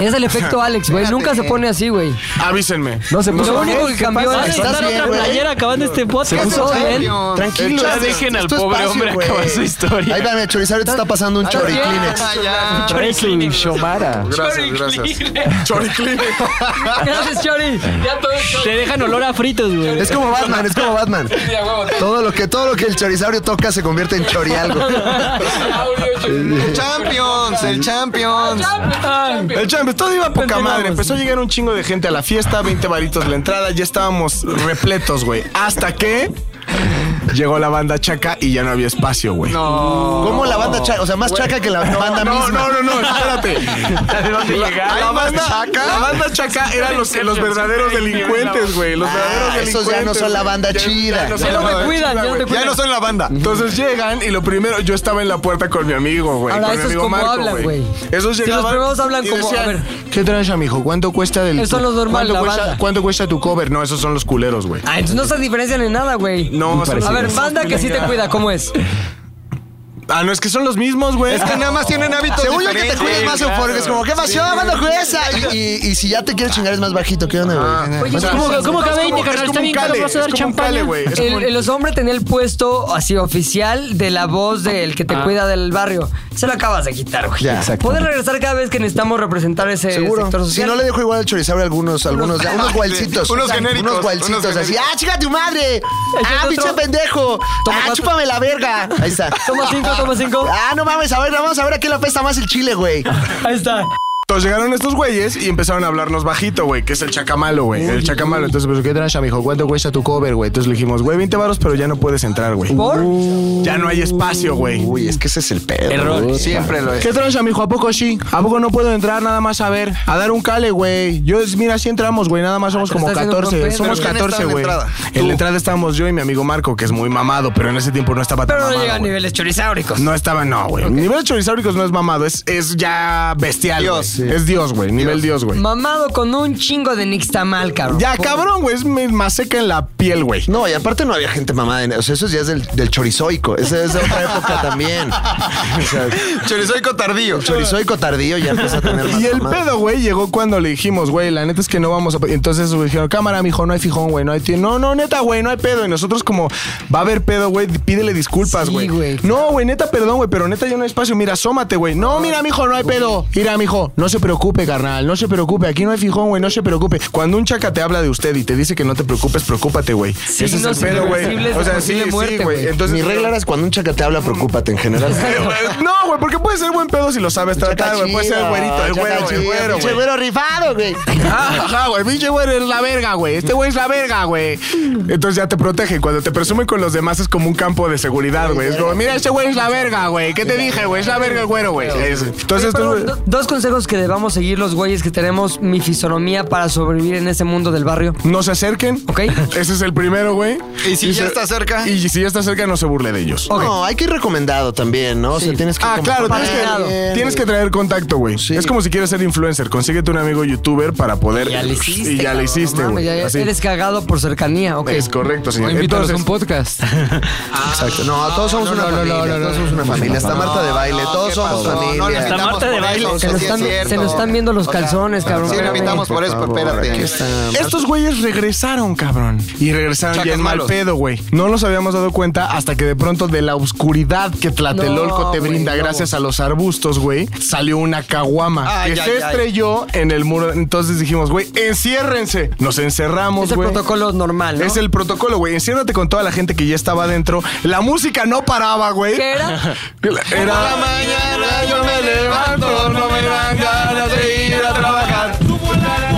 Speaker 2: Es el efecto Alex, güey. Nunca se pone así, güey.
Speaker 10: Avísenme.
Speaker 2: No se puso-
Speaker 10: Lo
Speaker 2: Lo
Speaker 10: único
Speaker 2: único que cambió
Speaker 7: Vas a
Speaker 2: ¿Estás
Speaker 7: necesitar
Speaker 2: bien,
Speaker 7: otra
Speaker 2: güey?
Speaker 7: playera acabando este podcast.
Speaker 2: puso
Speaker 7: ¿todo bien?
Speaker 3: Tranquilo,
Speaker 11: Ya
Speaker 3: Alex,
Speaker 11: dejen al
Speaker 3: es tu
Speaker 11: pobre
Speaker 3: espacio,
Speaker 11: hombre
Speaker 3: güey.
Speaker 11: acabar su historia.
Speaker 3: Ahí dame, Chorizario te está pasando un
Speaker 11: ¿Estás
Speaker 3: chori
Speaker 11: bien?
Speaker 3: Kleenex.
Speaker 11: Ah, ya.
Speaker 4: Trae su Shomara.
Speaker 10: Gracias, gracias. Chori Kleenex.
Speaker 2: Gracias, Chori.
Speaker 7: Te dejan olor a fritos, güey.
Speaker 3: Es como Batman, es como Batman. Todo lo que, todo lo que el chorizaurio toca se convierte en chori algo.
Speaker 10: Champions, el Champions.
Speaker 3: Ah,
Speaker 10: El Champions, todo iba a poca madre. Empezó a llegar un chingo de gente a la fiesta, 20 varitos la entrada, ya estábamos repletos, güey. Hasta que llegó la banda chaca y ya no había espacio, güey. No.
Speaker 3: ¿Cómo la banda chaca? O sea, más chaca que la banda
Speaker 10: no,
Speaker 3: misma.
Speaker 10: No, no, no, espérate. la, la banda chaca. La banda chaca eran los, los verdaderos delincuentes, güey. Los
Speaker 3: Ah,
Speaker 10: verdaderos
Speaker 3: esos
Speaker 10: delincuentes.
Speaker 3: ya no son la
Speaker 10: güey.
Speaker 3: banda chida.
Speaker 10: son
Speaker 3: Ya
Speaker 10: la
Speaker 3: no te
Speaker 10: banda
Speaker 3: cuidan, ya
Speaker 10: chida,
Speaker 3: no te
Speaker 10: güey.
Speaker 3: cuidan.
Speaker 10: Ya no son la banda. Entonces llegan y lo primero, yo estaba en la puerta con mi amigo, güey.
Speaker 2: Ahora,
Speaker 10: con mi
Speaker 2: esos
Speaker 10: amigo
Speaker 2: como
Speaker 10: Marco,
Speaker 2: hablan, güey.
Speaker 10: Esos
Speaker 2: Si
Speaker 10: llegaban
Speaker 2: los primeros hablan
Speaker 10: y
Speaker 2: como, a
Speaker 10: decían,
Speaker 2: ver.
Speaker 10: ¿Qué trancha, mijo? ¿Cuánto cuesta del
Speaker 2: Eso es lo normal,
Speaker 10: ¿cuánto
Speaker 2: la
Speaker 10: cuesta-
Speaker 2: banda.
Speaker 10: ¿Cuánto cuesta tu cover? No, esos son los culeros, güey.
Speaker 2: Ah, entonces no se diferencian en nada, güey.
Speaker 10: No, son-
Speaker 2: A ver, banda que sí te cuida, ¿cómo es?
Speaker 10: Ah, no, es que son los mismos, güey.
Speaker 3: Es que nada más tienen hábitos
Speaker 10: Según yo
Speaker 3: diferentes.
Speaker 10: que te cuidas más,
Speaker 3: Claro.
Speaker 10: euforia, es como, ¿qué pasó,
Speaker 3: Sí.
Speaker 10: mano jueza?
Speaker 3: Y, y- y si ya te quieres chingar, es más bajito. ¿Qué onda, güey?
Speaker 2: Oye,
Speaker 3: O sea,
Speaker 2: ¿cómo-
Speaker 3: es
Speaker 2: cómo
Speaker 3: como-
Speaker 2: que
Speaker 3: es
Speaker 2: 20,
Speaker 3: como-
Speaker 2: carnal?
Speaker 3: es
Speaker 2: Está
Speaker 3: como
Speaker 2: bien
Speaker 3: un
Speaker 2: caro, vas
Speaker 3: cale,
Speaker 2: a
Speaker 3: es
Speaker 2: dar
Speaker 3: como un
Speaker 2: champaña.
Speaker 3: cale, güey, es como
Speaker 2: El,
Speaker 3: un-
Speaker 2: el- los hombres tenían el puesto así oficial de la voz del que te
Speaker 10: Ah.
Speaker 2: cuida del barrio. Se lo acabas de quitar, güey.
Speaker 3: Ya. Exacto.
Speaker 2: Puedes regresar cada vez que necesitamos representar ese sector
Speaker 3: Seguro. Si
Speaker 2: social.
Speaker 3: no le dejo igual al chorizaurio algunos, algunos, ya, unos gualcitos.
Speaker 10: Unos genéricos,
Speaker 3: Unos gualcitos
Speaker 10: unos
Speaker 3: así.
Speaker 10: genéricos.
Speaker 3: ¡Ah, chica tu madre! ¡Ah,
Speaker 2: otro.
Speaker 3: pinche pendejo! ¡Ah, chúpame la verga! Ahí está.
Speaker 2: Toma cinco, toma cinco.
Speaker 3: Ah, no mames, a ver, vamos a ver a qué le apesta más el chile, güey.
Speaker 2: Ahí está.
Speaker 10: Entonces llegaron estos güeyes y empezaron a hablarnos bajito, güey, que es el chacamalo, güey. El chacamalo. Entonces, pues, ¿qué trancha, mijo? ¿Cuánto cuesta tu cover, güey? Entonces le dijimos, güey, 20 varos, pero ya no puedes entrar, güey.
Speaker 2: ¿Por?
Speaker 10: Ya no hay espacio, güey. Uy, es que ese es el pedo.
Speaker 3: Error. Siempre lo es.
Speaker 10: ¿Qué trancha, mijo? ¿A poco sí? ¿A poco no puedo entrar nada más a ver? A dar un cale, güey. Yo, mira, sí entramos, güey. Nada más
Speaker 2: Ah,
Speaker 10: somos
Speaker 3: pero
Speaker 10: como
Speaker 3: estás haciendo un
Speaker 10: 14.
Speaker 3: papel.
Speaker 10: Somos
Speaker 3: ¿Pero quién
Speaker 10: 14,
Speaker 3: estaba
Speaker 10: güey.
Speaker 3: en la entrada?
Speaker 10: En
Speaker 3: Tú.
Speaker 10: la entrada estábamos yo y mi amigo Marco, que es muy mamado, pero en ese tiempo no estaba tan
Speaker 2: Pero no
Speaker 10: mamado,
Speaker 2: llegan
Speaker 10: güey.
Speaker 2: niveles chorizáuricos.
Speaker 10: No estaba, no, güey. Niveles chorizáuricos no es mamado, es, es ya bestial. güey. Es Dios, güey. Nivel Dios, güey.
Speaker 2: Mamado con un chingo de nixtamal, cabrón.
Speaker 10: Ya, cabrón, güey. Es mi- más seca en la piel, güey.
Speaker 3: No, y aparte no había gente mamada. en- O sea, eso ya es del, del chorizoico. Esa es de otra época también. chorizoico tardío. chorizoico tardío ya empieza a tener más
Speaker 10: Y el
Speaker 3: mamada.
Speaker 10: pedo, güey, llegó cuando le dijimos, güey, la neta es que no vamos a. Y Entonces güey, dijeron, cámara, mijo, no hay fijón, güey, no hay. ti- No, no, neta, güey, no hay pedo. Y nosotros, como, va a haber pedo, güey, pídele disculpas, güey. no, güey, neta, perdón, güey, pero neta ya no hay espacio. Mira, asómate, güey. No, mira, mijo, no hay pedo. Mira, mijo, no se preocupe, carnal, no se preocupe. Aquí no hay fijón, güey, no se preocupe. Cuando un chaca te habla de usted y te dice que no te preocupes, preocúpate, güey. Ese es el
Speaker 3: Signos
Speaker 10: pedo, güey.
Speaker 3: irreversibles
Speaker 10: O
Speaker 3: de
Speaker 10: sea, sí,
Speaker 3: posible
Speaker 10: sí,
Speaker 3: muerte,
Speaker 10: güey.
Speaker 3: güey.
Speaker 10: Entonces,
Speaker 3: Mi regla era cuando un chaca te habla, preocúpate en general.
Speaker 10: No, güey, porque puede ser buen pedo si lo sabes tratar, güey. Puede ser el güerito, el güero, el güero, güey. Ah,
Speaker 3: rifado, güey.
Speaker 10: Ajá, güey. Pinche güey es la verga, güey. Este güey es la verga, güey. Entonces ya te protege. Cuando te presumen con los demás es como un campo de seguridad, güey. Es como, mira, este güey es la verga, güey. ¿Qué te dije, güey? Es la verga el güero, güey. Es-
Speaker 2: Oye,
Speaker 10: Entonces,
Speaker 2: pero
Speaker 10: estos-
Speaker 2: do- dos consejos que debamos seguir los güeyes que tenemos mi fisonomía para sobrevivir en ese mundo del barrio.
Speaker 10: No se acerquen,
Speaker 2: ¿ok?
Speaker 10: Ese es el primero, güey.
Speaker 3: ¿Y si ya está cerca?
Speaker 10: Y si ya está cerca, no se burle de ellos.
Speaker 3: No, hay que ir recomendado también, ¿no? O sea, tienes que.
Speaker 10: Ah,
Speaker 3: como-
Speaker 10: claro, tienes
Speaker 3: Parado.
Speaker 10: que, tienes que traer contacto, güey. Es como si quieres ser influencer. Consíguete un amigo youtuber para poder. Y ya le
Speaker 2: hiciste,
Speaker 10: Y ya
Speaker 2: cabrón,
Speaker 10: le
Speaker 3: Este
Speaker 10: hiciste,
Speaker 2: no mames,
Speaker 10: güey.
Speaker 2: ya- ya
Speaker 10: Así.
Speaker 2: Eres cagado por cercanía, ok.
Speaker 10: Es correcto, señor.
Speaker 2: O invítanos a un
Speaker 10: podcast.
Speaker 3: Exacto. No, todos
Speaker 2: Ah,
Speaker 3: somos una familia. todos somos una familia. Está Marta de baile. Todos somos familia.
Speaker 2: Está Marta de baile. Se nos están- se nos están viendo los calzones, cabrón.
Speaker 3: Sí, lo
Speaker 2: espérame.
Speaker 3: invitamos por eso, pero espérate.
Speaker 10: Estos güeyes regresaron, cabrón. Y regresaron
Speaker 3: Chacas
Speaker 10: ya en mal
Speaker 3: malos.
Speaker 10: pedo, güey. No nos habíamos dado cuenta hasta que de pronto de la oscuridad que Tlatelolco
Speaker 3: No,
Speaker 10: te
Speaker 3: güey,
Speaker 10: brinda
Speaker 3: no.
Speaker 10: gracias a los arbustos, güey, salió una caguama
Speaker 3: Ay,
Speaker 10: que
Speaker 3: ay,
Speaker 10: se
Speaker 3: ay.
Speaker 10: estrelló en el muro. Entonces dijimos, güey, enciérrense. Nos encerramos,
Speaker 2: Es el
Speaker 10: güey.
Speaker 2: protocolo normal, ¿no?
Speaker 10: Es el protocolo, güey. Enciérrate con toda la gente que ya estaba adentro. La música no paraba, güey.
Speaker 2: ¿Qué era?
Speaker 10: Era...
Speaker 3: mañana yo me levanto, no me dan ganas de ir a trabajar.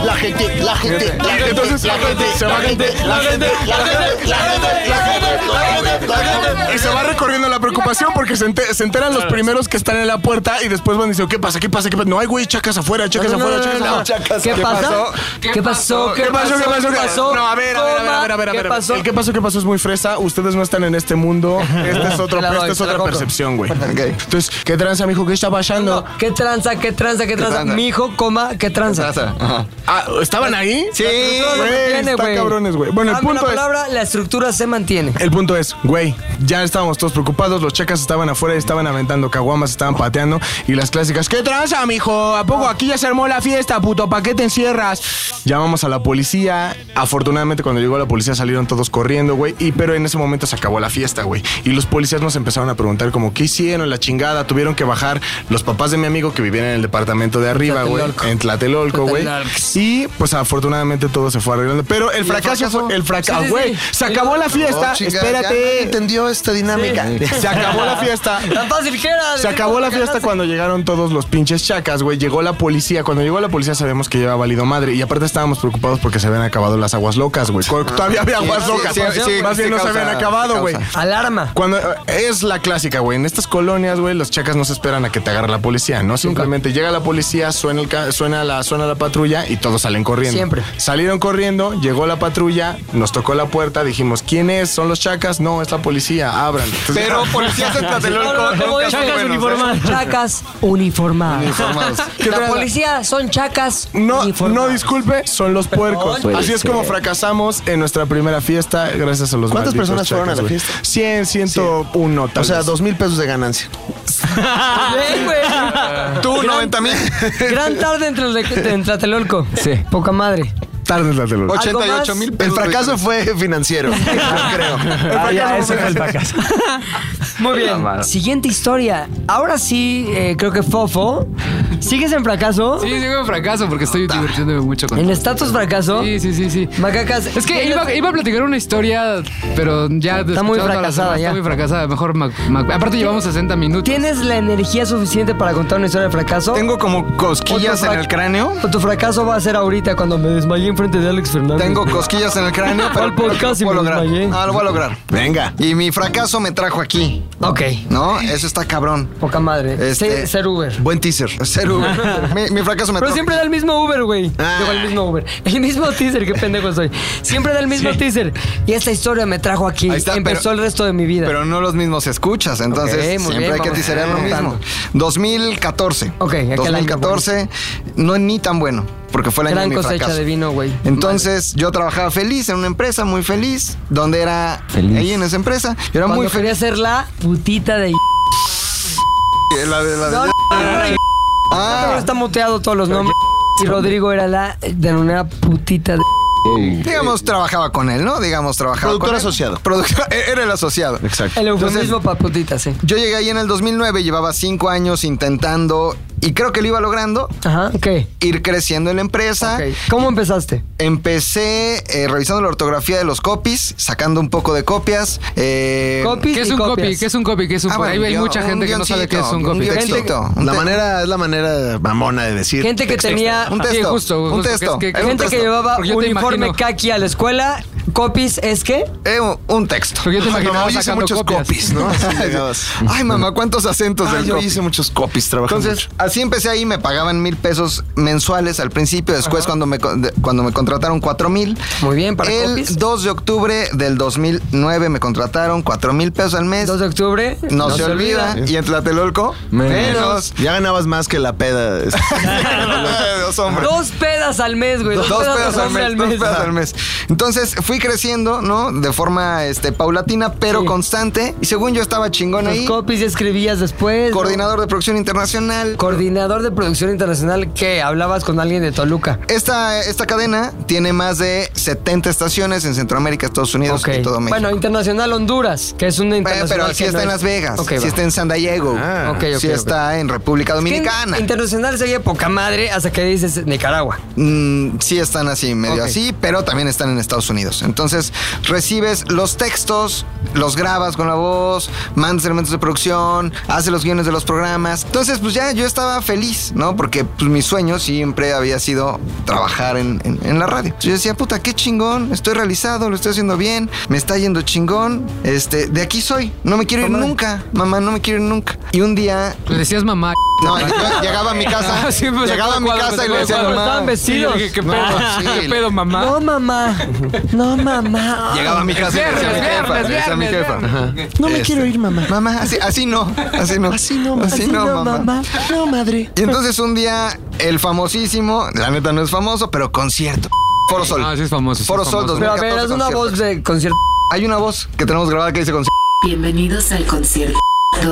Speaker 3: La gente, la gente, la gente,
Speaker 10: Entonces,
Speaker 3: la gente,
Speaker 10: se va
Speaker 3: la gente, la gente, la gente, la gente, la gente, la gente, la gente.
Speaker 10: Y se va recorriendo la preocupación porque se, ente- se enteran los primeros que están en la puerta y después van diciendo, ¿qué pasa? ¿Qué pasa? ¿Qué pasa? No, hay güey, chacas afuera, chacas
Speaker 2: No, no,
Speaker 10: afuera,
Speaker 2: no,
Speaker 10: chacas
Speaker 2: no, no.
Speaker 10: afuera. Chacas
Speaker 2: ¿Qué
Speaker 10: afuera.
Speaker 2: pasó? ¿Qué pasó?
Speaker 10: ¿Qué pasó? ¿Qué pasó? ¿Qué pasó? No, a ver, a ver, a ver, a ver, a ver, a ver.
Speaker 2: ¿Qué pasó?
Speaker 10: El qué pasó, qué pasó es muy fresa. Ustedes no están en este mundo. Este es otro,
Speaker 2: Te la doy,
Speaker 10: esta es
Speaker 2: te la
Speaker 10: otra
Speaker 2: compro.
Speaker 10: percepción, güey. Entonces, ¿qué tranza, mijo? ¿Qué está pasando?
Speaker 2: ¿Qué tranza? ¿Qué tranza? ¿Qué tranza?
Speaker 10: tranza?
Speaker 2: Mi hijo, coma, ¿qué tranza?
Speaker 10: Ah, ¿Estaban ahí?
Speaker 2: Sí,
Speaker 10: güey, está cabrones, güey. Bueno, el punto
Speaker 2: la
Speaker 10: es-
Speaker 2: palabra, la estructura se mantiene.
Speaker 10: El punto es, güey, ya estábamos todos preocupados, los checas estaban afuera, estaban aventando caguamas, estaban pateando y las clásicas, ¿qué tranza, mijo? ¿A poco aquí ya se armó la fiesta, puto? ¿Para qué te encierras? Llamamos a la policía, afortunadamente cuando llegó la policía salieron todos corriendo, güey, y pero en ese momento se acabó la fiesta, güey. Y los policías nos empezaron a preguntar como, ¿qué hicieron? La chingada, tuvieron que bajar los papás de mi amigo que vivían en el departamento de arriba, güey,
Speaker 3: Tlatelolco.
Speaker 10: en Tlatelolco, güey. Y pues afortunadamente todo se fue arreglando, pero el fracaso fue el fracaso, Ah, güey. Se acabó la fiesta,
Speaker 3: Oh, chinga, ya nadie
Speaker 10: espérate.
Speaker 3: entendió esta dinámica.
Speaker 10: Se acabó la fiesta.
Speaker 2: Tan fácil que era.
Speaker 10: Se acabó la fiesta cuando llegaron todos los pinches chacas, güey. Llegó la policía. Cuando llegó la policía sabemos que llevaba valido madre. Y aparte estábamos preocupados porque se habían acabado las aguas locas, güey. Co- Todavía había
Speaker 3: Ah, sí,
Speaker 10: aguas
Speaker 3: sí,
Speaker 10: locas.
Speaker 3: sí, sí,
Speaker 10: Más
Speaker 3: sí
Speaker 10: bien no se
Speaker 3: este causa-
Speaker 10: habían acabado, güey.
Speaker 3: causa.
Speaker 2: Alarma.
Speaker 10: Cuando eh, es la clásica, güey. En estas colonias, güey, los chacas no se esperan a que te agarre la policía, ¿no? Simplemente llega la policía, suena, el ca- suena, la, suena la patrulla y todos salen corriendo.
Speaker 2: Siempre.
Speaker 10: Salieron corriendo, llegó la patrulla, nos tocó la puerta, dijimos, ¿quién es? ¿Son los chacas? No, es la policía, abran. Entonces-
Speaker 3: Pero policías en
Speaker 2: No,
Speaker 3: Tlatelolco
Speaker 2: no, como
Speaker 3: nunca
Speaker 2: dicen,
Speaker 3: son buenos, ¿eh?
Speaker 2: Chacas uniformadas.
Speaker 3: Uniformados.
Speaker 10: ¿Qué
Speaker 2: La
Speaker 10: tranza?
Speaker 2: policía son chacas
Speaker 10: No, no,
Speaker 2: uniformadas.
Speaker 10: disculpe, son los puercos.
Speaker 2: Puede
Speaker 10: Así es
Speaker 2: ser.
Speaker 10: como fracasamos en nuestra primera fiesta, gracias a los
Speaker 3: ¿Cuántas
Speaker 10: malditos
Speaker 3: personas fueron a la
Speaker 10: güey.
Speaker 3: fiesta?
Speaker 10: 100, 101, tal
Speaker 3: O sea,
Speaker 10: vez.
Speaker 3: dos mil pesos de ganancia.
Speaker 2: Bien, güey.
Speaker 3: Tú,
Speaker 2: Gran-
Speaker 3: 90 mil.
Speaker 2: Gran tarde en, Tlale- en Tlatelolco. Sí. Poca madre.
Speaker 10: Tarde en Tlatelolco.
Speaker 3: 88 mil
Speaker 2: pesos
Speaker 3: El fracaso fue financiero, yo creo.
Speaker 2: Ah, ya, ese fue el fracaso. Muy bien. Siguiente historia. Ahora sí, eh, creo que Fofo. ¿Sigues en fracaso?
Speaker 8: Sí, sigo en fracaso porque estoy divirtiéndome mucho con
Speaker 2: ¿En estatus fracaso? Sí,
Speaker 8: sí, sí, sí.
Speaker 2: Macacas.
Speaker 8: Es que iba, iba a platicar una historia, pero ya...
Speaker 2: Está muy
Speaker 8: escuchando a la
Speaker 2: fracasada
Speaker 8: semana,
Speaker 2: ya.
Speaker 8: Está muy fracasada, mejor... Mac- Mac- Aparte llevamos 60 minutos.
Speaker 2: ¿Tienes la energía suficiente para contar una historia de fracaso? Tengo
Speaker 5: como cosquillas en el cráneo.
Speaker 2: Tu fracaso va a ser ahorita cuando me desmayé enfrente de Alex Fernández.
Speaker 5: Tengo cosquillas en el cráneo, pero
Speaker 2: Al podcast y
Speaker 5: lo
Speaker 2: me
Speaker 5: voy a lograr.
Speaker 2: desmayé.
Speaker 5: Ah, lo voy a lograr. Venga. Y mi fracaso me trajo aquí.
Speaker 2: Ok.
Speaker 5: ¿No? Eso está cabrón.
Speaker 2: Poca madre. Ser- ser Uber.
Speaker 5: Buen teaser. Ser Uber. mi, mi fracaso me Ah.
Speaker 2: Pero
Speaker 5: trajo
Speaker 2: siempre da el mismo Uber, güey. Digo, el mismo Uber. El mismo teaser, qué pendejo soy. Siempre da el mismo teaser. Y esta historia me trajo aquí. Empezó el resto de mi vida.
Speaker 5: Pero no los mismos escuchas, entonces
Speaker 2: Ok, muy
Speaker 5: siempre
Speaker 2: bien,
Speaker 5: hay que
Speaker 2: vamos
Speaker 5: tiserear lo mismo.
Speaker 2: anotando.
Speaker 5: 2014.
Speaker 2: Ok, aquel año,
Speaker 5: 2014 no es ni tan bueno, porque fue el año
Speaker 2: Gran
Speaker 5: de mi
Speaker 2: cosecha
Speaker 5: fracaso.
Speaker 2: de vino, güey.
Speaker 5: Entonces, yo trabajaba feliz en una empresa muy feliz, donde era
Speaker 4: Feliz.
Speaker 5: ahí en esa empresa, yo era
Speaker 2: Cuando
Speaker 5: muy
Speaker 2: quería
Speaker 5: feliz.
Speaker 2: ser la putita de...
Speaker 5: La de- la de-
Speaker 2: No, no, no, no.
Speaker 5: Ah.
Speaker 2: Está muteado todos los nombres. Y Rodrigo era la denominada putita de...
Speaker 5: Digamos, trabajaba con él, ¿no? Digamos, trabajaba
Speaker 3: Productor
Speaker 5: con él.
Speaker 3: asociado.
Speaker 5: Productor- e-, era el asociado. Exacto.
Speaker 2: El eufemismo para putita, sí.
Speaker 5: Yo llegué ahí en el 2009, llevaba cinco años intentando y creo que lo iba logrando.
Speaker 2: Ajá, ok.
Speaker 5: Ir creciendo en la empresa.
Speaker 2: ¿Cómo empezaste?
Speaker 5: Empecé eh, revisando la ortografía de los copies, sacando un poco de copias. eh,
Speaker 8: ¿Qué es un copy? ¿Qué es un copy? ¿Qué es un
Speaker 5: Ah,
Speaker 8: copy?
Speaker 5: bueno,
Speaker 8: Ahí hay
Speaker 5: guion-
Speaker 8: mucha
Speaker 5: un
Speaker 8: gente que no sabe qué es un
Speaker 5: guioncito,
Speaker 8: copy. Este
Speaker 5: un guioncito, un
Speaker 3: La
Speaker 5: te-
Speaker 3: manera es la manera mamona de decir.
Speaker 2: Gente que
Speaker 3: texto.
Speaker 2: tenía...
Speaker 5: Un texto.
Speaker 8: Ah, Sí, justo,
Speaker 5: un
Speaker 8: justo,
Speaker 5: texto.
Speaker 8: que es que-
Speaker 5: era un
Speaker 2: Gente que
Speaker 5: texto.
Speaker 2: llevaba
Speaker 8: Porque yo te
Speaker 2: uniforme
Speaker 8: imagino.
Speaker 2: kaki a la escuela. Copies es que...
Speaker 5: Eh, un- un texto.
Speaker 8: Porque yo te imaginaba
Speaker 5: Mamá, yo hice
Speaker 8: sacando
Speaker 5: muchos
Speaker 8: copias.
Speaker 5: copies, ¿no? Así llegabas. Ay, mamá, ¿cuántos acentos
Speaker 3: Ah,
Speaker 5: del
Speaker 3: yo
Speaker 5: copy?
Speaker 3: hice muchos copies trabajando.
Speaker 5: Entonces, así empecé ahí, me pagaban mil pesos mensuales al principio, después cuando me, con- de- cuando me contrataron cuatro mil.
Speaker 2: Muy bien, para
Speaker 5: El
Speaker 2: copies.
Speaker 5: 2 de octubre del 2009 me contrataron cuatro mil pesos al mes.
Speaker 2: 2 de octubre.
Speaker 5: no, se, olvida. Y en Tlatelolco, menos.
Speaker 3: ya ganabas más que la peda. este,
Speaker 5: de dos hombres.
Speaker 2: Dos pedas al mes, güey. Dos, pedas, al hombre al
Speaker 5: dos
Speaker 2: mes.
Speaker 5: pedas al mes. Entonces fui creciendo, ¿no? De forma este, paulatina, pero constante. Y según yo estaba chingón
Speaker 2: Los
Speaker 5: ahí.
Speaker 2: copies y escribías después. ¿no?
Speaker 5: Coordinador de producción internacional.
Speaker 2: Coordinador de producción internacional que hablabas con alguien de Toluca.
Speaker 5: Esta, esta cadena tiene más de 70 estaciones en Centroamérica, Estados Unidos
Speaker 2: Ok.
Speaker 5: y todo México.
Speaker 2: Bueno, Internacional Honduras, que es una
Speaker 5: Eh,
Speaker 2: internacional.
Speaker 5: pero sí
Speaker 2: que
Speaker 5: está
Speaker 2: no
Speaker 5: en
Speaker 2: es-
Speaker 5: Las Vegas,
Speaker 2: Ok,
Speaker 5: sí
Speaker 2: va.
Speaker 5: está en San Diego,
Speaker 2: Ah. Ok, ok,
Speaker 5: sí
Speaker 2: ok.
Speaker 5: está en República
Speaker 2: Es que
Speaker 5: Dominicana.
Speaker 2: internacional sería poca madre hasta que dices Nicaragua.
Speaker 5: Mm, sí están así, medio
Speaker 2: Ok.
Speaker 5: así, pero también están en Estados Unidos. Entonces, recibes los textos, los grabas con la voz, mandas elementos de producción, haces los guiones de los programas. Entonces, pues ya yo estaba feliz, ¿no? Porque pues, mi sueño siempre había sido trabajar en, en- en la radio. Yo decía, puta, qué chingón, estoy realizado, lo estoy haciendo bien, me está yendo chingón. Este, de aquí soy, no me quiero ir nunca, mamá, no me quiero ir nunca. Y un día
Speaker 8: Le decías mamá.
Speaker 5: no, yo llegaba a mi casa.
Speaker 8: Ah, sí, me sacó
Speaker 5: llegaba a
Speaker 8: de
Speaker 5: mi
Speaker 8: cuadro, me
Speaker 5: casa y
Speaker 8: sacó
Speaker 5: le
Speaker 8: de
Speaker 5: decía,
Speaker 8: cuadro.
Speaker 5: mamá.
Speaker 2: Estaban vestidos.
Speaker 8: Sí, yo dije, ¿qué pedo?
Speaker 5: sí.
Speaker 8: ¿Qué pedo, mamá?
Speaker 2: No, mamá. No, mamá.
Speaker 5: Llegaba a mi casa y le decía a mi
Speaker 8: Viernes,
Speaker 5: jefa.
Speaker 8: viernes,
Speaker 5: le decía a mi
Speaker 8: viernes,
Speaker 5: jefa. Ajá.
Speaker 2: No me
Speaker 5: Este,
Speaker 2: quiero ir, mamá.
Speaker 5: Mamá, así, así no. Así no.
Speaker 2: Así no, mamá.
Speaker 5: Así no, mamá.
Speaker 2: No, madre.
Speaker 5: Y entonces un día, el famosísimo, la neta no es famoso, pero concierto. Foro Sol.
Speaker 8: Ah, sí es famoso. sí es
Speaker 5: Foro Sol
Speaker 8: famoso.
Speaker 2: Pero a ver, es
Speaker 5: 2014,
Speaker 2: una voz
Speaker 5: concierto.
Speaker 2: de concierto.
Speaker 5: Hay una voz que tenemos grabada que dice concierto.
Speaker 18: Bienvenidos al concierto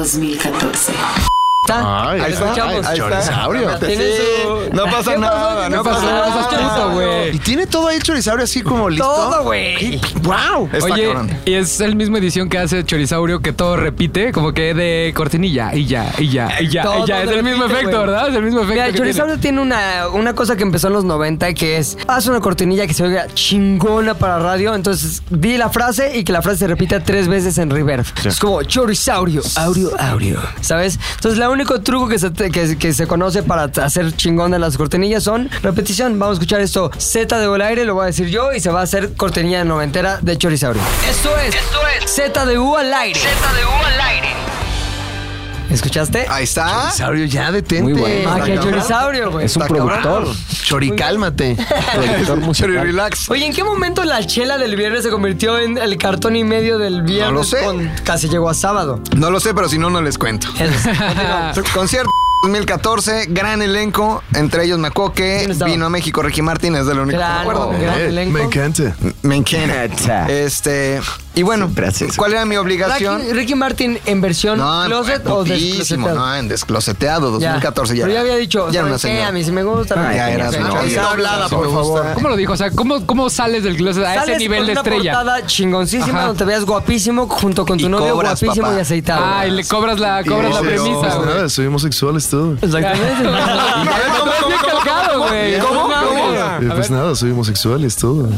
Speaker 18: 2014.
Speaker 8: Ah,
Speaker 2: Está.
Speaker 3: Ay,
Speaker 2: Ahí escuchamos.
Speaker 3: ay, chorizaurio.
Speaker 2: Tiene
Speaker 3: Sí,
Speaker 2: su-
Speaker 3: No
Speaker 2: ¿Qué
Speaker 3: pasa nada,
Speaker 2: ¿Qué
Speaker 3: no pasa
Speaker 2: pasó?
Speaker 3: nada.
Speaker 8: puto, güey.
Speaker 3: Y tiene todo ahí el chorizaurio así como listo.
Speaker 2: Todo, güey.
Speaker 3: Qué- ¡Wow! Está
Speaker 8: Oye,
Speaker 3: cabrón.
Speaker 8: y es el mismo edición que hace Chorizaurio que todo repite, como que de cortinilla, y ya, y ya, y ya,
Speaker 2: Todo
Speaker 8: y ya. Es el
Speaker 2: repite,
Speaker 8: mismo efecto,
Speaker 2: güey.
Speaker 8: ¿verdad? Es el mismo efecto.
Speaker 2: Mira,
Speaker 8: que
Speaker 2: el Chorizaurio tiene una, una cosa que empezó en los 90 que es, haz una cortinilla que se oiga chingona para radio, entonces di la frase y que la frase se repita tres veces en reverb. Es como Chorizaurio, audio, audio, ¿sabes? Entonces, el único truco que se, te- que, que se conoce para hacer chingona las cortinillas son repetición. Vamos a escuchar esto Z de el aire, lo voy a decir yo y se va a hacer cortinilla noventera de Chorizaurio. Esto es, Z de U al aire.
Speaker 1: ZDU al aire.
Speaker 2: ¿Escuchaste?
Speaker 5: Ahí está.
Speaker 3: Chorizaurio, ya detente.
Speaker 4: Muy bueno.
Speaker 2: Ah, que
Speaker 3: Está
Speaker 2: Chorizaurio, güey.
Speaker 4: Es un
Speaker 3: Está cabrón.
Speaker 4: productor.
Speaker 3: Chori, cálmate.
Speaker 4: Productor musical.
Speaker 2: Oye, ¿en qué momento la chela del viernes se convirtió en el cartón y medio del viernes?
Speaker 5: No lo sé.
Speaker 2: con- casi llegó a sábado.
Speaker 5: No lo sé, pero si no, no les cuento. Concierto 2014, gran elenco. Entre ellos me acuerdo que vino a
Speaker 3: Eh,
Speaker 5: México Ricky Martin, es de lo único que me
Speaker 2: Claro,
Speaker 5: acuerdo.
Speaker 2: gran elenco.
Speaker 3: encanta.
Speaker 5: Me encanta. Este, Y bueno, ¿cuál era mi obligación?
Speaker 2: Ricky, Ricky Martin en versión
Speaker 5: No,
Speaker 2: closet o
Speaker 5: putísimo,
Speaker 2: desclosetado.
Speaker 5: no, Ah, en descloseteado, 2014 ya.
Speaker 2: Pero ya había dicho,
Speaker 5: ya era una
Speaker 2: ¿sabes qué?
Speaker 5: señora.
Speaker 2: A mí sí me gusta.
Speaker 5: Ah, ya era
Speaker 2: señora.
Speaker 5: señora.
Speaker 2: Señora.
Speaker 5: Hablada,
Speaker 2: Sí,
Speaker 5: por
Speaker 2: me
Speaker 5: favor.
Speaker 2: gusta.
Speaker 8: ¿Cómo lo dijo? O sea, ¿cómo, cómo sales del closet a ese
Speaker 2: Sales
Speaker 8: nivel
Speaker 2: con
Speaker 8: de estrella?
Speaker 2: Una portada chingoncísima
Speaker 8: Ajá.
Speaker 2: donde te veas guapísimo junto con tu novio
Speaker 8: cobras,
Speaker 2: guapísimo
Speaker 8: papá.
Speaker 2: y aceitado.
Speaker 8: Ah, y le cobras la- cobras la
Speaker 3: pues
Speaker 8: premisa, güey.
Speaker 19: Nada, soy homosexual, es todo.
Speaker 2: Exactamente.
Speaker 8: Estás bien calcado, güey.
Speaker 19: ¿Cómo?
Speaker 8: No mames.
Speaker 19: Eh, pues nada, soy homosexual, es todo.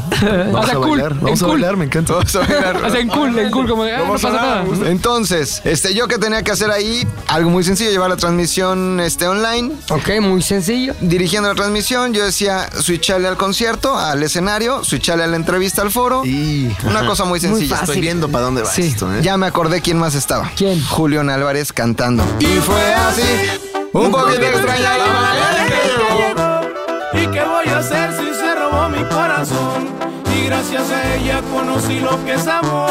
Speaker 19: Vamos
Speaker 8: sea,
Speaker 19: a
Speaker 8: cool,
Speaker 19: bailar,
Speaker 8: en
Speaker 19: vamos a
Speaker 8: cool.
Speaker 19: bailar, me encanta.
Speaker 5: Vamos a bailar.
Speaker 8: O sea, en cool, en cool, como de, ah, no pasa nada.
Speaker 5: Entonces, este, yo que tenía que hacer ahí, algo muy sencillo, llevar la transmisión este, online.
Speaker 2: Ok, muy sencillo.
Speaker 5: Dirigiendo la transmisión, yo decía, switchale al concierto, al escenario, switchale a la entrevista al foro. Y una cosa muy sencilla.
Speaker 3: Estoy viendo para dónde va
Speaker 5: Sí.
Speaker 3: esto, ¿eh?
Speaker 5: Ya me acordé quién más estaba. ¿Quién? Julián Álvarez cantando.
Speaker 13: Y fue así,
Speaker 5: un poquito extraña la
Speaker 13: manera
Speaker 6: ¿Y qué voy a hacer si se robó mi corazón? Y gracias a ella conocí lo que es amor.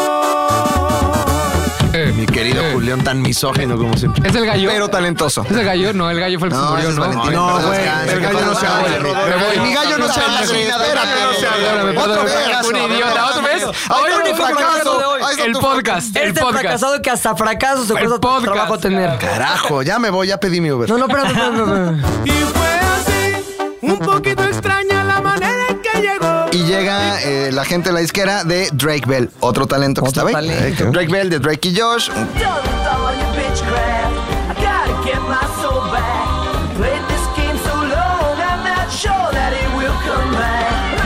Speaker 3: Eh, Mi querido Julián, tan misógino como siempre.
Speaker 8: Eh. Es el gallo.
Speaker 3: Pero talentoso.
Speaker 8: Es el gallo, no, el gallo fue el que
Speaker 3: No,
Speaker 8: murió,
Speaker 3: ese es
Speaker 8: ¿no?
Speaker 3: Valentín.
Speaker 8: Ay,
Speaker 3: No,
Speaker 8: perdón,
Speaker 3: güey,
Speaker 8: descansa,
Speaker 3: el gallo no
Speaker 8: perdón.
Speaker 3: se ahoga.
Speaker 8: Me voy.
Speaker 3: Me voy. Mi gallo no se ahoga, espérate,
Speaker 8: Perdóname,
Speaker 3: Otro
Speaker 8: perdóname.
Speaker 3: fracaso,
Speaker 8: Un idiota,
Speaker 3: perdóname.
Speaker 8: otra vez.
Speaker 3: Ahí
Speaker 8: Hoy
Speaker 3: está
Speaker 8: único
Speaker 3: tu fracaso.
Speaker 8: fracaso de hoy.
Speaker 3: Ahí está
Speaker 8: El
Speaker 3: tu
Speaker 8: podcast, el
Speaker 2: Este
Speaker 8: podcast.
Speaker 2: fracasado que hasta fracaso se
Speaker 8: El
Speaker 2: cuesta tanto
Speaker 8: podcast,
Speaker 2: trabajo tener.
Speaker 3: Carajo, ya me voy, ya pedí mi Uber.
Speaker 2: No, no, espérate, espérate, espérate.
Speaker 6: Un poquito extraña la manera en que llegó.
Speaker 5: Y llega eh, la gente de la disquera de Drake Bell, otro talento que estaba ahí.
Speaker 13: talento.
Speaker 5: Drake Bell de Drake y Josh. un-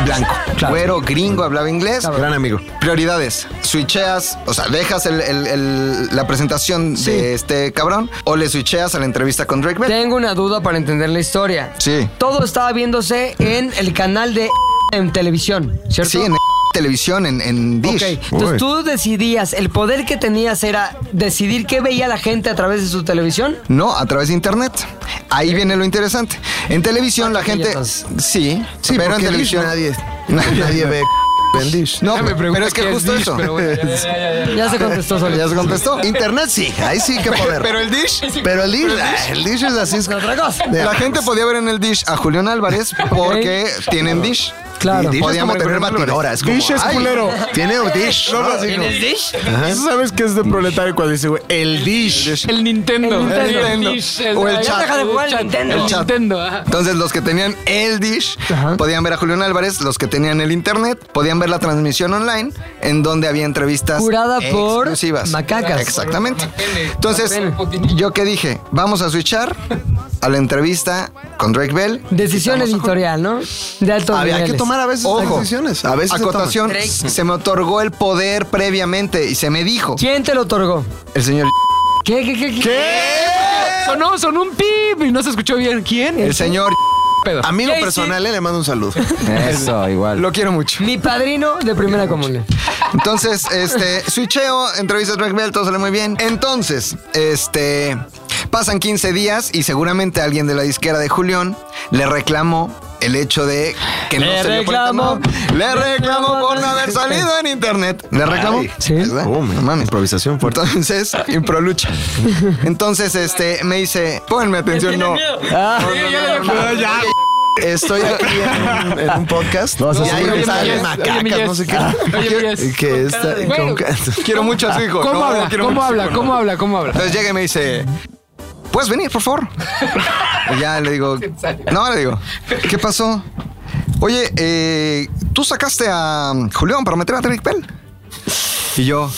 Speaker 5: Blanco, güero, gringo, hablaba inglés. Gran amigo. Prioridades. Switcheas, o sea, dejas el- el- el- la presentación de este cabrón o le switcheas a la entrevista con Drake Bell.
Speaker 2: Tengo una duda para entender la historia.
Speaker 5: Sí.
Speaker 2: Todo estaba viéndose en el canal de en televisión, ¿cierto?
Speaker 5: Sí, en televisión, en, en Dish.
Speaker 2: Ok, entonces
Speaker 5: Uy.
Speaker 2: tú decidías, el poder que tenías era decidir qué veía la gente a través de su televisión.
Speaker 5: No, a través de internet. Ahí viene lo interesante. En televisión la gente... Sí, sí, pero en
Speaker 3: porque Dish
Speaker 5: televisión...
Speaker 3: nadie- nadie ve en Dish.
Speaker 5: No,
Speaker 3: Ya me
Speaker 5: pero,
Speaker 3: pregunta
Speaker 5: es que
Speaker 3: qué es
Speaker 5: justo
Speaker 3: Dish,
Speaker 5: eso.
Speaker 3: pero bueno, ya, ya, ya, ya. Ya se contestó solo.
Speaker 5: Ya se contestó.
Speaker 3: Internet sí, ahí sí que poder.
Speaker 5: Pero el Dish...
Speaker 3: Pero el Dish, ah, el Dish es así. Es
Speaker 2: otra cosa.
Speaker 5: La gente podía ver en el Dish a Julián Álvarez porque tienen Dish.
Speaker 3: Claro.
Speaker 5: Y
Speaker 3: Dish es
Speaker 5: podíamos
Speaker 3: como
Speaker 5: tener
Speaker 3: Julián Álvarez.
Speaker 5: batidoras. como,
Speaker 10: Dish es
Speaker 5: ay,
Speaker 10: culero.
Speaker 3: Tiene un dish.
Speaker 10: No, no,
Speaker 3: ¿Tiene
Speaker 10: sí, no.
Speaker 3: dish?
Speaker 10: Ajá. ¿Sabes qué es de proletario cuando dice, güey? El dish.
Speaker 8: El Nintendo.
Speaker 10: El
Speaker 8: El
Speaker 10: Nintendo.
Speaker 8: Dish,
Speaker 5: O el
Speaker 8: ya
Speaker 5: chat.
Speaker 8: deja de jugar al
Speaker 5: El chat.
Speaker 8: Nintendo.
Speaker 5: El chat.
Speaker 8: Nintendo, ah. ajá.
Speaker 5: Entonces, los que tenían el Dish podían ver a Julián Álvarez, los que tenían el internet podían ver la transmisión online en donde había entrevistas
Speaker 2: Jurada por
Speaker 5: exclusivas.
Speaker 2: macacas.
Speaker 5: Exactamente. Entonces, yo qué dije, vamos a switchar a la entrevista con Drake Bell.
Speaker 2: Decisión editorial, ¿no? De alto
Speaker 5: Había que tomar a veces
Speaker 3: las
Speaker 5: Ojo,
Speaker 3: decisiones. A veces se
Speaker 5: acotación,
Speaker 3: toman.
Speaker 5: se me otorgó el poder previamente y se me dijo.
Speaker 2: ¿Quién te lo otorgó?
Speaker 5: El señor
Speaker 2: ¿Qué, qué, qué? ¿Qué?
Speaker 8: Sonó, sonó un pip y no se escuchó bien. ¿Quién?
Speaker 5: El señor
Speaker 3: A mí lo
Speaker 2: Jay-Z.
Speaker 3: personal eh, le mando un saludo.
Speaker 4: Eso, igual.
Speaker 5: Lo quiero mucho.
Speaker 2: Mi padrino de primera comunión.
Speaker 5: Entonces, este, switcheo, entrevista a Drake Bell, todo sale muy bien. Entonces, este, pasan 15 días y seguramente alguien de la disquera de Julián le reclamó el hecho de que no
Speaker 13: Le
Speaker 5: se dio cuenta,
Speaker 13: reclamó.
Speaker 5: no. Le reclamó por no haber salido en internet. ¿Le reclamó? Sí. Oh,
Speaker 3: Improvisación fuerte.
Speaker 5: Entonces, improlucha. Entonces, este, me dice, ponme atención, no.
Speaker 3: Ah.
Speaker 5: no, no, no, no.
Speaker 3: Estoy aquí en, en un podcast.
Speaker 5: No,
Speaker 3: y
Speaker 5: eso
Speaker 3: ahí
Speaker 5: sí.
Speaker 3: me
Speaker 5: Oye,
Speaker 3: salen
Speaker 5: mi
Speaker 3: macacas,
Speaker 5: yes.
Speaker 3: no sé qué.
Speaker 5: Ah.
Speaker 3: Y que está Ah,
Speaker 5: Bueno. Quiero mucho a su hijo.
Speaker 8: ah, ¿Cómo
Speaker 5: No,
Speaker 8: habla?
Speaker 5: quiero
Speaker 8: ¿Cómo
Speaker 5: mucho a su
Speaker 8: habla?
Speaker 5: hijo, no.
Speaker 8: ¿Cómo habla? ¿Cómo habla?
Speaker 5: Entonces llega y me dice, ¿puedes venir, por favor? Y ya le digo, no, le digo, ¿qué pasó? Oye, eh, ¿tú sacaste a Julián para meter a Drake Bell? Y yo,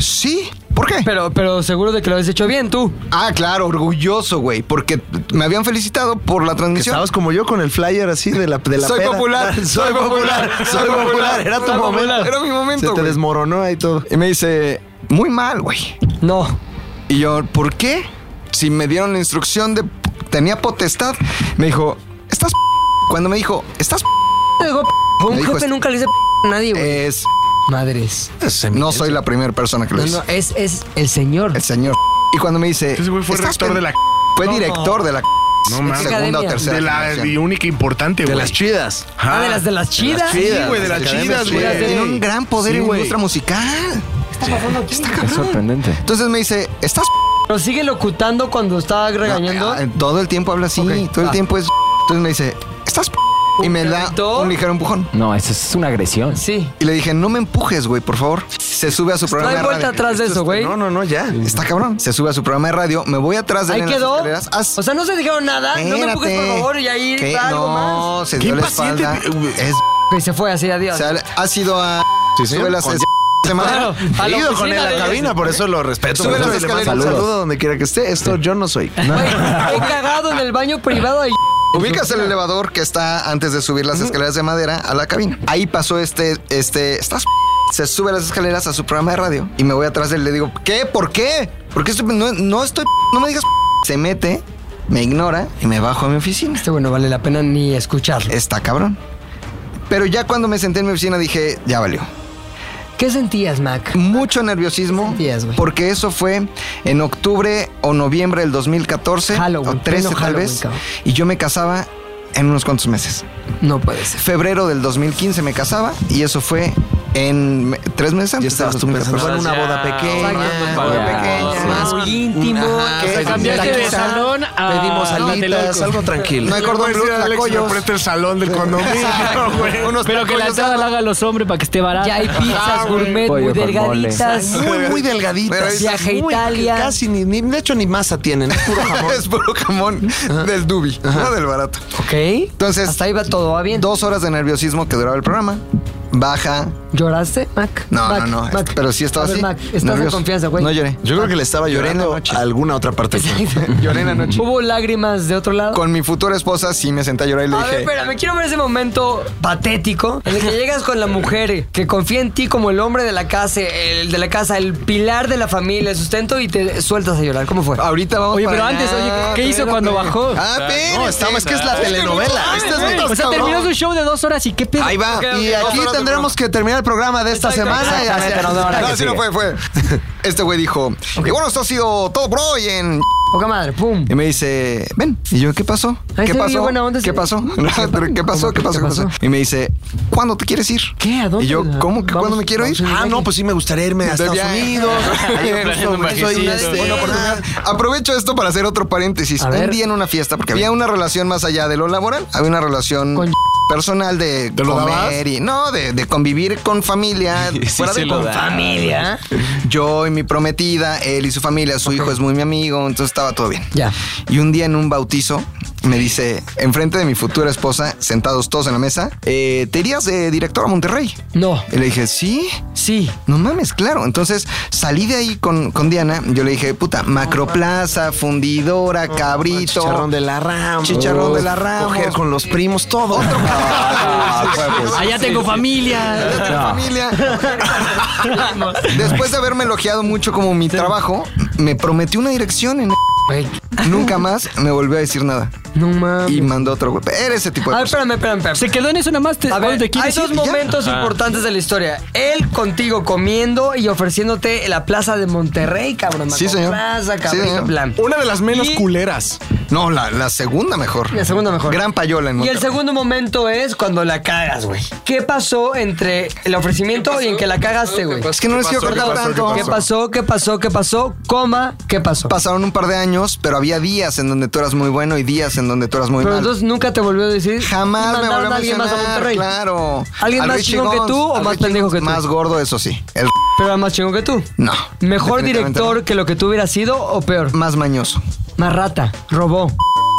Speaker 5: sí. ¿Por qué?
Speaker 2: Pero, pero seguro de que lo has hecho bien tú.
Speaker 5: Ah, claro, orgulloso, güey, porque me habían felicitado por la transmisión.
Speaker 3: Estabas como yo con el flyer así de la, de la
Speaker 5: Soy
Speaker 3: peda.
Speaker 5: popular, soy popular, soy popular.
Speaker 3: Era tu
Speaker 5: Soy
Speaker 3: momento.
Speaker 5: popular. Era mi momento,
Speaker 3: Se te
Speaker 5: güey.
Speaker 3: desmoronó ahí todo.
Speaker 5: Y me dice, muy mal, güey.
Speaker 2: No.
Speaker 5: Y yo, ¿por qué? Si me dieron la instrucción de... Tenía potestad. Me dijo, estás... p-". Cuando me dijo, estás... p-",
Speaker 2: Un
Speaker 5: me dijo,
Speaker 2: jefe nunca le dice p- a nadie, güey.
Speaker 5: Es...
Speaker 2: Madres.
Speaker 5: No soy la primera persona que lo
Speaker 2: No,
Speaker 5: dice.
Speaker 2: no, es, es el señor.
Speaker 5: El señor. Y cuando me dice... Ese güey
Speaker 10: fue rector de la
Speaker 5: Fue
Speaker 10: No,
Speaker 5: director
Speaker 10: no.
Speaker 5: de la...
Speaker 10: No mames.
Speaker 5: Segunda o tercera.
Speaker 10: De la
Speaker 5: generación.
Speaker 10: y única importante, güey. De las
Speaker 3: chidas.
Speaker 2: Ah, de las de las chidas.
Speaker 10: Sí, güey, de las
Speaker 5: Academias
Speaker 10: chidas, güey.
Speaker 5: chidas. Tiene un gran poder en la industria musical.
Speaker 2: está pasando aquí? Está cabrón.
Speaker 4: sorprendente.
Speaker 5: Entonces me dice, ¿estás...
Speaker 2: Pero sigue locutando cuando está regañando.
Speaker 5: p-? Todo el tiempo habla así. Todo el
Speaker 2: Ah.
Speaker 5: tiempo es... Entonces me dice, ¿estás... p-? y me da un ligero empujón.
Speaker 4: No, eso es una agresión.
Speaker 2: Sí.
Speaker 5: Y le dije, no me empujes, güey, por favor. Se sube a su programa de radio.
Speaker 2: atrás de eso, güey.
Speaker 5: No, no, no, ya. Está cabrón. Se sube a su programa de radio, me voy atrás de él
Speaker 2: Ahí
Speaker 5: en las
Speaker 2: quedó.
Speaker 5: escaleras.
Speaker 2: O sea, no se dijeron nada. No me empujes, por
Speaker 5: Espérate.
Speaker 2: favor, y ahí
Speaker 5: ¿Qué?
Speaker 2: va algo más.
Speaker 5: No, se dio la espalda. Es
Speaker 2: Y se fue así, adiós.
Speaker 5: ha sido a.
Speaker 2: Sí, sí,
Speaker 5: Sube las
Speaker 2: con-
Speaker 5: es- semana.
Speaker 2: Claro, a la
Speaker 3: Ido con
Speaker 2: oficina
Speaker 3: él a
Speaker 2: de
Speaker 3: la
Speaker 2: ellos.
Speaker 3: cabina, por eso lo respeto.
Speaker 5: Sube
Speaker 3: por eso
Speaker 5: las
Speaker 3: le mando
Speaker 5: escaleras. Ah,
Speaker 3: Un saludo
Speaker 5: Saludos.
Speaker 3: donde quiera que esté. Esto yo no soy.
Speaker 2: He cagado en el baño privado ahí.
Speaker 5: Ubicas el elevador que está antes de subir las escaleras de madera a la cabina. Ahí pasó este, este, estás p-? se sube las escaleras a su programa de radio y me voy atrás de él y le digo, ¿qué? ¿Por qué? ¿Por qué estoy- no, no estoy, p-? no me digas, p-". se mete, me ignora y me bajo a mi oficina.
Speaker 2: Este bueno, vale la pena ni escucharlo.
Speaker 5: Está cabrón. Pero ya cuando me senté en mi oficina dije, ya valió.
Speaker 2: ¿Qué sentías, Mac?
Speaker 5: Mucho nerviosismo. porque eso fue en octubre o noviembre del 2014. o 13
Speaker 2: pleno
Speaker 5: tal
Speaker 2: Halloween,
Speaker 5: vez.
Speaker 2: cabrón.
Speaker 5: Y yo me casaba en unos cuantos meses.
Speaker 2: No puede ser.
Speaker 5: Febrero del 2015 me casaba y eso fue en me- tres meses antes. Ya estabas tú "Ah,
Speaker 3: pensando en una boda pequeña,
Speaker 5: Una boda pequeña.
Speaker 6: Ah,
Speaker 3: más
Speaker 2: muy íntimo.
Speaker 3: que-
Speaker 5: que-
Speaker 3: cambiaste de salón
Speaker 5: a-
Speaker 3: Pedimos
Speaker 5: a
Speaker 3: alitas,
Speaker 5: Tlatelolco.
Speaker 3: algo tranquilo.
Speaker 5: No hay cordón blue, tlacoyos.
Speaker 10: el salón del
Speaker 5: Exacto. Unos
Speaker 7: Pero que la
Speaker 5: tlacoyos
Speaker 7: entrada la hagan los hombres para que esté barata.
Speaker 2: Ya
Speaker 5: Ah,
Speaker 2: hay pizzas gourmet muy delgaditas.
Speaker 3: Muy, muy delgaditas.
Speaker 2: Viaje a
Speaker 3: Muy-
Speaker 2: Italia.
Speaker 3: Casi ni, ni- de hecho, ni masa tienen. Es puro jamón.
Speaker 5: es puro jamón del dubi, no del barato.
Speaker 2: Ok.
Speaker 5: Entonces,
Speaker 2: hasta ahí va todo, va bien.
Speaker 5: Dos horas de nerviosismo que duraba el programa. Baja.
Speaker 2: ¿Lloraste, Mac?
Speaker 5: No,
Speaker 2: Mac,
Speaker 5: no, no.
Speaker 2: Mac.
Speaker 5: Pero sí estaba
Speaker 2: A ver,
Speaker 5: así.
Speaker 2: Mac, estás en
Speaker 5: nervioso.
Speaker 2: confianza, güey.
Speaker 5: No lloré.
Speaker 3: Yo creo que le estaba llorando a alguna otra parte.
Speaker 5: Lloré en la noche.
Speaker 2: ¿Hubo lágrimas de otro lado?
Speaker 5: Con mi futura esposa sí me senté a llorar y le
Speaker 2: A ver,
Speaker 5: dije.
Speaker 2: espérame, quiero ver ese momento patético en el que llegas con la mujer que confía en ti como el hombre de la casa, el de la casa, el pilar de la familia, el sustento y te sueltas a llorar. ¿Cómo fue?
Speaker 5: Ahorita vamos
Speaker 7: Oye, pero antes, oye, ¿qué hizo cuando bajó?
Speaker 5: Ah, pero
Speaker 3: No, estamos, es que es la telenovela. Este es otro
Speaker 7: o sea,
Speaker 3: cabrón.
Speaker 7: terminó su show de dos horas y qué pedo.
Speaker 5: Ahí va.
Speaker 7: Ok, ok,
Speaker 3: Y
Speaker 7: ok.
Speaker 3: aquí tendremos que terminar el programa de esta
Speaker 7: Exacto,
Speaker 3: semana. y
Speaker 7: exactamente,
Speaker 3: hacia-
Speaker 7: nos vemos la que
Speaker 5: No, sí, no fue, fue. Este güey dijo, y bueno, esto ha sido todo por hoy en...
Speaker 2: Poca madre, pum.
Speaker 5: Y me dice, ven. Y yo, ¿qué pasó?
Speaker 2: Ay,
Speaker 5: ¿Qué
Speaker 2: se oye
Speaker 5: pasó?
Speaker 2: buena onda,
Speaker 5: ¿Qué
Speaker 2: se-
Speaker 5: pasó?
Speaker 2: ¿Qué
Speaker 5: No,
Speaker 2: pasó?
Speaker 5: pero ¿Qué pasó?
Speaker 2: ¿Cómo
Speaker 5: ¿Qué
Speaker 2: que qué
Speaker 5: pasó? ¿Qué pasó?
Speaker 2: pasó?
Speaker 5: Y me dice, ¿cuándo te quieres ir?
Speaker 2: ¿Qué? ¿A dónde?
Speaker 5: Y yo,
Speaker 2: Vamos-
Speaker 5: ¿cómo que cuándo me quiero ir?
Speaker 3: Ah, no, pues sí me gustaría irme a
Speaker 5: De
Speaker 3: Estados
Speaker 5: viaje.
Speaker 3: Unidos. Ahí
Speaker 5: Planeando
Speaker 3: justo
Speaker 5: un
Speaker 3: soy,
Speaker 5: viajecito.
Speaker 3: este,
Speaker 5: Buena oportunidad. Aprovecho esto para hacer otro paréntesis.
Speaker 2: A
Speaker 5: Un
Speaker 2: ver.
Speaker 5: día en una fiesta, porque había una relación más allá de lo laboral, había una relación personal de,
Speaker 10: lo dabas?
Speaker 5: comer y no, de, de convivir con familia,
Speaker 11: Sí,
Speaker 5: fuera
Speaker 11: se
Speaker 5: de
Speaker 11: lo
Speaker 5: con
Speaker 11: da.
Speaker 5: familia. Yo y mi prometida, él y su familia, su hijo es muy mi amigo, entonces estaba todo bien.
Speaker 2: Ya.
Speaker 5: Y un día en un bautizo me dice, enfrente de mi futura esposa, sentados todos en la mesa, eh, ¿te irías de director a Monterrey?
Speaker 2: No.
Speaker 5: Y le dije, ¿sí?
Speaker 2: Sí.
Speaker 5: No mames, claro. Entonces salí de ahí con, con Diana. Yo le dije, puta, macroplaza, fundidora, cabrito.
Speaker 3: Chicharrón de la rama.
Speaker 5: Chicharrón de la Ramos.
Speaker 3: Coger con los primos, todo. Otro Ah,
Speaker 7: Allá tengo familia.
Speaker 5: de la familia. Después de haberme elogiado mucho como mi trabajo, me prometió una dirección en... Nunca más me volvió a decir nada.
Speaker 2: No mames.
Speaker 5: Y mandó otro golpe. Eres ese tipo
Speaker 2: A
Speaker 5: de
Speaker 2: ver,
Speaker 5: persona.
Speaker 2: espérame, espérame, espérame.
Speaker 7: Se quedó en eso nada más. Te,
Speaker 2: A
Speaker 7: ¿dónde
Speaker 2: ver,
Speaker 7: te
Speaker 2: hay
Speaker 7: quieres
Speaker 2: dos
Speaker 7: ir? Ya.
Speaker 2: momentos
Speaker 7: Ah.
Speaker 2: importantes de la historia. Él contigo comiendo y ofreciéndote la plaza de Monterrey, cabrón.
Speaker 5: Sí, señor.
Speaker 2: Plaza,
Speaker 5: Sí,
Speaker 2: cabrón. este
Speaker 5: señor.
Speaker 2: plan.
Speaker 10: Una de las menos
Speaker 2: Y-
Speaker 10: culeras.
Speaker 5: No, la, la segunda mejor.
Speaker 2: La segunda mejor.
Speaker 5: Gran payola en
Speaker 2: Y el
Speaker 5: Monterrey.
Speaker 2: segundo momento es cuando la cagas, güey. ¿Qué pasó entre el ofrecimiento y en que la cagaste, güey?
Speaker 5: Es que no les quiero
Speaker 10: pasó? ¿Qué
Speaker 5: contar
Speaker 10: pasó? ¿Qué
Speaker 5: tanto.
Speaker 2: ¿Qué pasó? ¿Qué pasó? ¿Qué pasó? Coma, ¿qué pasó?
Speaker 5: Pasaron un par de años, pero había días en donde tú eras muy bueno y días en donde tú eras muy
Speaker 2: Pero
Speaker 5: malo.
Speaker 2: entonces nunca te volvió a decir.
Speaker 5: Jamás me
Speaker 2: mandaron
Speaker 5: volvió a
Speaker 2: a alguien más a
Speaker 5: mencionar,
Speaker 2: Monterrey.
Speaker 5: Claro.
Speaker 2: ¿Alguien
Speaker 5: Al
Speaker 2: más
Speaker 5: Richie
Speaker 2: chingón que
Speaker 5: Gons,
Speaker 2: tú o
Speaker 5: al
Speaker 2: más
Speaker 5: Richie
Speaker 2: pendejo que tú?
Speaker 5: Más gordo, eso sí. El
Speaker 2: Pero era más chingón que tú.
Speaker 5: no.
Speaker 2: ¿Mejor
Speaker 5: definitivamente
Speaker 2: director
Speaker 5: no.
Speaker 2: que lo que tú hubieras sido o peor?
Speaker 5: Más mañoso.
Speaker 2: Más rata. Robó.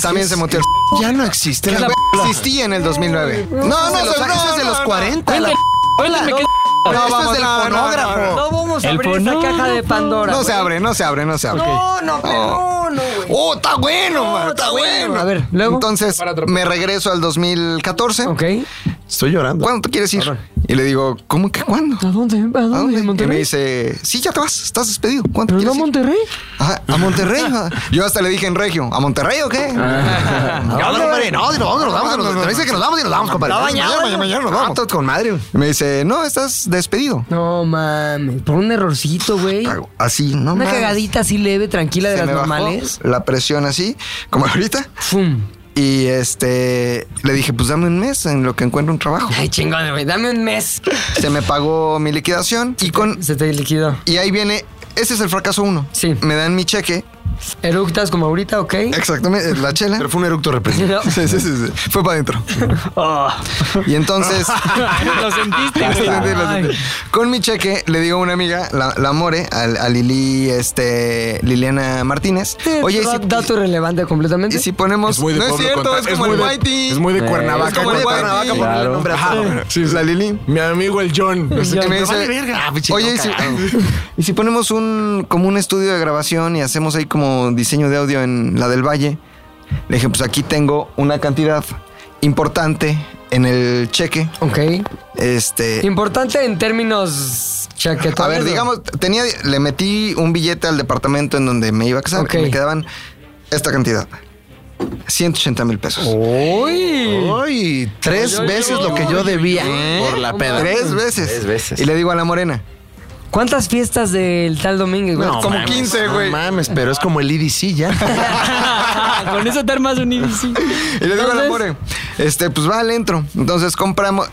Speaker 5: También se moteó el
Speaker 3: Ya no existe. La...
Speaker 5: Existí en el 2009. No,
Speaker 3: No, no, no,
Speaker 5: ese es de los 40.
Speaker 3: la-
Speaker 7: Cuéntame qué-
Speaker 5: No,
Speaker 3: Este
Speaker 5: vamos,
Speaker 3: es del
Speaker 5: no, no,
Speaker 3: fonógrafo.
Speaker 5: no, no.
Speaker 2: No vamos a
Speaker 7: El
Speaker 2: abrir esta
Speaker 7: fonógrafo.
Speaker 2: caja de Pandora.
Speaker 5: No se
Speaker 2: güey.
Speaker 5: abre, no se abre, no se abre.
Speaker 2: No, no, pero no, no, güey.
Speaker 5: Oh, está bueno,
Speaker 2: No,
Speaker 5: man,
Speaker 2: está
Speaker 5: está
Speaker 2: bueno.
Speaker 5: bueno.
Speaker 2: A ver, luego.
Speaker 5: Entonces, me regreso al 2014.
Speaker 2: Ok.
Speaker 3: Estoy llorando.
Speaker 5: ¿Cuándo te quieres ir? Y le digo, ¿cómo que cuándo?
Speaker 2: ¿A dónde? ¿A dónde?
Speaker 5: ¿A dónde? Y me
Speaker 2: ¿Monterrey?
Speaker 5: dice, sí, ya te vas, estás despedido. ¿Cuándo
Speaker 2: ¿Pero no a
Speaker 5: quieres ir?
Speaker 2: Monterrey?
Speaker 5: Ajá, a Monterrey. ajá. Yo hasta le dije en Regio, ¿a Monterrey o qué?
Speaker 3: No, no, Ah. compadre, no, no, no, nos vamos, nos vamos. Te dice que nos vamos y nos vamos, compadre.
Speaker 5: No, mañana,
Speaker 3: mañana, mañana nos vamos. con madre. güey.
Speaker 5: Y me dice, no, estás despedido.
Speaker 2: No mames, por un errorcito, güey.
Speaker 5: Hago Así, no
Speaker 2: Una
Speaker 5: mames.
Speaker 2: cagadita así leve, tranquila de
Speaker 5: Se
Speaker 2: las
Speaker 5: me bajó
Speaker 2: normales.
Speaker 5: la presión así, como ahorita.
Speaker 2: Fum.
Speaker 5: Y este, le dije, pues dame un mes en lo que encuentro un trabajo.
Speaker 2: Ay, chingón, güey. Dame un mes.
Speaker 5: Se me pagó mi liquidación y con
Speaker 2: Se te liquidó.
Speaker 5: y ahí viene, ese es el fracaso uno.
Speaker 2: Sí.
Speaker 5: Me dan mi cheque
Speaker 2: ¿Eructas como ahorita, ok?
Speaker 5: Exactamente, la chela. Pero fue un eructo reprimido. Sí, sí, sí, sí. Fue para adentro.
Speaker 2: Oh.
Speaker 5: Y entonces.
Speaker 7: Lo sentiste,
Speaker 5: Lo
Speaker 7: güey.
Speaker 5: sentí, lo sentí. Con mi cheque le digo a una amiga, la, la More, a, a Lili, este, Liliana Martínez. Oye, y si,
Speaker 2: dato irrelevante completamente.
Speaker 5: y si ponemos.
Speaker 2: Es muy de
Speaker 5: no es
Speaker 2: pueblo
Speaker 5: cierto,
Speaker 2: contar-
Speaker 5: es
Speaker 2: es
Speaker 5: como
Speaker 2: muy
Speaker 5: el
Speaker 2: de-
Speaker 5: Whitey.
Speaker 2: es muy de
Speaker 5: Eh,
Speaker 2: Cuernavaca
Speaker 5: Es como el
Speaker 2: contar-
Speaker 5: Cuernavaca,
Speaker 2: Claro.
Speaker 5: por el nombre
Speaker 10: Ajá.
Speaker 5: así.
Speaker 10: Sí,
Speaker 5: La Lili.
Speaker 10: Mi amigo el John. No sé
Speaker 5: Y
Speaker 10: qué.
Speaker 5: me
Speaker 10: Me
Speaker 5: dice,
Speaker 10: vale verga,
Speaker 2: ah,
Speaker 10: pinche
Speaker 5: Oye, y
Speaker 10: loca".
Speaker 5: si, y si ponemos un como un estudio de grabación y hacemos ahí como diseño de audio en la del Valle, le dije, pues aquí tengo una cantidad importante en el cheque.
Speaker 2: Ok.
Speaker 5: Este.
Speaker 2: Importante en términos chaquetones.
Speaker 5: A ver,
Speaker 2: ¿no?
Speaker 5: digamos, tenía, le metí un billete al departamento en donde me iba a casar
Speaker 2: Ok.
Speaker 5: y me quedaban esta cantidad. 180 mil pesos.
Speaker 2: ¡Uy!
Speaker 5: ¡Uy! Tres
Speaker 3: Ay, ay,
Speaker 5: veces
Speaker 3: ay,
Speaker 5: lo que yo
Speaker 3: ay,
Speaker 5: debía. ¿eh?
Speaker 3: ay, por la peda.
Speaker 5: Tres veces.
Speaker 3: Tres veces.
Speaker 5: Y le digo a la morena.
Speaker 2: ¿Cuántas fiestas del tal domingo? güey?
Speaker 3: No,
Speaker 2: Como
Speaker 3: mames,
Speaker 2: 15, güey.
Speaker 3: No mames, pero es como el IDC ya.
Speaker 7: Con eso te armas un IBC.
Speaker 5: Y le digo a la more, este, pues va al entro. Entonces compramos,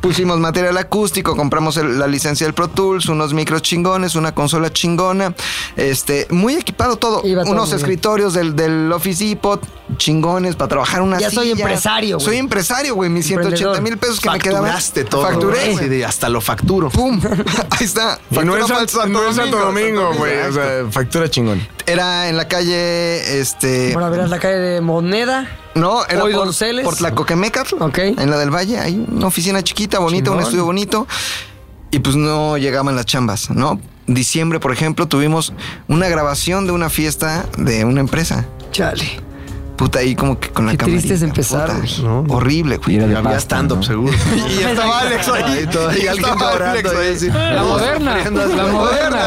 Speaker 5: pusimos material acústico, compramos el- la licencia del Pro Tools, unos micros chingones, una consola chingona, este, muy equipado todo.
Speaker 2: Iba todo
Speaker 5: unos
Speaker 2: muy bien.
Speaker 5: escritorios del, del Office iPod chingones para trabajar una
Speaker 2: Ya soy
Speaker 5: silla.
Speaker 2: empresario, güey.
Speaker 5: Soy empresario, güey. Mis 180
Speaker 2: Emprendedor.
Speaker 5: mil pesos que me quedaban.
Speaker 3: Facturaste todo.
Speaker 5: Facturé,
Speaker 3: Así
Speaker 5: güey.
Speaker 3: de, hasta lo facturo.
Speaker 5: ¡Pum! Ahí está.
Speaker 10: Y no
Speaker 5: Factura
Speaker 10: es
Speaker 5: para
Speaker 10: Santo, no es Santo Domingo,
Speaker 5: Santo
Speaker 10: güey. O sea, factura chingón.
Speaker 5: Era en la calle, este...
Speaker 2: Bueno, verás la calle de Moneda.
Speaker 5: No, era
Speaker 2: Hoy
Speaker 5: por,
Speaker 2: Donceles.
Speaker 5: por Tlacoquemecatl, en la del Valle. Hay una oficina chiquita, bonita,
Speaker 2: Chingón.
Speaker 5: un estudio bonito. Y pues no llegaban las chambas, ¿no? Diciembre, por ejemplo, tuvimos una grabación de una fiesta de una empresa.
Speaker 2: Chale.
Speaker 5: Puta, ahí como que con la
Speaker 2: Qué
Speaker 5: cámara.
Speaker 2: triste es empezar, güey.
Speaker 5: Horrible, güey.
Speaker 3: Y había stand-up, seguro.
Speaker 5: Y estaba Alex ahí.
Speaker 3: todavía
Speaker 5: Y
Speaker 3: alguien
Speaker 5: estaba
Speaker 3: llorando
Speaker 5: Alex
Speaker 3: ahí,
Speaker 5: ahí.
Speaker 3: sí.
Speaker 8: La moderna. La moderna.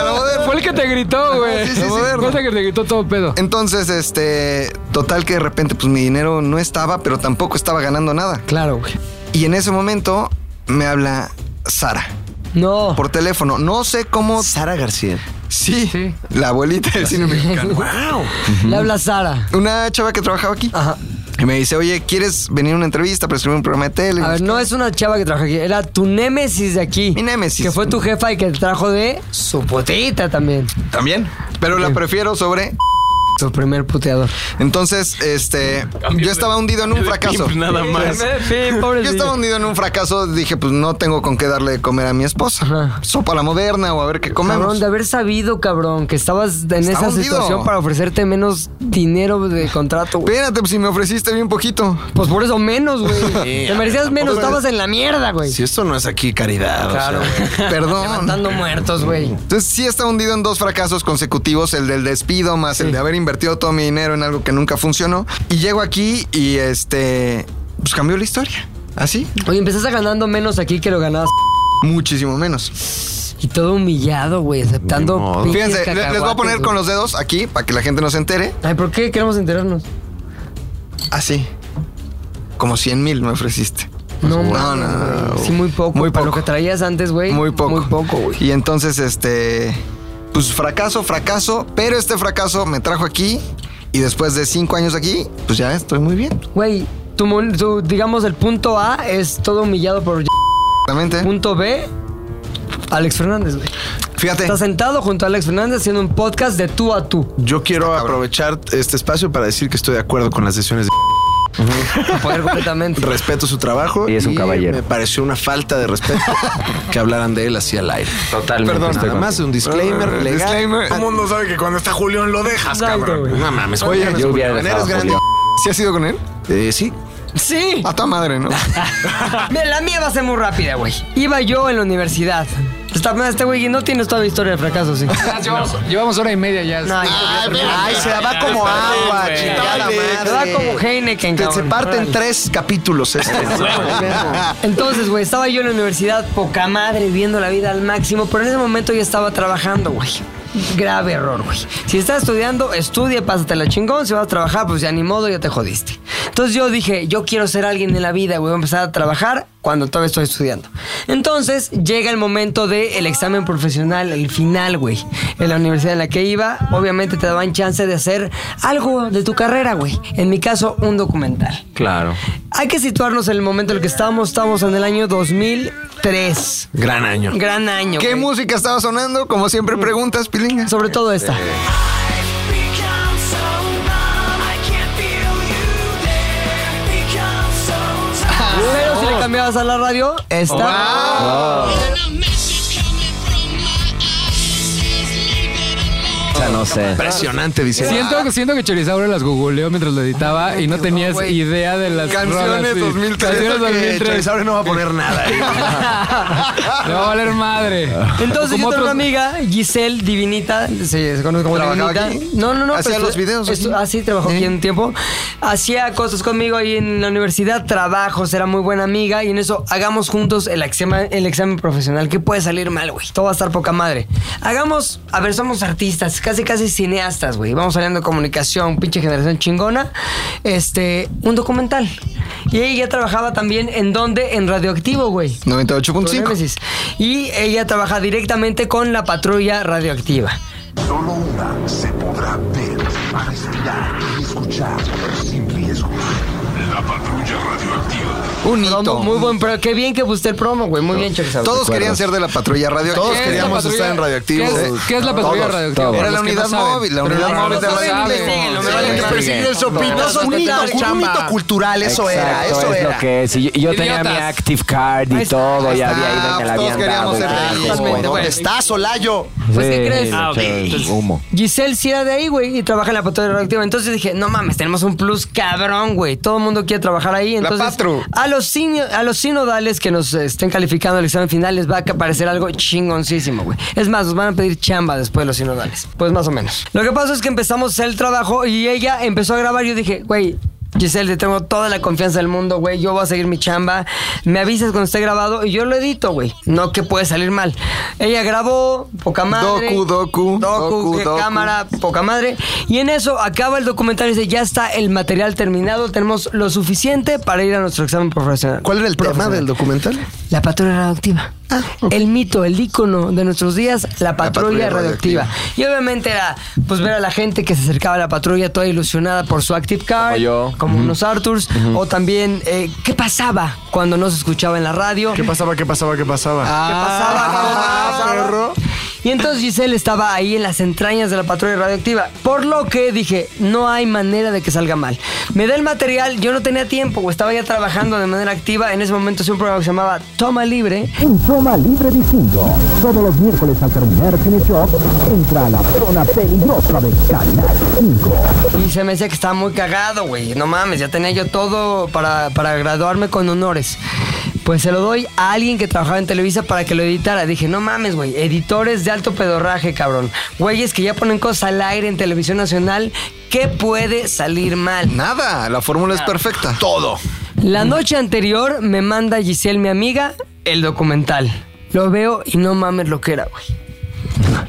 Speaker 8: Fue el que te gritó, güey.
Speaker 5: Sí, sí, sí.
Speaker 8: Cosa que te gritó todo pedo.
Speaker 5: Entonces, este, total que de repente, pues mi dinero no estaba, pero tampoco estaba ganando nada.
Speaker 2: Claro, güey.
Speaker 5: Y en ese momento me habla Sara.
Speaker 2: No.
Speaker 5: Por teléfono. No sé cómo.
Speaker 3: Sara García.
Speaker 5: Sí, la abuelita del cine mexicano.
Speaker 2: ¡Wow! Le habla Sara.
Speaker 5: Una chava que trabajaba aquí. Y me dice, oye, ¿quieres venir a una entrevista para escribir un programa de tele?
Speaker 2: A ver, no es una chava que trabaja aquí, era tu némesis de aquí. Mi némesis. Que fue tu jefa y que te trajo de su potita también.
Speaker 5: También. Pero la prefiero sobre.
Speaker 2: Tu primer puteador.
Speaker 5: Entonces, este, yo estaba hundido en un fracaso.
Speaker 11: pimp nada más.
Speaker 2: eh,
Speaker 5: yo estaba hundido en un fracaso. Dije, pues no tengo con qué darle de comer a mi esposa. Sopa a la moderna o a ver qué comemos.
Speaker 2: Cabrón, de haber sabido, cabrón, que estabas en
Speaker 5: Estaba
Speaker 2: esa
Speaker 5: hundido.
Speaker 2: situación para ofrecerte menos dinero de contrato, güey.
Speaker 5: Espérate, pues si me ofreciste bien poquito.
Speaker 2: Pues por eso menos, güey.
Speaker 3: Sí,
Speaker 2: Te merecías menos, estabas en la mierda, güey.
Speaker 3: Si esto no es aquí caridad,
Speaker 2: Claro,
Speaker 3: o sea.
Speaker 2: güey.
Speaker 5: Perdón.
Speaker 2: Levantando muertos, güey.
Speaker 5: Entonces sí está hundido en dos fracasos consecutivos, el del despido más el de haber invertido todo mi dinero en algo que nunca funcionó. Y llego aquí y este, pues cambió la historia. ¿Así?
Speaker 2: Oye, empezaste ganando menos aquí que lo ganabas.
Speaker 5: Muchísimo menos.
Speaker 2: Y todo humillado, güey, aceptando. pinches
Speaker 5: Fíjense, le- les voy a
Speaker 2: cacahuates,
Speaker 5: poner
Speaker 2: güey.
Speaker 5: con los dedos aquí para que la gente no se entere.
Speaker 2: Ay, ¿por qué queremos enterarnos?
Speaker 5: Así. Como 100 mil me ofreciste.
Speaker 2: No,
Speaker 5: no, no, no.
Speaker 2: Sí, muy poco. Muy Para lo que traías antes, güey.
Speaker 5: Muy poco.
Speaker 2: Muy poco, güey.
Speaker 5: Y entonces, este, pues fracaso, fracaso, pero este fracaso me trajo aquí y después de cinco años aquí, pues ya estoy muy bien.
Speaker 2: Güey, tu, mon- tu, digamos, el punto A es todo humillado por.
Speaker 5: Exactamente.
Speaker 2: Punto B, Alex Fernández, güey.
Speaker 5: Fíjate.
Speaker 2: Está sentado junto a Alex Fernández haciendo un podcast de tú a tú.
Speaker 3: Yo quiero aprovechar este espacio para decir que estoy de acuerdo con las decisiones de
Speaker 2: Poder completamente.
Speaker 3: Respeto su trabajo. Y es un caballero. Me pareció una falta de respeto que hablaran de él así al aire.
Speaker 4: Totalmente.
Speaker 3: Perdón, nada más un disclaimer
Speaker 10: Ah,
Speaker 3: legal.
Speaker 10: disclaimer. Todo el mundo sabe que cuando está Julián lo dejas, cabrón. No mames,
Speaker 3: Oye,
Speaker 10: Julián es
Speaker 3: yo hubiera
Speaker 10: Julián,
Speaker 3: dejado
Speaker 10: eres
Speaker 3: a
Speaker 10: grande.
Speaker 3: Julián.
Speaker 5: ¿Sí has ido con él?
Speaker 3: Eh, sí.
Speaker 2: Sí.
Speaker 5: A tu madre, ¿no?
Speaker 2: Mira, la mía va a ser muy rápida, güey. Iba yo en la universidad. Esta- este güey no tienes toda la historia de fracaso, sí.
Speaker 8: Llevamos, llevamos hora y media ya.
Speaker 3: Ay, se va como agua, chingada madre.
Speaker 2: Se va como Heineken,
Speaker 3: Te- Se
Speaker 2: cabrón.
Speaker 3: parten
Speaker 2: Órale.
Speaker 3: tres capítulos este.
Speaker 2: Entonces, güey, estaba yo en la universidad, poca madre, viviendo la vida al máximo, pero en ese momento yo estaba trabajando, güey. Grave error, güey. Si estás estudiando, estudia, pásatela chingón. Si vas a trabajar, pues ya ni modo, ya te jodiste. Entonces yo dije, yo quiero ser alguien en la vida, güey. Voy a empezar a trabajar cuando todavía estoy estudiando. Entonces llega el momento del examen profesional, el final, güey. En la universidad en la que iba, obviamente te daban chance de hacer algo de tu carrera, güey. En mi caso, un documental.
Speaker 4: Claro.
Speaker 2: Hay que situarnos en el momento en el que estábamos. Estábamos en el año 2003.
Speaker 3: Gran año.
Speaker 2: Gran año.
Speaker 5: ¿Qué
Speaker 2: güey.
Speaker 5: música estaba sonando? Como siempre preguntas, Pilinga.
Speaker 2: Sobre todo esta.
Speaker 5: Sí.
Speaker 6: Oh.
Speaker 2: cambiabas a la radio, esta.
Speaker 4: sea, no sé.
Speaker 3: Impresionante, Ah.
Speaker 4: dice.
Speaker 8: Siento, que- siento que Chorizauro las googleó mientras lo editaba y no tenías idea de las rolas,
Speaker 3: Canciones
Speaker 8: sí.
Speaker 3: 2003.
Speaker 8: Canciones
Speaker 3: Siento que
Speaker 8: 2003.
Speaker 3: Chorizauro no va a poner nada. ¿eh?
Speaker 8: Le va a valer madre.
Speaker 2: Entonces yo
Speaker 8: Como
Speaker 2: tengo
Speaker 8: otros-
Speaker 2: una amiga, Giselle Divinita, se, se conoce como
Speaker 5: ¿Trabajaba
Speaker 2: Divinita.
Speaker 5: aquí?
Speaker 2: No, no, no.
Speaker 5: ¿Hacía
Speaker 2: pero
Speaker 5: los
Speaker 2: estu-
Speaker 5: videos
Speaker 2: estu-
Speaker 5: aquí?
Speaker 2: Ah, sí, trabajó aquí un tiempo. Hacía cosas conmigo ahí en la universidad, trabajos, era muy buena amiga y en eso hagamos juntos el examen, el examen profesional. ¿Qué puede salir mal, güey? Todo va a estar poca madre. Hagamos, a ver, somos artistas, casi casi cineastas, güey. Vamos saliendo de comunicación, pinche generación chingona. Este, un documental. Y ella trabajaba también en donde, en Radioactivo, güey.
Speaker 5: 98.5.
Speaker 2: Némesis. Y ella trabaja directamente con la patrulla radioactiva.
Speaker 20: Solo una se podrá ver, respirar y escuchar sin riesgos. La patrulla radioactiva.
Speaker 5: Un
Speaker 2: hito. Muy buen, pero qué bien que busté el promo, güey. Muy bien, Chorizado.
Speaker 5: Todos querían ser de la patrulla radioactiva.
Speaker 2: Todos ¿Qué es la queríamos patrulla- estar en radioactivo.
Speaker 3: qué es- qué es la patrulla radioactiva?
Speaker 5: Era
Speaker 3: Los
Speaker 5: la
Speaker 3: que no
Speaker 5: unidad
Speaker 3: saben.
Speaker 5: móvil, la
Speaker 3: Pero
Speaker 5: unidad
Speaker 3: no, no
Speaker 5: móvil de
Speaker 3: saben,
Speaker 5: radioactivo.
Speaker 3: investiguenlo, me
Speaker 5: Sí,
Speaker 3: vale
Speaker 5: sí,
Speaker 3: que
Speaker 5: sí.
Speaker 3: persiguen el
Speaker 5: No,
Speaker 3: sopita,
Speaker 5: no,
Speaker 3: un hito, un hito cultural, eso era,
Speaker 4: Exacto,
Speaker 3: eso
Speaker 4: es
Speaker 3: era.
Speaker 4: lo que es. Y yo, y yo tenía mi
Speaker 3: Idiotas.
Speaker 4: Active Card y todo, ya había ido y me la habían dado. y tal,
Speaker 3: ¿Dónde
Speaker 4: bueno.
Speaker 3: estás, Olayo?
Speaker 2: Pues, ¿qué
Speaker 4: Sí,
Speaker 2: crees? Ah, ok.
Speaker 4: mucho Humo.
Speaker 2: Giselle sí era de ahí, güey, y trabaja en la patrulla radioactiva. Entonces dije, no mames, tenemos un plus cabrón, güey. Todo el mundo quiere trabajar ahí. Entonces,
Speaker 5: patru.
Speaker 2: A los, sin- a los sinodales que nos eh, estén calificando el examen final les va a aparecer algo chingoncísimo, güey. Es más, nos van a pedir chamba después los sinodales. Pues más o menos. Lo que pasó es que empezamos el trabajo y ella empezó a grabar. Yo dije, güey. Giselle, te tengo toda la confianza del mundo, güey. Yo voy a seguir mi chamba. Me avisas cuando esté grabado y yo lo edito, güey. No que puede salir mal. Ella grabó, poca madre.
Speaker 5: Docu, docu,
Speaker 2: Docu,
Speaker 5: docu,
Speaker 2: que
Speaker 5: docu.
Speaker 2: cámara, poca madre. Y en eso acaba el documental y dice, ya está el material terminado, tenemos lo suficiente para ir a nuestro examen profesional. ¿Cuál era el
Speaker 3: tema del documental?
Speaker 2: La patrulla radioactiva.
Speaker 10: Ah,
Speaker 2: El mito, el ícono de nuestros días, la patrulla,
Speaker 3: patrulla
Speaker 2: radioactiva. Y obviamente era, pues, ver a la gente que se acercaba a la patrulla toda ilusionada por su Active Card. Como unos Arthurs. O también, eh, ¿qué pasaba cuando no se escuchaba en la radio? ¿Qué
Speaker 10: pasaba, qué pasaba, qué pasaba?
Speaker 2: ¿Qué pasaba? ah, Y entonces Giselle estaba ahí en las entrañas de la patrulla radioactiva. Por lo que dije, no hay manera de que salga mal. Me da el material, yo no tenía tiempo, o estaba ya trabajando de manera activa. En ese momento hacía un programa que se llamaba Toma Libre.
Speaker 21: Un Soma libre distinto. Todos los miércoles al terminar Cineshop, entra a la zona peligrosa de Canal 5.
Speaker 2: Y se me decía que estaba muy cagado, güey. No mames, ya tenía yo todo para, para graduarme con honores. Pues se lo doy a alguien que trabajaba en Televisa para que lo editara. Dije, no mames, güey. Editores de alto pedorraje, cabrón. Güeyes que ya ponen cosas al aire en Televisión Nacional. ¿Qué puede salir mal?
Speaker 5: Nada, la fórmula es perfecta. Todo.
Speaker 2: La noche anterior me manda Giselle, mi amiga, el documental. Lo veo y no mames lo que era, güey.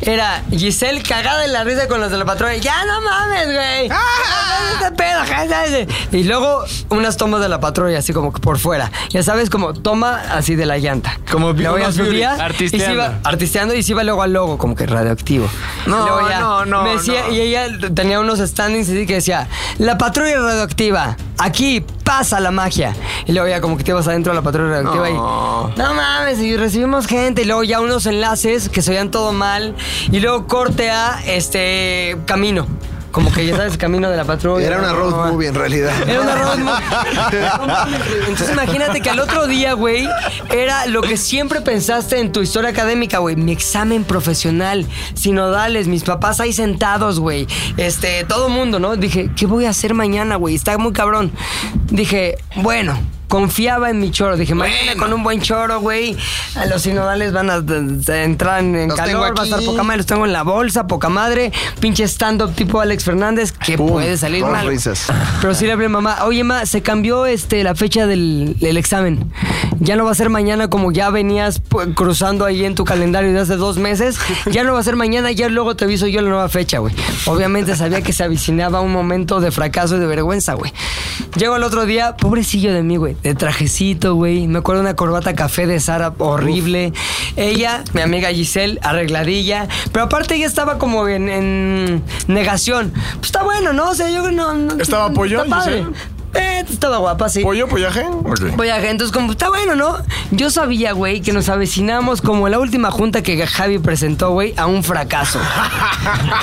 Speaker 2: Era Giselle cagada en la risa con los de la patrulla. Ya no mames, güey. No mames este pedo, ja, ja, ja. Y luego unas tomas de la patrulla, así como que por fuera. Ya sabes, como toma así de la llanta. Como
Speaker 11: Beauty-
Speaker 2: voy a
Speaker 11: unos
Speaker 2: su
Speaker 11: beauty.
Speaker 2: día
Speaker 11: Artisteando.
Speaker 2: Y se iba, artisteando y se iba luego al logo, como que radioactivo.
Speaker 11: No,
Speaker 2: Luego ya
Speaker 11: no, no,
Speaker 2: me decía-
Speaker 11: no.
Speaker 2: Y ella tenía unos standings así que decía: La patrulla radioactiva, aquí pasa la magia. Y luego ya como que te ibas adentro de la patrulla radioactiva y. No mames, y recibimos gente. Y luego ya unos enlaces que se oían todo mal. Y luego corte a este camino. Como que ya sabes, camino de la patrulla.
Speaker 3: Era una road movie en realidad.
Speaker 2: Era una road movie. Entonces imagínate que al otro día, güey, era lo que siempre pensaste en tu historia académica, güey. Mi examen profesional, sinodales, mis papás ahí sentados, güey. Este, todo mundo, ¿no? Dije, ¿qué voy a hacer mañana, güey? Está muy cabrón. Dije, bueno. Confiaba en mi choro. Dije, mañana con un buen choro, güey. A los sinodales van a eh, entrar en, en
Speaker 5: Los tengo
Speaker 2: calor, va a estar
Speaker 5: aquí.
Speaker 2: poca madre. Los tengo en la bolsa, poca madre. Pinche stand-up tipo Alex Fernández. Que puede salir
Speaker 3: Todas
Speaker 2: mal.
Speaker 3: risas.
Speaker 2: Pero sí le hablé a mamá, oye ma, se cambió este la fecha del, del examen. Ya no va a ser mañana como ya venías pu- cruzando ahí en tu calendario desde hace dos meses. Ya no va a ser mañana, ya luego te aviso yo la nueva fecha, güey. Obviamente sabía que se avicinaba un momento de fracaso y de vergüenza, güey. Llego el otro día, pobrecillo de mí, güey, de trajecito, güey. Me acuerdo de una corbata café de Sara horrible. Ella, mi amiga Giselle, arregladilla. Pero aparte ella estaba como en, en negación. Pues está bueno, ¿no? O sea, yo no. no-
Speaker 10: ¿Estaba
Speaker 2: no-
Speaker 10: pollo,
Speaker 2: Está padre.
Speaker 10: Giselle?
Speaker 2: Eh, estaba guapa, sí.
Speaker 10: ¿Pollo, pollaje?
Speaker 2: Voyaje, entonces como está bueno, ¿no? Yo sabía, güey, que nos avecinamos como la última junta que Javi presentó, güey, a un fracaso.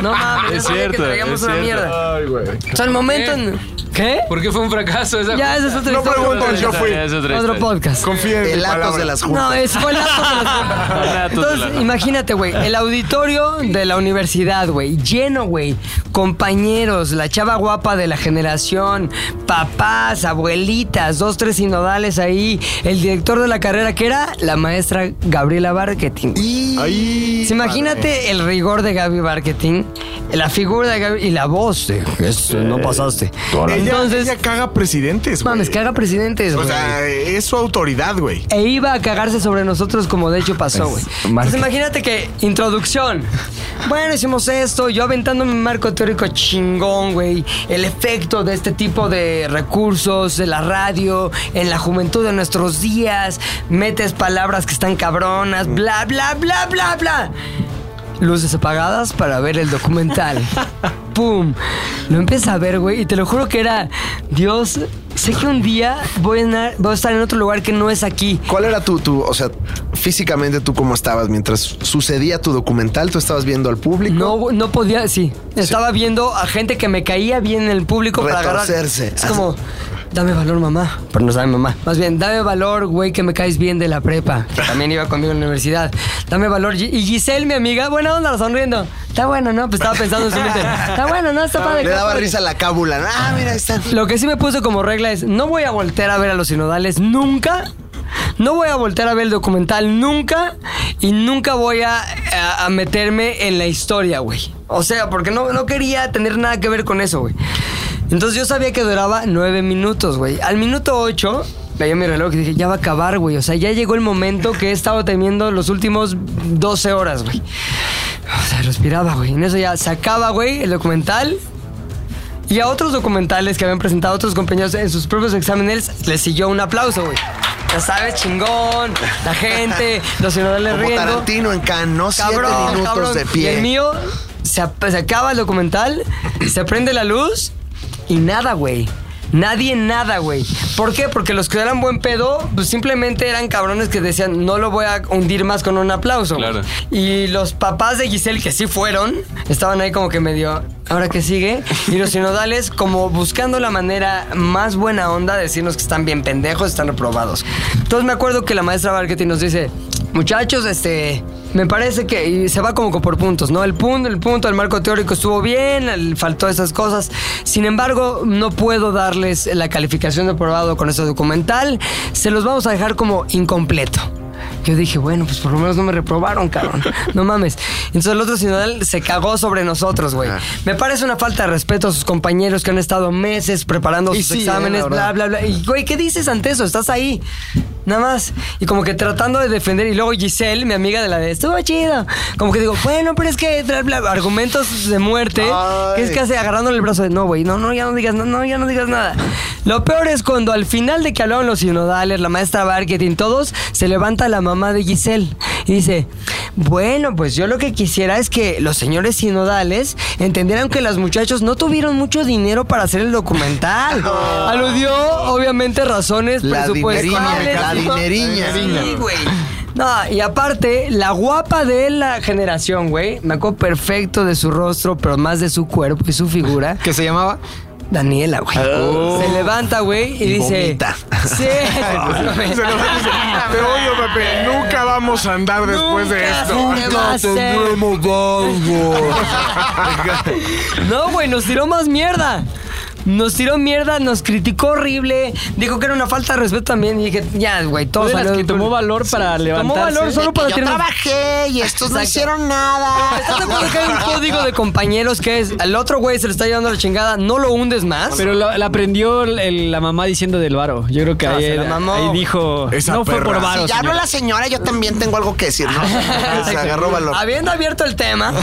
Speaker 2: No mames, yo sabía que traíamos una mierda.
Speaker 10: Ay, güey.
Speaker 2: Son momentos.
Speaker 8: ¿Eh? ¿Qué?
Speaker 2: en- ¿Qué?
Speaker 8: ¿Por qué fue un fracaso esa
Speaker 2: Ya, esa es otra historia.
Speaker 8: Es otra
Speaker 2: Otro
Speaker 8: historia.
Speaker 2: podcast.
Speaker 3: El Atos de las Juntas.
Speaker 2: No, es fue el Atos de las
Speaker 3: El
Speaker 2: Juntas.
Speaker 3: Atos de las
Speaker 2: Entonces,
Speaker 3: Juntas.
Speaker 2: imagínate, güey, el auditorio de la universidad, güey, lleno, güey, compañeros, la chava guapa de la generación, papás, abuelitas, dos, tres sinodales ahí, el director de la carrera que era la maestra Gabriela Barquetín.
Speaker 10: Ay,
Speaker 2: Sí, imagínate
Speaker 10: padre.
Speaker 2: el rigor de Gaby Barquetín, la figura de Gaby y la voz de... "Eso eh, no pasaste.
Speaker 10: Entonces, ella caga presidentes, güey.
Speaker 2: Mames, caga presidentes,
Speaker 10: O
Speaker 2: güey.
Speaker 10: sea, es su autoridad, güey.
Speaker 2: E iba a cagarse sobre nosotros como de hecho pasó, güey. Entonces imagínate que introducción. Bueno, hicimos esto, yo aventando mi marco teórico chingón, güey. El efecto de este tipo de recursos en la radio, en la juventud de nuestros días. Metes palabras que están cabronas, bla, bla, bla, bla, bla. Luces apagadas para ver el documental. ¡Pum! Lo empieza a ver, güey, y te lo juro que era, Dios, sé que un día voy a, na- voy a estar en otro lugar que no es aquí.
Speaker 3: ¿Cuál era tu, tu, o sea, físicamente tú cómo estabas mientras sucedía tu documental? ¿Tú estabas viendo al público?
Speaker 2: No, no podía, sí. Estaba viendo a gente que me caía bien en el público para agarrar.
Speaker 3: Retorcerse.
Speaker 2: Es como, dame valor, mamá. Pero no sabe mamá. Más bien, dame valor, güey, que me caes bien de la prepa. que también iba conmigo en la universidad. Dame valor. Gi- Y Giselle, mi amiga, buena onda, sonriendo. Está bueno, ¿no? Pues estaba pensando en su mente. Está bueno, ¿no? Está padre.
Speaker 3: Ah, Le daba risa la cábula. Ah, mira, está.
Speaker 2: Lo que sí me puso como regla es, no voy a voltear a ver a los sinodales nunca. No voy a voltear a ver el documental nunca. Y nunca voy a, a- a meterme en la historia, güey. O sea, porque no, no quería tener nada que ver con eso, güey. Entonces yo sabía que duraba nueve minutos, güey. Al minuto ocho... Veía mi reloj y dije, ya va a acabar, güey. O sea, ya llegó el momento que he estado temiendo los últimos 12 horas, güey. O sea, respiraba, güey. En eso ya se acaba, güey, el documental. Y a otros documentales que habían presentado otros compañeros en sus propios exámenes, les siguió un aplauso, güey. Ya sabes, chingón, la gente, los sinodales
Speaker 3: Como
Speaker 2: riendo.
Speaker 3: Tarantino en Cannes, ¿no? Siete minutos de pie.
Speaker 2: Y el mío, se, ap- se acaba el documental, se prende la luz y nada, güey. Nadie nada, güey. ¿Por qué? Porque los que eran buen pedo, pues simplemente eran cabrones que decían, no lo voy a hundir más con un aplauso. güey". Y los papás de Giselle, que sí fueron, estaban ahí como que medio, ahora que sigue. Y los sinodales, como buscando la manera más buena onda de decirnos que están bien pendejos, están reprobados. Entonces me acuerdo que la maestra Barquetti nos dice, muchachos, este, me parece que y se va como que por puntos, ¿no? El punto, el punto, el marco teórico estuvo bien, el- faltó esas cosas. Sin embargo, no puedo darles la calificación de aprobado con este documental. Se los vamos a dejar como incompleto. Yo dije, bueno, pues por lo menos no me reprobaron, cabrón. No mames. Entonces el otro sinodal se cagó sobre nosotros,
Speaker 3: Ah.
Speaker 2: güey. Me parece una falta de respeto a sus compañeros que han estado meses preparando
Speaker 3: Y
Speaker 2: sus
Speaker 3: sí, eh,
Speaker 2: exámenes,
Speaker 3: la verdad.
Speaker 2: bla, bla, bla. Y, güey, ¿qué dices ante eso? Estás ahí. Nada más. Y como que tratando de defender. Y luego Giselle, mi amiga de la de estuvo chido. Como que digo, bueno, pero es que bla, bla, bla, argumentos de muerte. Que es casi agarrándole el brazo de no, güey, no, no, ya no digas, no, no, ya no digas nada. Lo peor es cuando al final de que hablaron los sinodales, la maestra marketing, todos, se levanta la mamá de Giselle y dice, bueno, pues yo lo que quisiera es que los señores sinodales entendieran que los muchachos no tuvieron mucho dinero para hacer el documental. Aludió, obviamente, razones
Speaker 3: La
Speaker 2: presupuestales.
Speaker 3: dineriña, la
Speaker 2: dijo.
Speaker 3: dineriña.
Speaker 2: Sí, güey. No, y aparte, la guapa de la generación, güey, me acuerdo perfecto de su rostro, pero más de su cuerpo y su figura. ¿Qué se llamaba? Daniela, güey.
Speaker 3: Oh.
Speaker 2: Se levanta, güey, y,
Speaker 3: Y
Speaker 2: dice...
Speaker 3: vomita.
Speaker 2: Sí.
Speaker 10: Se lo va a decir, Te odio, Pepe. Nunca vamos a andar Ah, después de
Speaker 2: Nunca
Speaker 10: esto.
Speaker 2: se te va a hacer. No, güey, nos tiró más mierda. Nos tiró mierda, nos criticó horrible, dijo que era una falta de respeto también y dije, ya, güey, todo
Speaker 7: Fue de las
Speaker 2: salió-
Speaker 7: que tomó valor para
Speaker 2: Tomó
Speaker 7: levantarse.
Speaker 2: valor solo para
Speaker 7: Yo
Speaker 2: tener...
Speaker 3: trabajé y estos no hicieron nada.
Speaker 2: ¿Estás de acuerdo que hay un código de compañeros que es al otro güey se le está llevando la chingada, no lo hundes más?
Speaker 7: Pero la, la aprendió el- el- la mamá diciendo del varo. Yo creo que
Speaker 2: Ah,
Speaker 7: ahí,
Speaker 2: se la mamó.
Speaker 7: ahí dijo, no fue por varo.
Speaker 3: Si ya habló
Speaker 7: señora".
Speaker 3: la señora, yo también tengo algo que decir, ¿no? Se agarró valor.
Speaker 2: Habiendo abierto el tema,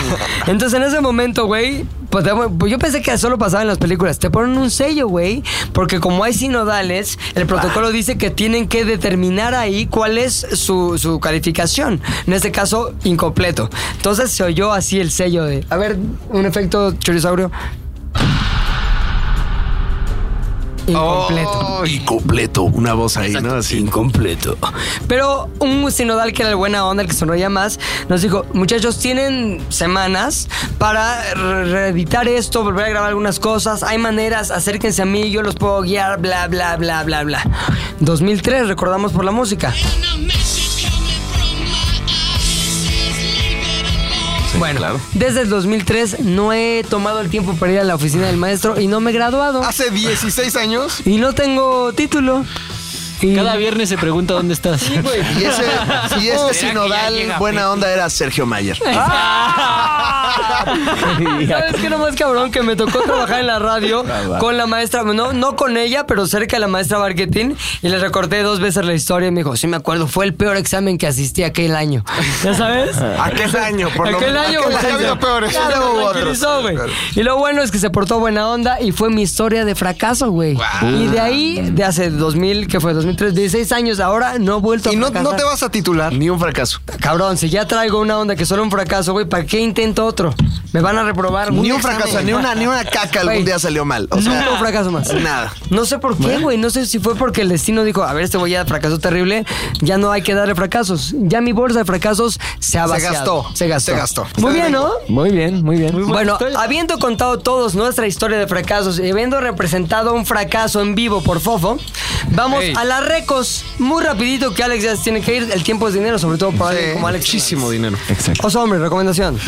Speaker 2: entonces en ese momento, güey, pues, te- pues, yo pensé que solo pasaba en las películas. Te ponen un sello, güey, porque como hay sinodales, el protocolo dice que tienen que determinar ahí cuál es su, su calificación. En este caso, incompleto. Entonces se oyó así el sello de, a ver, un efecto chorizaurio. Incompleto.
Speaker 3: Incompleto. Una voz ahí, ¿no? Así. Incompleto.
Speaker 2: Pero un sinodal que era el buena onda, el que sonreía más, nos dijo, muchachos, tienen semanas para re- reeditar esto, volver a grabar algunas cosas, hay maneras, acérquense a mí, yo los puedo guiar, bla, bla, bla, bla, bla. 2003, recordamos por la música. bueno, desde el 2003 no he tomado el tiempo para ir a la oficina del maestro y no me he graduado.
Speaker 5: Hace 16 años.
Speaker 2: Y no tengo título.
Speaker 7: Cada viernes se pregunta dónde estás.
Speaker 3: Y ese, si
Speaker 7: ¿Será
Speaker 2: Oh,
Speaker 3: ese
Speaker 7: que ya
Speaker 3: sinodal
Speaker 7: llega
Speaker 3: buena onda era Sergio Mayer.
Speaker 2: ¿Sabes qué lo más cabrón? Que me tocó trabajar en la radio
Speaker 3: Ah,
Speaker 2: con la maestra, no, no con ella, pero cerca de la maestra Barquetín. Y le recorté dos veces la historia y me dijo, sí me acuerdo, fue el peor examen que asistí aquel año. ¿Ya sabes?
Speaker 10: Aquel año, por lo
Speaker 2: Aquel
Speaker 10: menos.
Speaker 2: año,
Speaker 10: Aquel
Speaker 2: güey.
Speaker 10: año ha habido peores.
Speaker 2: Ya
Speaker 10: Ya
Speaker 2: me
Speaker 10: hubo otros.
Speaker 2: tranquilizó, güey. Y lo bueno es que se portó buena onda y fue mi historia de fracaso, güey. Y de ahí, de hace 2000, que fue 2003, 16 años ahora, no he vuelto a
Speaker 5: no-
Speaker 2: fracasar.
Speaker 5: no te vas
Speaker 3: a titular. Ni un fracaso.
Speaker 2: Cabrón, si ya traigo una onda que solo un fracaso, güey, ¿para qué intento otro? Me van a reprobar.
Speaker 3: Ni
Speaker 2: güey.
Speaker 3: un fracaso, ni una, ni una caca algún
Speaker 2: Güey,
Speaker 3: día salió mal. O sea,
Speaker 2: nunca un fracaso más.
Speaker 3: Nada.
Speaker 2: No sé por qué, güey. No sé si fue porque el destino dijo, a ver, este güey ya fracasó terrible, ya no hay que darle fracasos. Ya mi bolsa de fracasos se ha
Speaker 5: Se
Speaker 2: vaciado.
Speaker 5: gastó,
Speaker 2: Se gastó.
Speaker 5: se gastó.
Speaker 2: Muy bien, ¿no?
Speaker 7: Muy bien, muy bien.
Speaker 6: Pues
Speaker 2: Bueno, habiendo contado todos nuestra historia de fracasos y habiendo representado un fracaso en vivo por Fofo, vamos
Speaker 3: Ey.
Speaker 2: a las recos. Muy rapidito que Alex ya se tiene que ir. El tiempo es dinero, sobre todo para alguien como Alex.
Speaker 3: Muchísimo Este dinero. Exacto.
Speaker 2: Oso, hombre, recomendación.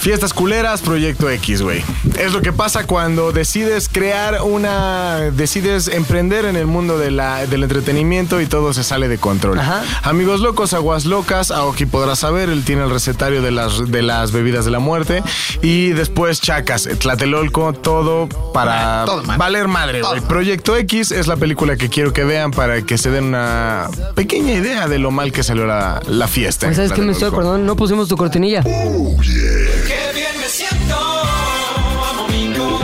Speaker 10: Fiestas culeras, proyecto X, güey. Es lo que pasa cuando decides crear una. decides emprender en el mundo de la- del entretenimiento y todo se sale de control. Amigos locos, aguas locas, Aoki podrá saber, él tiene el recetario de las, de las bebidas de la muerte. Y después Chacas, Tlatelolco, todo para
Speaker 3: Todo mal.
Speaker 10: valer madre, güey. Proyecto X es la película que quiero que vean para que se den una pequeña idea de lo mal que salió la, la fiesta.
Speaker 2: Pues, ¿Sabes qué me estoy
Speaker 10: Tlatelolco.
Speaker 2: acordando? No pusimos tu cortinilla.
Speaker 6: Qué bien me siento. Vamos, Mingo.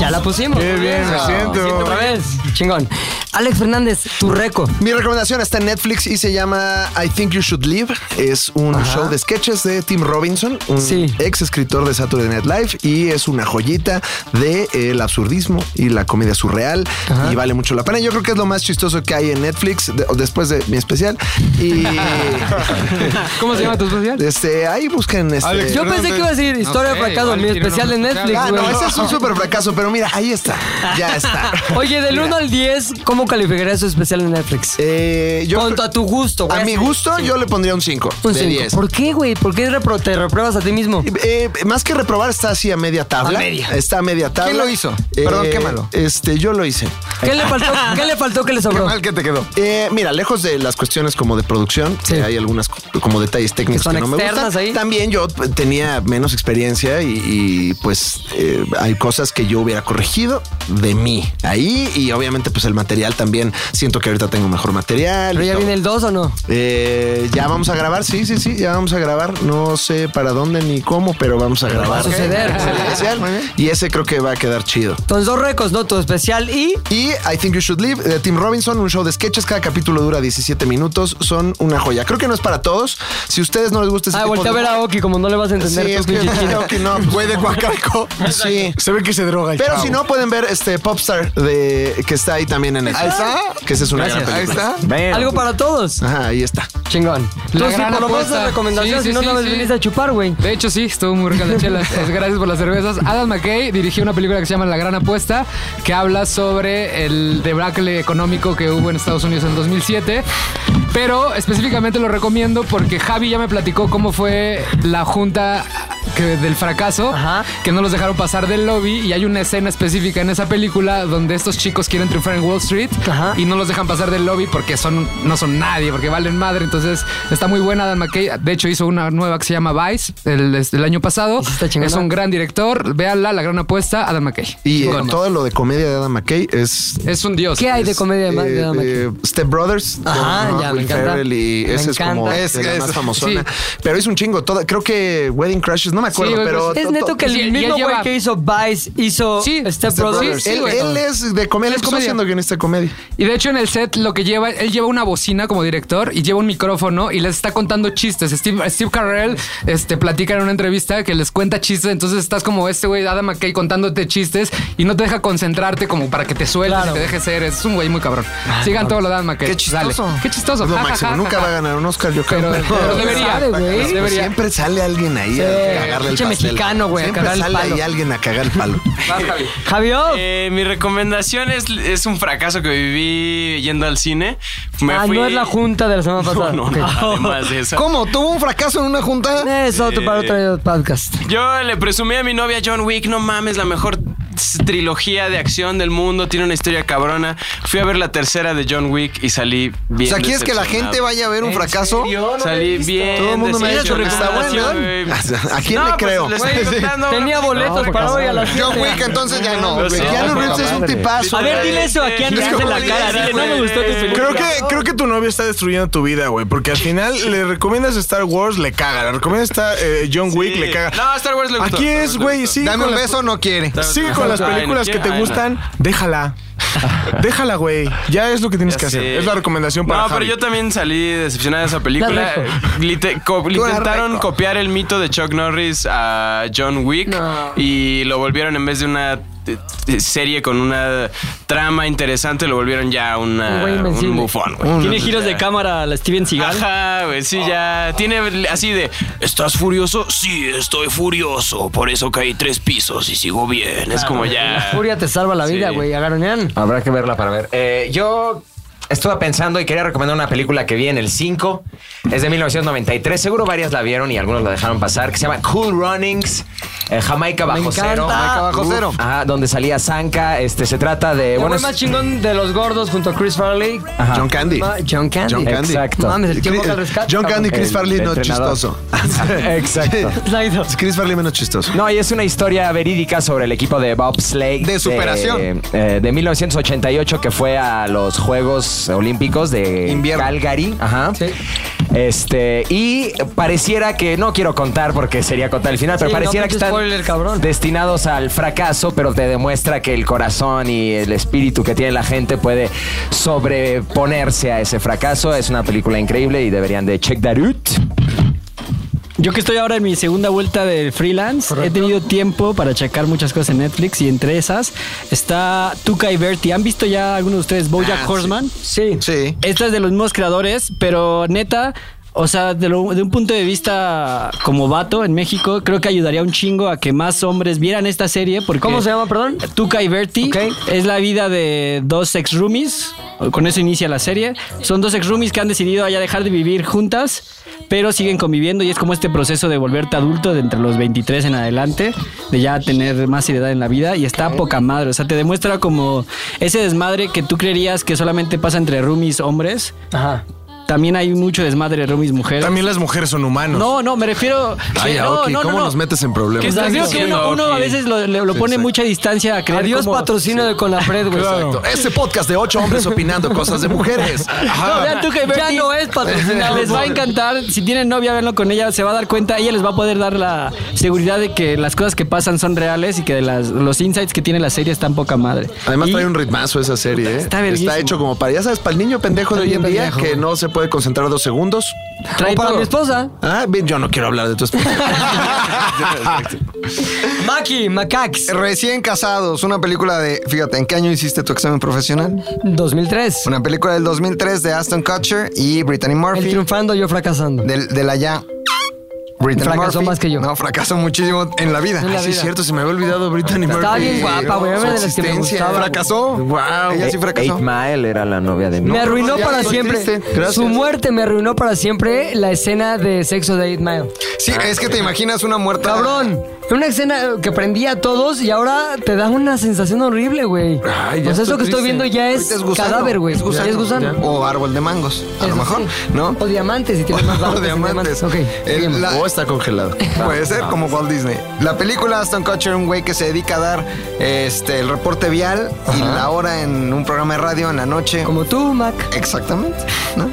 Speaker 2: Ya la pusimos.
Speaker 6: Qué bien, me siento.
Speaker 2: Otra vez. Chingón. Alex Fernández, tu reco.
Speaker 3: Mi recomendación está en Netflix y se llama I Think You Should Live. Es un show de sketches de Tim Robinson, un ex escritor de Saturday Night Live, y es una joyita del de, eh, el absurdismo y la comedia surreal. Y vale mucho la pena. Yo creo que es lo más chistoso que hay en Netflix de- después de mi especial. Y.
Speaker 8: ¿Cómo se llama tu especial?
Speaker 3: Este, ahí busquen este.
Speaker 2: Alex Yo pensé que iba a decir historia de fracaso, mi especial de Netflix,
Speaker 3: Ah,
Speaker 2: güey.
Speaker 3: no, ese es un súper fracaso, pero mira, ahí está. Ya está.
Speaker 2: Oye, del 1 al 10, ¿cómo calificarías su especial en Netflix? Conto a tu gusto, güey.
Speaker 3: Eh, A mi gusto, yo le pondría un 5.
Speaker 2: Un
Speaker 3: de
Speaker 2: cinco.
Speaker 3: 10.
Speaker 2: ¿Por qué, güey? ¿Por qué repro- te repruebas a ti mismo?
Speaker 3: Eh, más que reprobar, está así a media tabla.
Speaker 2: A media.
Speaker 3: Está a media tabla. Eh,
Speaker 5: ¿Quién lo hizo? Perdón, quémalo.
Speaker 3: Este, yo lo hice.
Speaker 2: ¿Qué le faltó? ¿Qué le faltó que le sobró?
Speaker 3: mal que te quedó. Eh, mira, lejos de las cuestiones como de producción, que hay algunas co- como detalles técnicos que,
Speaker 2: son
Speaker 3: no me
Speaker 2: externas
Speaker 3: gustan. También yo eh, tenía menos experiencia y, y, pues eh, hay cosas que yo hubiera corregido de mí ahí y obviamente pues el material también siento que ahorita tengo mejor material.
Speaker 2: ¿Pero
Speaker 3: y
Speaker 2: ya
Speaker 3: todo.
Speaker 2: viene el 2 o no?
Speaker 3: Eh, ya vamos a grabar, sí, sí, sí, ya vamos a grabar. No sé para dónde ni cómo, pero vamos a grabar.
Speaker 2: Va a suceder.
Speaker 3: Especial. Y ese creo que va a quedar chido.
Speaker 2: Entonces, dos recos, ¿no? Tu especial y.
Speaker 3: Y I Think You Should Live de Tim Robinson, un show de sketches. Cada capítulo dura 17 minutos. Son una joya. Creo que no es para todos. Si a ustedes no les gusta ese
Speaker 2: Ah,
Speaker 3: tipo
Speaker 2: voltea a
Speaker 3: de-
Speaker 2: ver a Oki, como no le vas a entender.
Speaker 3: Sí,
Speaker 2: tú,
Speaker 3: es que
Speaker 2: pinche chino.
Speaker 3: creo que
Speaker 10: pues,
Speaker 3: no. Güey de Guacalco. Sí.
Speaker 10: Se ve que se droga. el
Speaker 3: Pero
Speaker 10: chavo.
Speaker 3: si no, pueden ver este Popstar de, que está ahí también en el.
Speaker 10: Ahí está.
Speaker 3: Que ese es una gran
Speaker 10: Gracias.
Speaker 3: película.
Speaker 10: Ahí está. Ven.
Speaker 2: Algo para todos.
Speaker 3: Ajá, ahí está.
Speaker 2: Chingón. Tú
Speaker 8: La
Speaker 2: sí,
Speaker 8: gran
Speaker 2: por lo menos
Speaker 8: apuesta.
Speaker 2: la recomendación,
Speaker 8: Sí, sí,
Speaker 2: si no,
Speaker 8: sí,
Speaker 2: no me
Speaker 8: sí.
Speaker 2: viniste a chupar, güey.
Speaker 8: De hecho, sí, estuvo muy rica la chela. Pues, Gracias por las cervezas. Adam McKay dirigió una película que se llama La Gran Apuesta, que habla sobre el debacle económico que hubo en Estados Unidos en 2007. Pero específicamente lo recomiendo porque Javi ya me platicó cómo fue la junta que- del fracaso, que no los dejaron pasar del lobby y hay una escena específica en esa película donde estos chicos quieren triunfar en Wall Street y no los dejan pasar del lobby porque son no son nadie, porque valen madre. Entonces está muy buena Adam McKay. De hecho hizo una nueva que se llama Vice el, el año pasado.
Speaker 2: chingona.
Speaker 8: Es un gran director. Véanla, la gran apuesta, Adam McKay.
Speaker 3: Y eh,
Speaker 8: Chingón.
Speaker 3: todo lo de comedia de Adam McKay es
Speaker 8: es un dios.
Speaker 2: ¿Qué hay de comedia de,
Speaker 3: Eh,
Speaker 2: de Adam McKay?
Speaker 3: eh, Step Brothers.
Speaker 2: Ajá,
Speaker 3: con
Speaker 2: ya, me
Speaker 3: Will
Speaker 2: encanta.
Speaker 3: Ferrell y
Speaker 2: Me
Speaker 3: ese es como
Speaker 2: encanta.
Speaker 3: de
Speaker 2: Es-
Speaker 3: la
Speaker 2: es-
Speaker 3: más famosona. Pero es un chingo. Toda, creo que Wedding Crashes, no me me acuerdo, pero.
Speaker 2: Es neto que el mismo güey que hizo Vice hizo Step Brothers.
Speaker 3: él, él es de comedia. Él comenzó siendo guionista de comedia.
Speaker 8: Y de hecho en el set lo que lleva, él lleva una bocina como director y lleva un micrófono y les está contando chistes. Steve, Steve Carell este, platica en una entrevista que les cuenta chistes, entonces estás como este güey de Adam McKay contándote chistes y no te deja concentrarte como para que te sueltes y te deje ser. Es un güey muy cabrón. Sigan todo lo de Adam McKay.
Speaker 3: Ah, pues, Qué chistoso.
Speaker 8: Dale. Qué chistoso.
Speaker 3: Es lo
Speaker 8: Ja, ja,
Speaker 3: máximo.
Speaker 8: ja,
Speaker 3: Nunca
Speaker 8: ja,
Speaker 3: va a
Speaker 8: ja.
Speaker 3: ganar un Oscar, yo creo.
Speaker 8: Pero- pero debería,
Speaker 3: Pues
Speaker 8: debería.
Speaker 3: Siempre sale alguien ahí a
Speaker 11: Sí.
Speaker 3: cagarle el
Speaker 11: Pinche
Speaker 3: pastel.
Speaker 11: mexicano, güey, a
Speaker 3: Siempre
Speaker 11: cagar el
Speaker 3: sale
Speaker 11: palo.
Speaker 3: ahí alguien a cagar el palo.
Speaker 2: Javier.
Speaker 11: Eh, mi recomendación es, es un fracaso que viví yendo al cine. Me
Speaker 2: ah,
Speaker 11: fui-
Speaker 2: no es la junta de la semana pasada.
Speaker 11: no, no, además de esa.
Speaker 5: ¿Cómo? ¿Tuvo un fracaso en una junta?
Speaker 2: Es otro para otro podcast.
Speaker 11: Yo le presumí a mi novia John Wick, no mames, la mejor s- trilogía de acción del mundo, tiene una historia cabrona. Fui a ver la tercera de John Wick y salí bien.
Speaker 5: O sea, ¿quieres que la
Speaker 11: decepcionado.
Speaker 5: gente vaya a
Speaker 2: ¿Eh?
Speaker 5: ver un fracaso?
Speaker 11: Salí bien.
Speaker 5: Todo el mundo me ha dicho que está
Speaker 11: decepcionado,
Speaker 5: bueno.
Speaker 11: güey.
Speaker 5: ¿A quién
Speaker 11: No,
Speaker 5: le
Speaker 11: pues,
Speaker 5: creo?
Speaker 11: le estoy contando
Speaker 2: Tenía
Speaker 11: una-
Speaker 2: boletos
Speaker 11: No,
Speaker 2: para hoy a las
Speaker 5: John
Speaker 2: siete.
Speaker 5: Wick, entonces ya no.
Speaker 11: Lo
Speaker 5: güey.
Speaker 11: siento,
Speaker 5: Keanu
Speaker 11: poca
Speaker 5: Reeves es un
Speaker 11: madre.
Speaker 5: tipazo.
Speaker 2: A ver, dile eso a Keanu Reeves en la cara. Dile, no me gustó tus
Speaker 10: Creo
Speaker 2: películas.
Speaker 10: que, creo que tu novia está destruyendo tu vida, güey. Porque al final le recomiendas Star Wars, le caga. Le recomiendas esta, eh, John Wick, le caga.
Speaker 11: No, Star Wars le gustó,
Speaker 10: Aquí
Speaker 11: Star Wars
Speaker 10: es,
Speaker 11: le
Speaker 10: güey,
Speaker 11: gustó.
Speaker 10: sigue
Speaker 11: Dame
Speaker 10: con
Speaker 11: un
Speaker 10: las-
Speaker 11: beso, no quiere.
Speaker 10: Sigue con las
Speaker 11: Ay, no
Speaker 10: películas que
Speaker 11: quiere.
Speaker 10: te
Speaker 11: Ay, no.
Speaker 10: gustan, déjala. Déjala, güey. Ya es lo que tienes que hacer.
Speaker 11: sé.
Speaker 10: Es la recomendación para
Speaker 11: No, pero
Speaker 10: Javi.
Speaker 11: yo también salí decepcionada de esa película.
Speaker 10: Está rico.
Speaker 11: Lite- co-
Speaker 10: Está
Speaker 11: intentaron
Speaker 10: rico.
Speaker 11: copiar el mito de Chuck Norris a John Wick y lo volvieron en vez de una eh, serie con una trama interesante, lo volvieron ya una,
Speaker 2: Ah,
Speaker 7: Un güey
Speaker 11: un
Speaker 7: invencible.
Speaker 11: bufón. güey.
Speaker 7: Tiene
Speaker 11: Entonces,
Speaker 7: giros
Speaker 11: ya.
Speaker 7: de cámara a la Steven Seagal.
Speaker 11: Ajá, güey, sí, ya. Tiene así de. ¿Estás furioso? Sí, estoy furioso. Por eso caí tres pisos y sigo bien. Es como ya.
Speaker 2: Furia te salva la vida,
Speaker 11: Sí.
Speaker 2: güey. Agaronean.
Speaker 4: Habrá que verla para ver. Eh, yo estuve pensando y quería recomendar una película que vi en el 5. Es de 1993. Seguro varias la vieron y algunos la dejaron pasar. Que se llama Cool Runnings. eh, Jamaica
Speaker 2: Me
Speaker 4: bajo
Speaker 2: encanta.
Speaker 4: cero.
Speaker 2: Jamaica bajo
Speaker 4: Uf.
Speaker 2: cero.
Speaker 4: Ajá, donde salía Zanka. Este se trata de.
Speaker 2: El
Speaker 4: bueno,
Speaker 2: güey
Speaker 4: es-
Speaker 2: más chingón de los gordos junto a Chris Farley.
Speaker 4: Ajá.
Speaker 3: John Candy.
Speaker 2: Ma- John Candy.
Speaker 3: John Candy.
Speaker 4: Exacto.
Speaker 2: Mames, el tiempo que al rescate.
Speaker 3: John Candy, Chris
Speaker 4: El
Speaker 3: Farley, no
Speaker 4: entrenador.
Speaker 3: chistoso.
Speaker 4: Exacto.
Speaker 3: Chris Farley menos chistoso.
Speaker 4: No, y es una historia verídica sobre el equipo de Bob Slade.
Speaker 3: De superación.
Speaker 4: eh, de 1988 que fue a los Juegos Olímpicos de Calgary. Ajá. Este, y pareciera que, no quiero contar porque sería contar el final, pero
Speaker 2: Sí, no
Speaker 4: pareciera que
Speaker 2: pinches
Speaker 4: están destinados al fracaso, pero te demuestra que el corazón y el espíritu que tiene la gente puede sobreponerse a ese fracaso. Es una película increíble y deberían de check that out.
Speaker 7: Yo que estoy ahora en mi segunda vuelta de freelance, he tenido tiempo para checar muchas cosas en Netflix y entre esas está Tuca y Bertie. ¿Han visto ya alguno de ustedes Bojack
Speaker 3: Ah, sí.
Speaker 7: Horseman? Sí. sí. Esta es de los mismos creadores, pero neta, o sea, de, lo- de un punto de vista como vato en México, creo que ayudaría un chingo a que más hombres vieran esta serie porque...
Speaker 2: ¿Cómo se llama, perdón?
Speaker 7: Tuca y Bertie es la vida de dos ex roomies. Con eso inicia la serie. Son dos ex roomies que han decidido ya dejar de vivir juntas, pero siguen conviviendo y es como este proceso de volverte adulto de entre los 23 en adelante, de ya tener más seriedad en la vida y está poca madre. O sea, te demuestra como ese desmadre que tú creerías que solamente pasa entre roomies hombres. Ajá. También hay mucho desmadre de roomies mujeres.
Speaker 10: También las mujeres son humanos.
Speaker 7: No, no, me refiero.
Speaker 10: Ay,
Speaker 7: no,
Speaker 10: Aoki,
Speaker 7: no, no,
Speaker 10: ¿cómo
Speaker 7: no.
Speaker 10: nos metes en problemas?
Speaker 7: Que
Speaker 10: ¿Qué estás
Speaker 7: digo que uno,
Speaker 10: diciendo,
Speaker 7: uno a
Speaker 10: Aoki?
Speaker 7: veces lo, le- lo
Speaker 10: Sí,
Speaker 7: pone
Speaker 10: exacto.
Speaker 7: mucha distancia a creer
Speaker 2: Adiós
Speaker 7: como-
Speaker 2: patrocinio de Conapred, güey.
Speaker 3: Exacto. Este podcast de ocho hombres opinando cosas de mujeres.
Speaker 7: No, vean tú que
Speaker 2: Ya
Speaker 7: Bertie
Speaker 2: no es patrocinado.
Speaker 7: Les va a encantar. Si tienen novia, véanlo con ella. Se va a dar cuenta. Ella les va a poder dar la seguridad de que las cosas que pasan son reales y que de las, los insights que tiene la serie están poca madre.
Speaker 3: Además trae un ritmazo esa serie, ¿eh?
Speaker 7: Está
Speaker 3: Está,
Speaker 7: verguísima.
Speaker 3: hecho como para, ya sabes, para el niño pendejo de hoy en día que no se puede concentrar dos segundos.
Speaker 7: Trae para mi esposa.
Speaker 3: Ah, bien, yo no quiero hablar de tu esposa.
Speaker 2: Maki, Macax.
Speaker 5: Recién casados, una película de, fíjate, ¿en qué año hiciste tu examen profesional?
Speaker 2: 2003.
Speaker 5: Una película del 2003 de Aston Kutcher y Brittany Murphy.
Speaker 2: El triunfando, yo fracasando.
Speaker 5: Del, de la ya. Brittany
Speaker 2: Fracasó
Speaker 5: Murphy.
Speaker 2: más que yo.
Speaker 5: No, fracasó muchísimo en la vida.
Speaker 2: En la Ah, sí, vida. es cierto,
Speaker 5: se me había olvidado Brittany
Speaker 2: Estaba Murphy. bien guapa, güey, era de las que me gustaba,
Speaker 5: Fracasó.
Speaker 3: Wow.
Speaker 5: Ella sí fracasó.
Speaker 4: Eight Mile era la novia de
Speaker 2: Ah, Me
Speaker 4: No,
Speaker 2: arruinó
Speaker 4: no, ya,
Speaker 2: para
Speaker 4: estoy
Speaker 2: siempre.
Speaker 4: triste.
Speaker 2: Su muerte me arruinó para siempre la escena de sexo de 8 Mile.
Speaker 5: Sí, es que te imaginas una muerta.
Speaker 2: Cabrón, Una escena que prendía a todos y ahora te da una sensación horrible, güey.
Speaker 5: Ay, ya
Speaker 2: O sea, eso que
Speaker 5: triste.
Speaker 2: estoy viendo ya es,
Speaker 5: Ahorita gusano,
Speaker 2: cadáver, güey.
Speaker 5: Es gusano,
Speaker 2: Ya es gusano.
Speaker 5: ya. O árbol de mangos, a lo
Speaker 2: Eso
Speaker 5: mejor,
Speaker 2: sí.
Speaker 5: ¿no?
Speaker 2: O diamantes, si tienes más barro
Speaker 5: O
Speaker 2: que
Speaker 5: diamantes. El- la-
Speaker 3: O está congelado. Ah.
Speaker 5: Puede ser como Walt Disney. La película Aston Kutcher, un güey que se dedica a dar este el reporte vial y la hora en un programa de radio en la noche.
Speaker 2: Como tú, Mac.
Speaker 5: Exactamente. ¿no?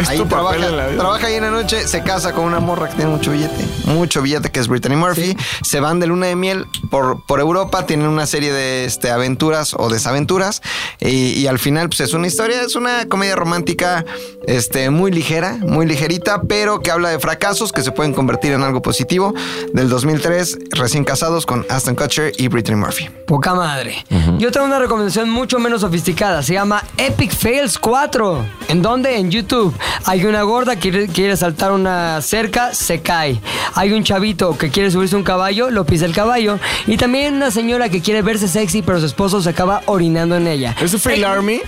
Speaker 3: Es
Speaker 5: ahí
Speaker 3: tu papel
Speaker 5: trabaja,
Speaker 3: en la vida.
Speaker 5: trabaja ahí en la noche, se casa con una morra que tiene mucho billete, mucho billete que es Brittany Murphy. Se van de luna de miel por, por Europa, tienen una serie de este, aventuras o desaventuras y, y al final pues es una historia, es una comedia romántica este, muy ligera, muy ligerita, pero que habla de fracasos que se pueden convertir en algo positivo. Del 2003, recién casados con Aston Kutcher y Brittany Murphy.
Speaker 2: Poca madre. Yo tengo una recomendación mucho menos sofisticada. Se llama Epic Fails 4. ¿En dónde? En YouTube. Hay una gorda que quiere- quiere saltar una cerca, se cae. Hay un chavito que quiere subirse a un caballo, lo pisa el caballo. Y también una señora que quiere verse sexy, pero su esposo se acaba orinando en ella.
Speaker 10: ¿Es Fail Army?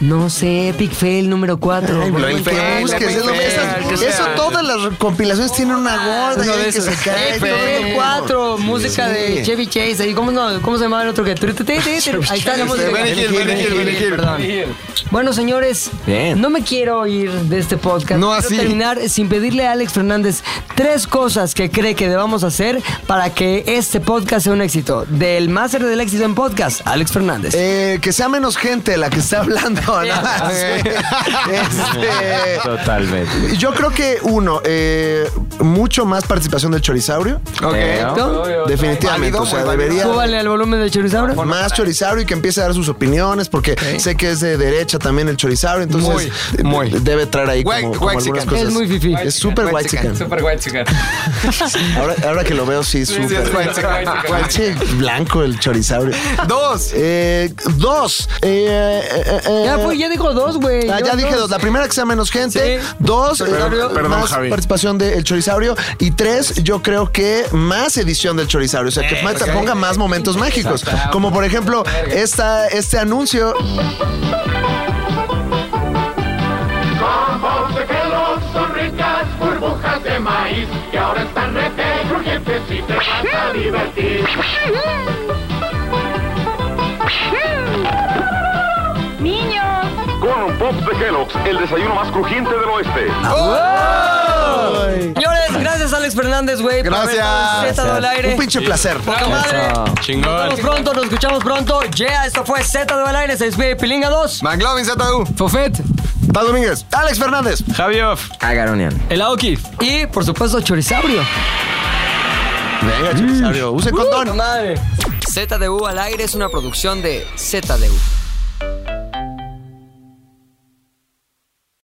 Speaker 2: No sé, Epic Fail número 4.
Speaker 3: eso todas las compilaciones tienen una gorda
Speaker 2: Ah, Uno
Speaker 3: y
Speaker 2: de
Speaker 3: que se
Speaker 2: esos.
Speaker 3: cae.
Speaker 2: Epic Fail 4, música de Chevy Chase. Ahí, ¿cómo, no? ¿Cómo se llamaba el otro que? Tru, tru, tru, tru, tru. Ahí está la música.
Speaker 3: Benny Hill, Benny Hill, Benny Hill.
Speaker 2: Perdón. Bueno, señores,
Speaker 3: Bien.
Speaker 2: no me quiero ir de este podcast.
Speaker 3: No
Speaker 2: Quiero
Speaker 3: así.
Speaker 2: terminar sin pedirle a Alex Fernández tres cosas que cree que debamos hacer para que este podcast sea un éxito. Del máster del éxito en podcast, Alex Fernández.
Speaker 3: Eh, que sea menos gente la que está hablando, nada más. Este,
Speaker 4: Totalmente.
Speaker 3: Yo creo que uno, eh, mucho más participación del chorisaurio.
Speaker 2: Correcto.
Speaker 3: Definitivamente.
Speaker 2: Válido,
Speaker 3: O sea,
Speaker 2: muy válido.
Speaker 3: debería.
Speaker 2: Súbale al volumen de Chorizabra.
Speaker 3: Más chorizaurio y que empiece a dar sus opiniones, porque sé que es de derecha también el chorizaurio, entonces de- debe traer ahí como, como algunas cosas.
Speaker 2: Es muy fifi.
Speaker 3: Es súper white chicken.
Speaker 8: Super white chicken.
Speaker 3: Ahora, ahora que lo veo, sí,
Speaker 8: Sí, sí, es
Speaker 3: súper.
Speaker 8: white chicken, white chicken.
Speaker 3: White chicken, Blanco el chorizaurio.
Speaker 5: Dos.
Speaker 3: Eh, dos. Eh, eh, eh,
Speaker 2: Ya, fue, ya dijo dos, güey.
Speaker 3: Ah,
Speaker 2: Yo
Speaker 3: ya dije dos. La primera que sea menos gente. Dos, eh,
Speaker 10: Perdón, perdón,
Speaker 3: más
Speaker 10: Javi.
Speaker 3: participación del chorizaurio. Y tres, yo creo que más edición del chorizaurio. O sea,
Speaker 2: Eh,
Speaker 3: que Mata
Speaker 10: ok.
Speaker 3: ponga más momentos mágicos. Como por ejemplo, esta, este anuncio.
Speaker 6: Combos de Kellogg son ricas burbujas de maíz que ahora están rete crujientes y te vas a divertir.
Speaker 13: Niños.
Speaker 22: Corn Pops de Kellogg's, el desayuno más crujiente del oeste.
Speaker 2: Señores, gracias Alex Fernández, güey. por haber estado en
Speaker 3: Gracias.
Speaker 2: Z del aire.
Speaker 3: Un pinche placer.
Speaker 2: Poca madre. Nos
Speaker 11: Chingón.
Speaker 2: vemos pronto, nos escuchamos pronto. Yeah, esto fue Z del aire, se despide Pilinga 2.
Speaker 5: McLovin ZDU.
Speaker 2: Fofet.
Speaker 3: Paz Domínguez. Alex Fernández.
Speaker 11: Javioff.
Speaker 4: Agaronian.
Speaker 2: El Aoki. Y, por supuesto, Chorizaurio. Uh,
Speaker 3: Venga, chorizaurio. Use condón.
Speaker 2: Madre. ZDU al aire es una producción de ZDU.